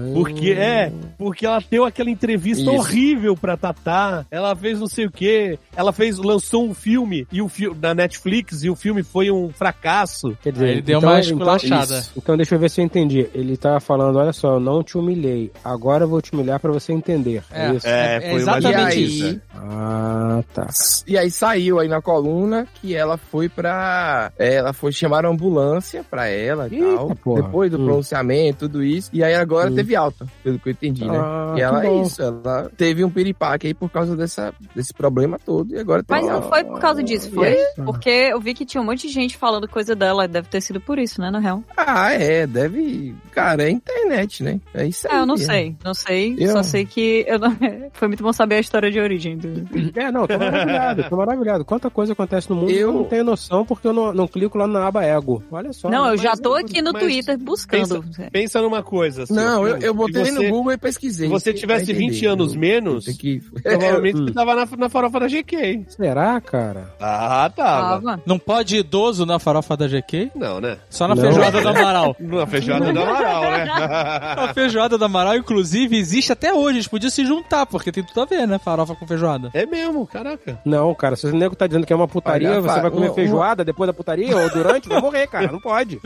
S1: Hum.
S10: Porque,
S1: então,
S10: é, porque ela deu aquela entrevista
S15: Isso.
S10: horrível pra Tatá, ela fez não sei o quê, ela fez, lançou um filme, e o filme, da Netflix, Netflix e o filme foi um fracasso.
S1: Quer dizer, então- então- isso. Então deixa eu ver se eu entendi. Ele tava falando, olha só, eu não te humilhei. Agora eu vou te humilhar pra você entender.
S3: É,
S1: isso.
S10: é,
S9: foi exatamente isso.
S1: Ah, tá.
S9: E aí saiu aí na coluna que ela foi pra. é, Ela foi chamar a ambulância pra ela e tal.
S1: porra.
S9: Depois do
S1: Hum.
S9: pronunciamento, tudo isso. E aí agora
S1: Hum.
S9: teve alta, pelo que eu entendi, né?
S1: Ah,
S9: e ela
S1: que
S9: é
S1: bom.
S9: isso, ela teve um piripaque aí por causa dessa, desse problema todo. E agora tem
S2: Mas não
S9: alta.
S2: foi por causa disso, foi?
S9: aí?
S2: Porque eu vi que tinha um monte de gente falando coisa dela. Deve ter sido por isso, né, na real?
S9: Ah, é, deve. Cara, é internet, né? É isso aí.
S2: Ah, eu não
S9: é.
S2: sei. Não sei.
S9: Eu-
S2: Só sei que. eu não- [LAUGHS] Foi muito bom saber a história de origem do.
S1: É, não, tô maravilhado, tô maravilhado. Quanta coisa acontece no mundo eu não tenho noção porque eu não, não clico lá na aba ego. Olha só.
S2: Não, eu já
S1: Então, Mas-
S2: tô aqui no
S1: mas
S2: Twitter
S10: Pensa,
S2: buscando.
S10: pensa numa coisa. seu
S9: Não, eu,
S10: filho.
S9: eu botei
S10: Se
S9: no
S10: você-
S9: Google e pesquisei.
S10: Se você tivesse 20 anos menos,
S9: [LAUGHS]
S10: provavelmente
S9: Hum.
S10: você tava na, na farofa da GK.
S1: Será, cara?
S10: Ah, tava.
S3: Não pode idoso na farofa da GQ?
S10: Não, né?
S3: Só na
S10: Não.
S3: feijoada do
S10: [LAUGHS]
S3: Amaral.
S10: Na feijoada do Amaral, né?
S3: A feijoada do Amaral, inclusive, existe até hoje. Eles podiam se juntar, porque tem tudo a ver, né? Farofa com feijoada.
S10: É mesmo, caraca.
S1: Não, cara, se o nego tá dizendo que é uma putaria,
S3: Olha,
S1: você
S3: fa-
S1: vai comer
S3: uma-
S1: feijoada depois da putaria ou durante, vai morrer, cara. Não pode.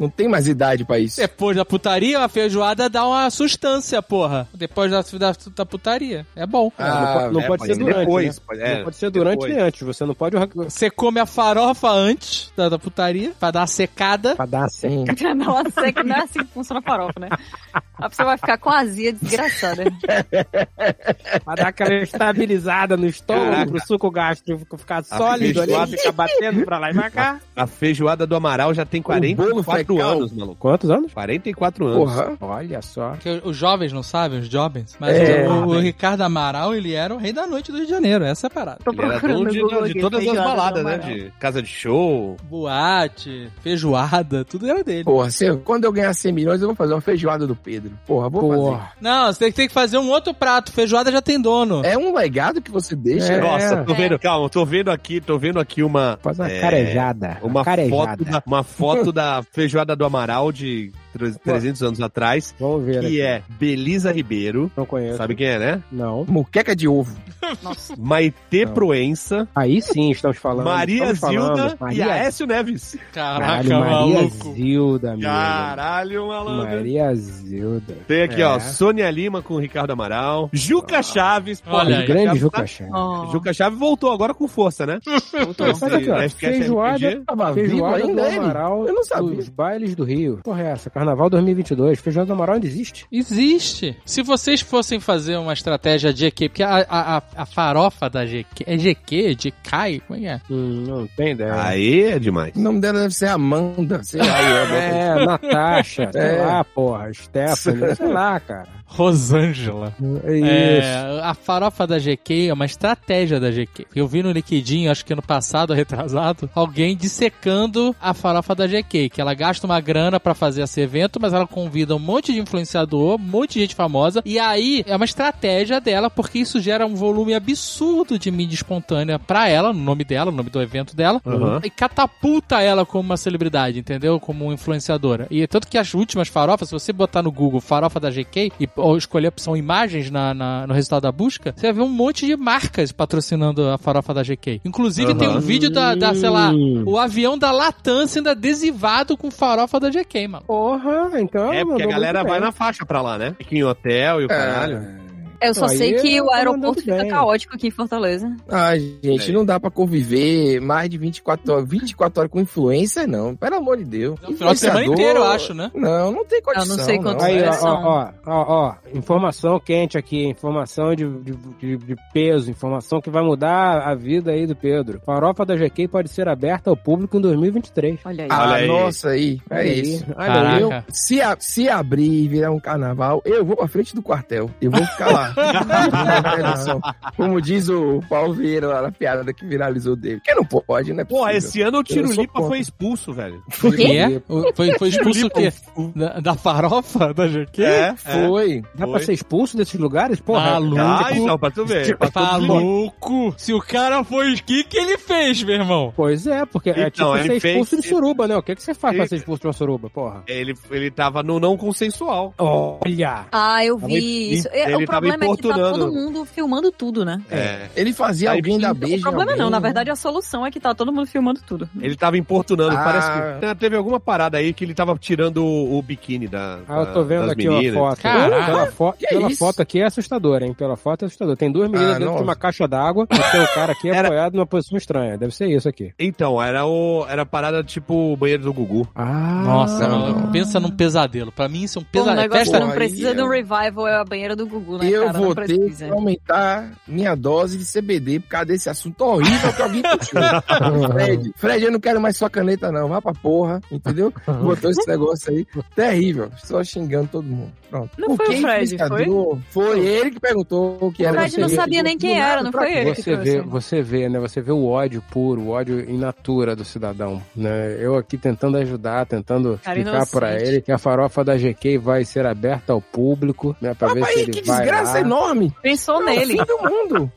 S9: Não tem mais idade pra isso.
S3: Depois da putaria, a feijoada dá uma sustância, porra. Depois da, da, da putaria. É bom.
S1: não
S10: Ah.
S1: pode, não pode ser durante. né? não pode ser durante nem antes. Você não pode.
S3: Você come a farofa antes da, da putaria, pra dar uma secada.
S1: Pra dar uma
S2: [LAUGHS] Já não sei que não é assim que funciona a farofa, né? A pessoa vai ficar com azia desgraçada.
S1: Pra dar aquela estabilizada no estômago, pro suco gástrico ficar sólido ali,
S10: feijoada-
S1: ficar batendo pra lá e pra [LAUGHS] cá.
S10: A feijoada do Amaral já tem
S1: bolo
S10: 44
S1: fecal.
S10: anos, maluco.
S1: Quantos anos?
S10: 44 anos.
S1: olha só.
S3: Que os jovens não sabem, os jovens. Mas
S10: Ah. É.
S3: o, o Ricardo Amaral, ele era o rei da noite do Rio de Janeiro. Essa é a parada.
S10: Ele era dono de, de todas as baladas, né? De casa de show.
S3: Boate, feijoada, tudo era dele.
S9: Porra, se eu- quando eu ganhar 100 milhões, eu vou fazer uma feijoada do Pedro. Porra, vou fazer.
S3: Não, você tem que- tem que fazer um outro prato. Feijoada já tem dono.
S9: É um legado que você deixa.
S1: É.
S10: Nossa, tô vendo, calma, tô vendo aqui, tô vendo aqui uma.
S1: Faz uma carejada,
S10: Uma,
S1: É, uma carejada.
S10: Foto da,
S1: [LAUGHS]
S10: uma foto da feijoada do Amaral de tre- 300 anos atrás.
S1: Vamos ver. né,
S10: Que é Belisa Ribeiro.
S1: Não conheço.
S10: Sabe quem é, né?
S1: Não.
S9: Muqueca de ovo.
S10: Maitê Proença.
S1: Aí sim estamos falando.
S10: Maria
S1: estamos falando.
S10: Zilda e
S1: Maria-
S10: Aécio Neves.
S1: Caralho, Maria Zilda, amigo.
S10: Caralho, malandro.
S1: Maria Zilda.
S10: Tem aqui,
S1: É.
S10: ó, Sônia Lima com o Ricardo Amaral. Juca Chaves. pô,
S1: Olha aí. Grande Juca
S10: tá-
S1: Chaves.
S2: Oh.
S10: Juca Chaves voltou agora com força, né?
S1: Então, mas aqui, ó,
S10: Esse é FKS
S1: feijoada,
S10: RPG.
S9: tava vivo
S1: feijoada
S9: ainda
S1: do
S9: ele?
S1: Amaral
S9: Eu não sabia.
S1: dos bailes do Rio. Porra, é essa? Carnaval 2022. Feijoada do Amaral ainda existe?
S3: Existe. Se vocês fossem fazer uma estratégia de GQ, porque a, a, a- a farofa da GQ é GQ, de Kai, como é que é?
S1: não tem ideia.
S10: Aí é demais.
S9: O nome dela deve ser Amanda. Sei lá, eu
S1: É, Natasha, sei
S9: [LAUGHS] É.
S1: lá, porra, Stephanie, sei lá, cara.
S3: Rosângela.
S1: É isso.
S3: É, a farofa da GQ é uma estratégia da GQ. Eu vi no liquidinho, acho que ano passado, [LAUGHS] retrasado, alguém dissecando a farofa da GQ, que ela gasta uma grana pra fazer esse evento, mas ela convida um monte de influenciador, um monte de gente famosa, e aí é uma estratégia dela, porque isso gera um volume absurdo de mídia espontânea pra ela, no nome dela, no nome do evento dela,
S10: Uhum.
S3: e catapulta ela como uma celebridade, entendeu? Como uma influenciadora. E é tanto que as últimas farofas, se você botar no Google farofa da GK e ou escolher a opção imagens na, na- no resultado da busca, você vai ver um monte de marcas patrocinando a farofa da GK. Inclusive tem um
S10: Aham.
S3: vídeo da, da, sei lá,
S1: Hum.
S3: o avião da Latam sendo adesivado com farofa da GK, mano.
S1: Porra, então.
S10: É, porque a
S1: mandou
S10: galera
S1: muito
S10: vai
S1: bem.
S10: na faixa pra lá, né? Fica em hotel e
S9: É.
S10: o caralho.
S2: Eu só
S1: Aí
S2: sei que
S1: eu
S2: o
S1: tô
S2: aeroporto
S1: mandando
S2: fica
S1: bem.
S2: caótico aqui em Fortaleza.
S9: Ai, gente, não dá pra conviver mais de 24 horas. 24 horas com influência, não. Pelo amor de Deus.
S3: o É um final de semana
S9: Influenciador-
S3: inteiro, eu acho, né?
S9: Não, não tem condição.
S2: Eu não sei
S9: Então,
S2: quantos
S1: Aí, ó,
S9: é
S2: são.
S1: ó, ó, ó, ó, informação quente aqui, informação de, de, de- de peso, informação que vai mudar a vida aí do Pedro. Farofa da GQ pode ser aberta ao público em 2023.
S2: Olha aí.
S9: Ah,
S10: Olha aí.
S9: nossa, aí. É
S1: Olha aí,
S9: isso.
S1: olha
S3: aí.
S9: Eu,
S3: Caraca.
S9: se, a- se abrir e virar um carnaval, eu vou pra frente do quartel. Eu vou ficar lá. [LAUGHS] Como diz o Paulo Vieira lá na piada que viralizou dele. Que não pode, né?
S10: Porra, esse ano o Tiro
S9: Eu sou
S10: Lipa
S9: contra.
S10: foi expulso, velho.
S3: O que é?
S1: Tiro
S3: O- Foi, foi expulso o quê? Da, da farofa da GQ?
S10: É.
S9: Foi.
S1: Dá pra ser expulso desses lugares? Porra,
S3: Maluco.
S10: Ah, então, pra tu ver. Pra todos os níveis.
S3: Maluco! Se o cara foi o que que ele fez, meu irmão?
S1: Pois é, porque é
S10: Então,
S1: tipo
S10: ele
S1: ser expulso
S10: fez-
S1: de suruba, né? O que, que você faz pra
S10: Ele-
S1: ser expulso de uma suruba, porra?
S10: Ele, ele tava no não consensual.
S1: Olha!
S2: Ah, eu
S10: Tava
S2: vi isso. É,
S10: Ele
S2: o
S10: tava
S2: problema é que tá
S10: importunando.
S2: todo mundo filmando tudo, né?
S10: É.
S9: Ele fazia
S10: Aí
S9: alguém dar
S10: pinta-
S9: beijo.
S2: O problema
S9: em
S2: não, na
S9: alguém.
S2: verdade a solução é que tá todo mundo filmando tudo.
S11: Ele tava importunando,
S9: Ah.
S11: parece que. Ah, Teve alguma parada aí que ele tava tirando o, o biquíni da.
S1: Ah, eu
S11: da-
S1: tô vendo
S11: das
S1: aqui
S11: meninas.
S1: uma foto.
S11: Caraca.
S1: Pela, fo-
S11: Que
S1: pela
S11: isso?
S1: foto aqui é assustadora, hein? Pela foto é assustadora. Tem duas meninas
S11: Ah,
S1: dentro
S11: não.
S1: de uma caixa d'água e tem um cara aqui apoiado numa posição estranha. Deve ser isso aqui.
S11: Então, era, o, era a parada tipo o banheiro do Gugu.
S1: Ah,
S3: Nossa, mano, pensa num pesadelo. Pra mim, isso é um
S2: Pô, um
S3: pesadelo.
S2: negócio
S3: Festa...
S2: que não precisa de um revival é a banheira do Gugu, né,
S9: Eu
S2: cara?
S9: vou
S2: não
S9: ter que
S2: precisa.
S9: aumentar minha dose de CBD por causa desse assunto horrível que alguém [LAUGHS] puxou. Fred, Fred, eu não quero mais sua caneta, não. Vá pra porra, entendeu? Botou esse negócio aí. Terrível. Só xingando todo mundo. Pronto.
S2: Não foi
S9: que
S2: o Fred,
S9: influenciador? Foi ele que perguntou o que um
S2: O
S9: era.
S2: Fred não
S9: você.
S2: sabia nem quem era, não foi ele que
S1: Você vê,
S2: trouxe.
S1: você vê, né? Você vê o ódio puro, o ódio in natura do cidadão, né? Eu aqui tentando ajudar, tentando
S9: Cara
S1: explicar
S9: inocente.
S1: pra ele que a farofa da GK vai ser aberta ao público, né? Pra ver
S9: Mas
S1: se
S9: aí,
S1: ele
S9: que
S1: vai
S9: desgraça
S1: lá.
S9: enorme.
S2: Pensou
S9: Não, assim,
S2: nele.
S9: O fim do mundo.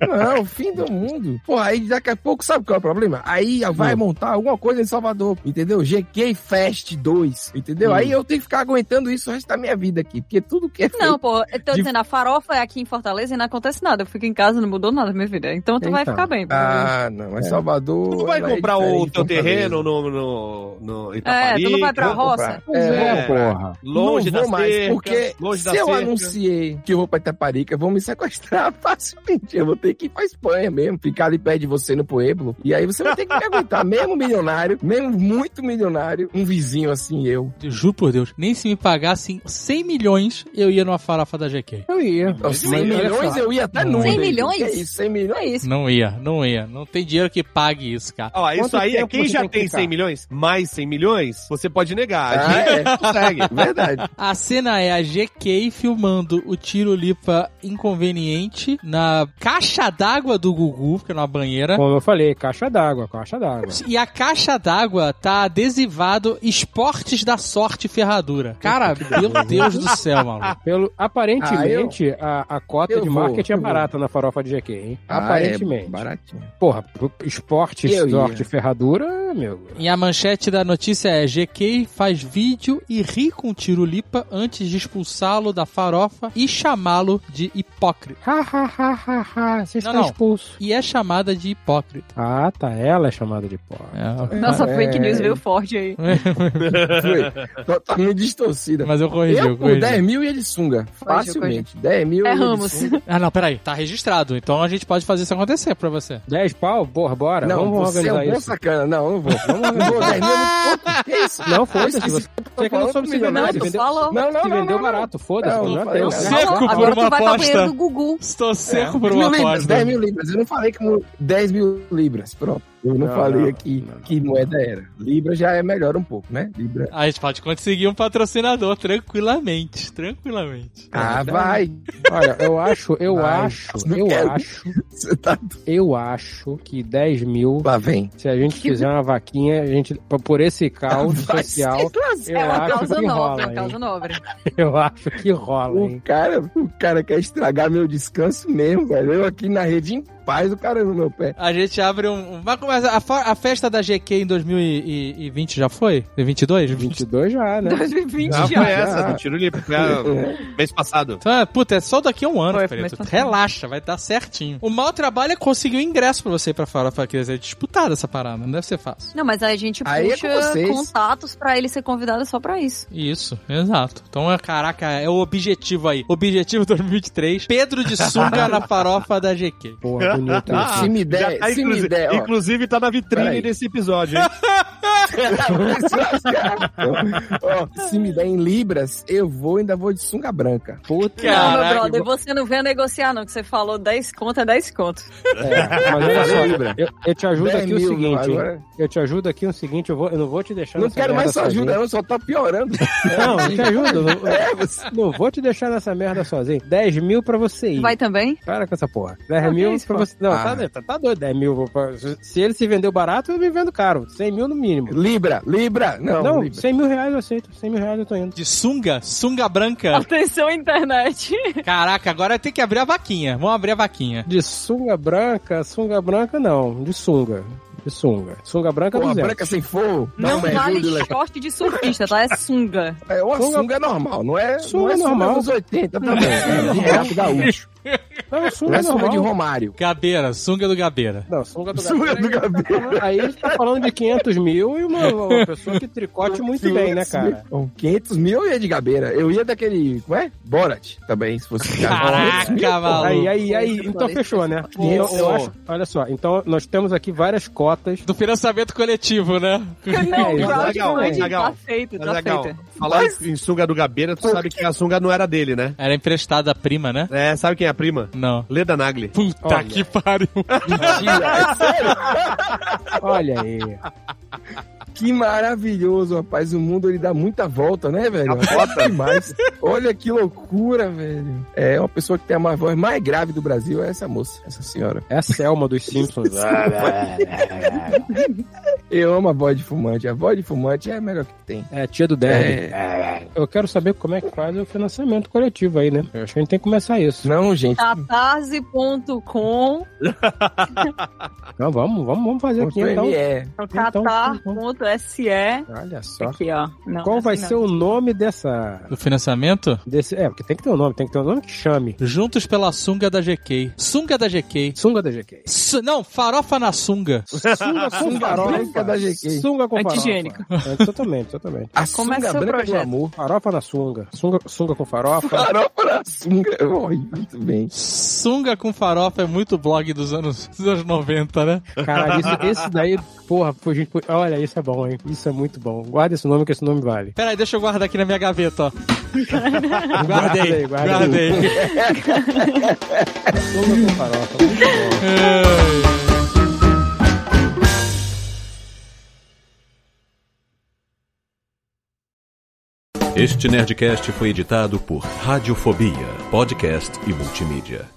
S9: Não, o fim do mundo. Porra, aí daqui a pouco, sabe qual é o problema? Aí
S2: Hum.
S9: vai montar alguma coisa em Salvador, entendeu? GK Fest 2, entendeu?
S2: Hum.
S9: Aí eu tenho que ficar aguentando isso o resto da minha vida aqui, porque tudo que é
S2: [LAUGHS] Não,
S9: feito-
S2: pô, eu tô
S9: De-
S2: dizendo, a farofa é aqui em Fortaleza e não acontece nada. Eu fico em casa, não mudou nada na minha vida. Então tu vai É.
S9: Então.
S2: ficar bem.
S9: Ah, não, mas Salvador...
S11: Tu não vai
S9: ela é
S11: comprar o
S9: diferente de
S11: teu
S9: Fortaleza.
S11: terreno no, no, no
S2: É,
S11: Itaparica.
S2: tu não vai pra
S11: Não vou
S2: roça?
S11: comprar. É,
S9: porra.
S10: né?
S11: Longe
S9: não
S11: da
S9: vou mais,
S11: cerca,
S9: porque
S11: longe
S9: se
S11: da
S9: eu
S11: cerca.
S9: anunciei que eu vou pra Itaparica, vão me sequestrar [LAUGHS] facilmente. Eu vou ter que ir pra Espanha mesmo, ficar de pé de você no Pueblo. E aí você vai ter que
S11: [LAUGHS]
S9: me aguentar, mesmo milionário, mesmo muito milionário, um vizinho assim eu.
S3: Eu Juro por Deus, nem se me pagassem 100 milhões, eu ia numa farofa da GK.
S1: Eu ia.
S9: Não, 100 milhões eu ia até
S3: Não.
S9: nunca.
S3: 100
S2: milhões?
S9: Que isso, 100 milhões?
S2: É isso.
S3: Não ia, não ia. Não tem dinheiro que pague isso, cara.
S11: Ó, isso
S3: Quanto
S11: aí é
S3: tempo
S11: quem
S3: você
S11: já
S3: que
S11: tem
S3: ficar?
S11: 100 milhões, mais 100 milhões, você pode negar. A
S9: Ah,
S11: gente
S9: é.
S11: não [LAUGHS] consegue.
S9: Verdade.
S3: A cena é a GK filmando o tiro lipa inconveniente na caixa d'água do Gugu, que é numa banheira.
S1: Como eu falei, caixa d'água, caixa d'água.
S3: E a caixa d'água tá adesivado Esportes da Sorte Ferradura. Cara, meu Deus do céu, maluco.
S1: Pelo, aparentemente, a, a cota
S3: eu
S1: de
S3: vou,
S1: marketing é
S3: eu vou.
S1: barata na farofa de GQ, hein?
S9: Ah,
S1: aparentemente.
S9: é baratinho.
S1: Porra, pro- esporte,
S3: Eu ia.
S1: sorte, ferradura, meu.
S3: E a manchete da notícia é: GK faz vídeo e ri com o tiro lipa antes de expulsá-lo da farofa e chamá-lo de hipócrita.
S1: Ha, ha, ha, ha, ha. Você
S3: Não,
S1: está
S3: não.
S1: expulso.
S3: E é chamada de hipócrita.
S1: Ah, tá. Ela é chamada de porra.
S2: Nossa,
S1: É.
S2: fake news veio forte aí.
S9: Foi. Totalmente distorcida.
S3: Mas eu corrigi,
S9: Eu,
S3: eu
S9: por
S3: corrigi.
S9: 10 mil ia de sunga.
S2: corrigi.
S9: Facilmente. 10 mil
S2: É
S9: ia de
S2: Ramos.
S9: sunga.
S3: Ah, não, peraí. Tá registrado. Então a gente pode fazer isso acontecer pra você.
S1: 10 pau? Porra, bora.
S9: Não,
S1: vamos
S9: você é um
S1: organizar
S9: bom
S1: isso.
S9: sacana. Não, eu não vou. Não vou, 10 mil eu não conto. Que isso?
S1: Não, foda-se.
S9: Isso,
S1: Você,
S9: eu tô
S1: você que não
S9: falando
S1: soube se
S9: comigo,
S1: vender.
S9: não,
S1: se
S9: tu
S1: vendeu,
S9: falou. Não, não,
S1: se
S9: não,
S1: vendeu
S9: não, não.
S1: barato, foda-se.
S9: Não,
S1: Não,
S9: não
S1: não,
S9: falei
S1: não,
S9: nada.
S2: Agora-
S3: Seco por
S2: Agora
S3: uma
S2: tu vai pra banheira
S3: aposta.
S2: do Gugu. É
S3: Estou seco por
S9: 10
S3: uma
S9: É.
S3: né?
S9: mil libras, 10 mil libras.
S3: aposta.
S9: Eu não falei que mu- 10 mil libras. Pronto. Eu não,
S1: Não,
S9: falei
S1: não,
S9: aqui que moeda era. Libra já é melhor um pouco, né? Libra.
S3: A gente pode conseguir um patrocinador tranquilamente, tranquilamente.
S9: Ah, vai.
S1: Olha, eu acho, eu
S9: Vai.
S1: acho,
S9: Não
S1: eu
S9: quero.
S1: acho,
S9: Você tá
S1: eu acho que 10 mil,
S9: Lá vem.
S1: se a gente fizer uma vaquinha, a gente, p- por esse caos
S9: Vai
S1: social, eu
S2: é uma
S1: acho
S2: causa
S1: que
S2: nobre, é
S1: rola,
S2: uma
S1: hein?
S2: causa nobre. [LAUGHS]
S1: [LAUGHS] Eu acho que rola,
S9: O
S1: hein?
S9: cara, o cara quer estragar meu descanso mesmo, velho. Eu aqui na rede em paz, o cara no meu pé.
S3: A gente abre um. um- Mas mas a, fa- a festa da GQ em 2020 já foi? De 22?
S1: 22 já, né?
S2: 2020
S11: Não,
S2: já.
S11: foi essa, do tiro livre, foi a- mês passado.
S3: [LAUGHS] Então, é, puta, é só daqui a um ano,
S2: Foi,
S3: Preto.
S2: mas tá
S3: Relaxa, vai dar certinho. O mau trabalho é conseguir o ingresso pra você ir pra farofa, quer dizer, disputar essa parada, não deve ser fácil.
S2: Não, mas aí a gente
S9: Aí é
S2: puxa
S9: com vocês.
S2: contatos pra ele ser convidado só pra isso.
S3: Isso, exato. Então, é, caraca, é o objetivo aí. Objetivo [LAUGHS] 2023, Pedro de Sunga na farofa da GQ.
S1: Porra, bonito.
S11: Ah,
S9: se me der,
S11: já
S1: É,
S11: tá,
S9: se me
S11: inclusive,
S9: der, ó.
S11: inclusive tá na vitrine
S9: Peraí.
S11: desse episódio, hein?
S9: [LAUGHS] Ó, se me der em libras, eu vou, ainda vou de sunga branca.
S1: Puta,
S2: não, meu
S3: Caraca,
S2: brother, você não vem negociar, não, que você falou 10 conto é 10 conto.
S1: é, mas olha só, eu, eu te ajudo
S9: 10
S1: aqui o
S9: mil,
S1: seguinte,
S9: agora-
S1: hein? eu te ajudo aqui o seguinte, eu, vou, eu não vou te deixar
S9: Não
S1: nessa
S9: quero
S1: merda
S9: mais sua
S1: sozinho.
S9: ajuda, não, só tá piorando.
S1: Não, eu te ajudo.
S9: [LAUGHS]
S1: Não,
S9: É,
S1: não vou te deixar nessa merda sozinho. 10 mil pra você ir.
S2: Vai também?
S1: Para com essa porra.
S2: Ah,
S1: 10
S2: que
S1: mil
S2: isso,
S1: pra
S2: pô.
S1: você. Não,
S9: Ah.
S1: tá, tá, tá doido. 10 mil. pra- Se ele se vendeu barato, eu me vendo caro. 100 mil no mínimo.
S9: Libra, Libra, não.
S1: Não,
S9: libra.
S1: 100 mil reais eu aceito. 100 mil reais eu tô indo.
S3: de sunga, sunga
S11: É.
S3: branca.
S2: Atenção, internet.
S3: Caraca, agora tem que abrir a vaquinha. Vamos abrir a vaquinha.
S1: De sunga branca, sunga branca não. De sunga. De sunga. Sunga branca
S9: Pô,
S1: do
S9: a
S1: zero.
S9: branca assim, sem forro. dá
S2: Não
S9: um mergulho
S2: vale
S9: legal.
S2: short de surfista, tá? É
S11: [LAUGHS]
S2: sunga.
S9: É uma sunga, normal, não é?
S1: Sunga
S9: não é
S1: normal.
S9: dos 80 também.
S1: É,
S9: É, de Renato Gaúcho.
S1: Não,
S9: Não
S1: sunga
S9: é sunga
S1: normal.
S9: de Romário.
S3: Gabeira, sunga do Gabeira.
S1: Não,
S9: [LAUGHS]
S1: sunga do
S9: Sunga do
S1: Gabriel. Aí a gente tá falando de 500 mil e uma, uma pessoa que tricote muito bem, né, cara?
S9: 500 mil eu ia de Gabeira. Eu ia daquele. Como é? Borat também, se [LAUGHS] fosse.
S3: Caraca,
S9: 500 mil, pô.
S3: maluco.
S1: Aí, aí, aí, então fechou, né?
S9: Ô,
S1: Eu, eu
S9: ô.
S1: acho, olha só, então nós temos aqui várias cotas.
S3: Do financiamento coletivo, né?
S2: Não,
S1: É,
S2: o
S11: legal,
S2: crowdfunding
S11: legal.
S2: tá feito, tá
S11: Azaghal,
S2: feito.
S11: falar em sunga do Gabeira, tu sabe que a sunga não era dele, né?
S3: Era emprestada a prima, né?
S11: É, sabe quem é a prima?
S3: Não.
S11: Leda Nagli.
S3: Puta
S1: Olha.
S3: que pariu.
S1: Olha aí.
S9: Que maravilhoso, rapaz. O mundo ele dá muita volta, né, velho? Volta demais. Olha que loucura, velho. É uma pessoa que tem a mais voz mais grave do Brasil é essa moça, essa senhora.
S1: É a Selma dos Simpsons.
S9: Eu amo a voz de fumante. A voz de fumante é a melhor que tem.
S1: É, tia do Derby. Eu quero saber como é que faz o financiamento coletivo aí, né? Eu acho que a gente tem que começar isso.
S9: Não, gente.
S2: Tá Catarse.com,
S1: Então vamos, vamos, vamos fazer aqui
S9: Ponto
S1: então.
S9: ME.
S2: catar.se.
S1: Olha só.
S2: Aqui, ó. Não,
S1: Qual vai
S2: assim não.
S1: ser o nome dessa.
S3: Do financiamento?
S1: Desse, é, porque tem que ter um nome, tem que ter um nome que chame.
S3: Juntos pela sunga da GK. Sunga da GK.
S1: Sunga da GK.
S3: Su- não, farofa na sunga.
S1: Sunga com farofa.
S9: branca da GK.
S1: Sunga com
S2: Antigênico.
S1: farofa. É, totalmente, totalmente.
S9: A
S2: Começa o
S9: sunga branca do
S2: é projeto.
S9: amor.
S1: Farofa na sunga. Sunga, sunga com farofa.
S9: Farofa na sunga. Oi, muito bem.
S3: Sunga com farofa é muito blog dos anos, dos anos 90, né?
S1: Caralho, isso- esse daí, porra, foi gente. foi- Olha, isso é bom, hein? Isso é muito bom. Guarda esse nome que esse nome vale.
S3: Peraí, deixa eu guardar aqui na minha
S1: [LAUGHS]
S3: gaveta, ó. Guardei,
S1: Guardei, guardei.
S3: guardei.
S1: Sunga com farofa. Muito bom.
S14: Este Nerdcast foi editado por Radiofobia, podcast e multimídia.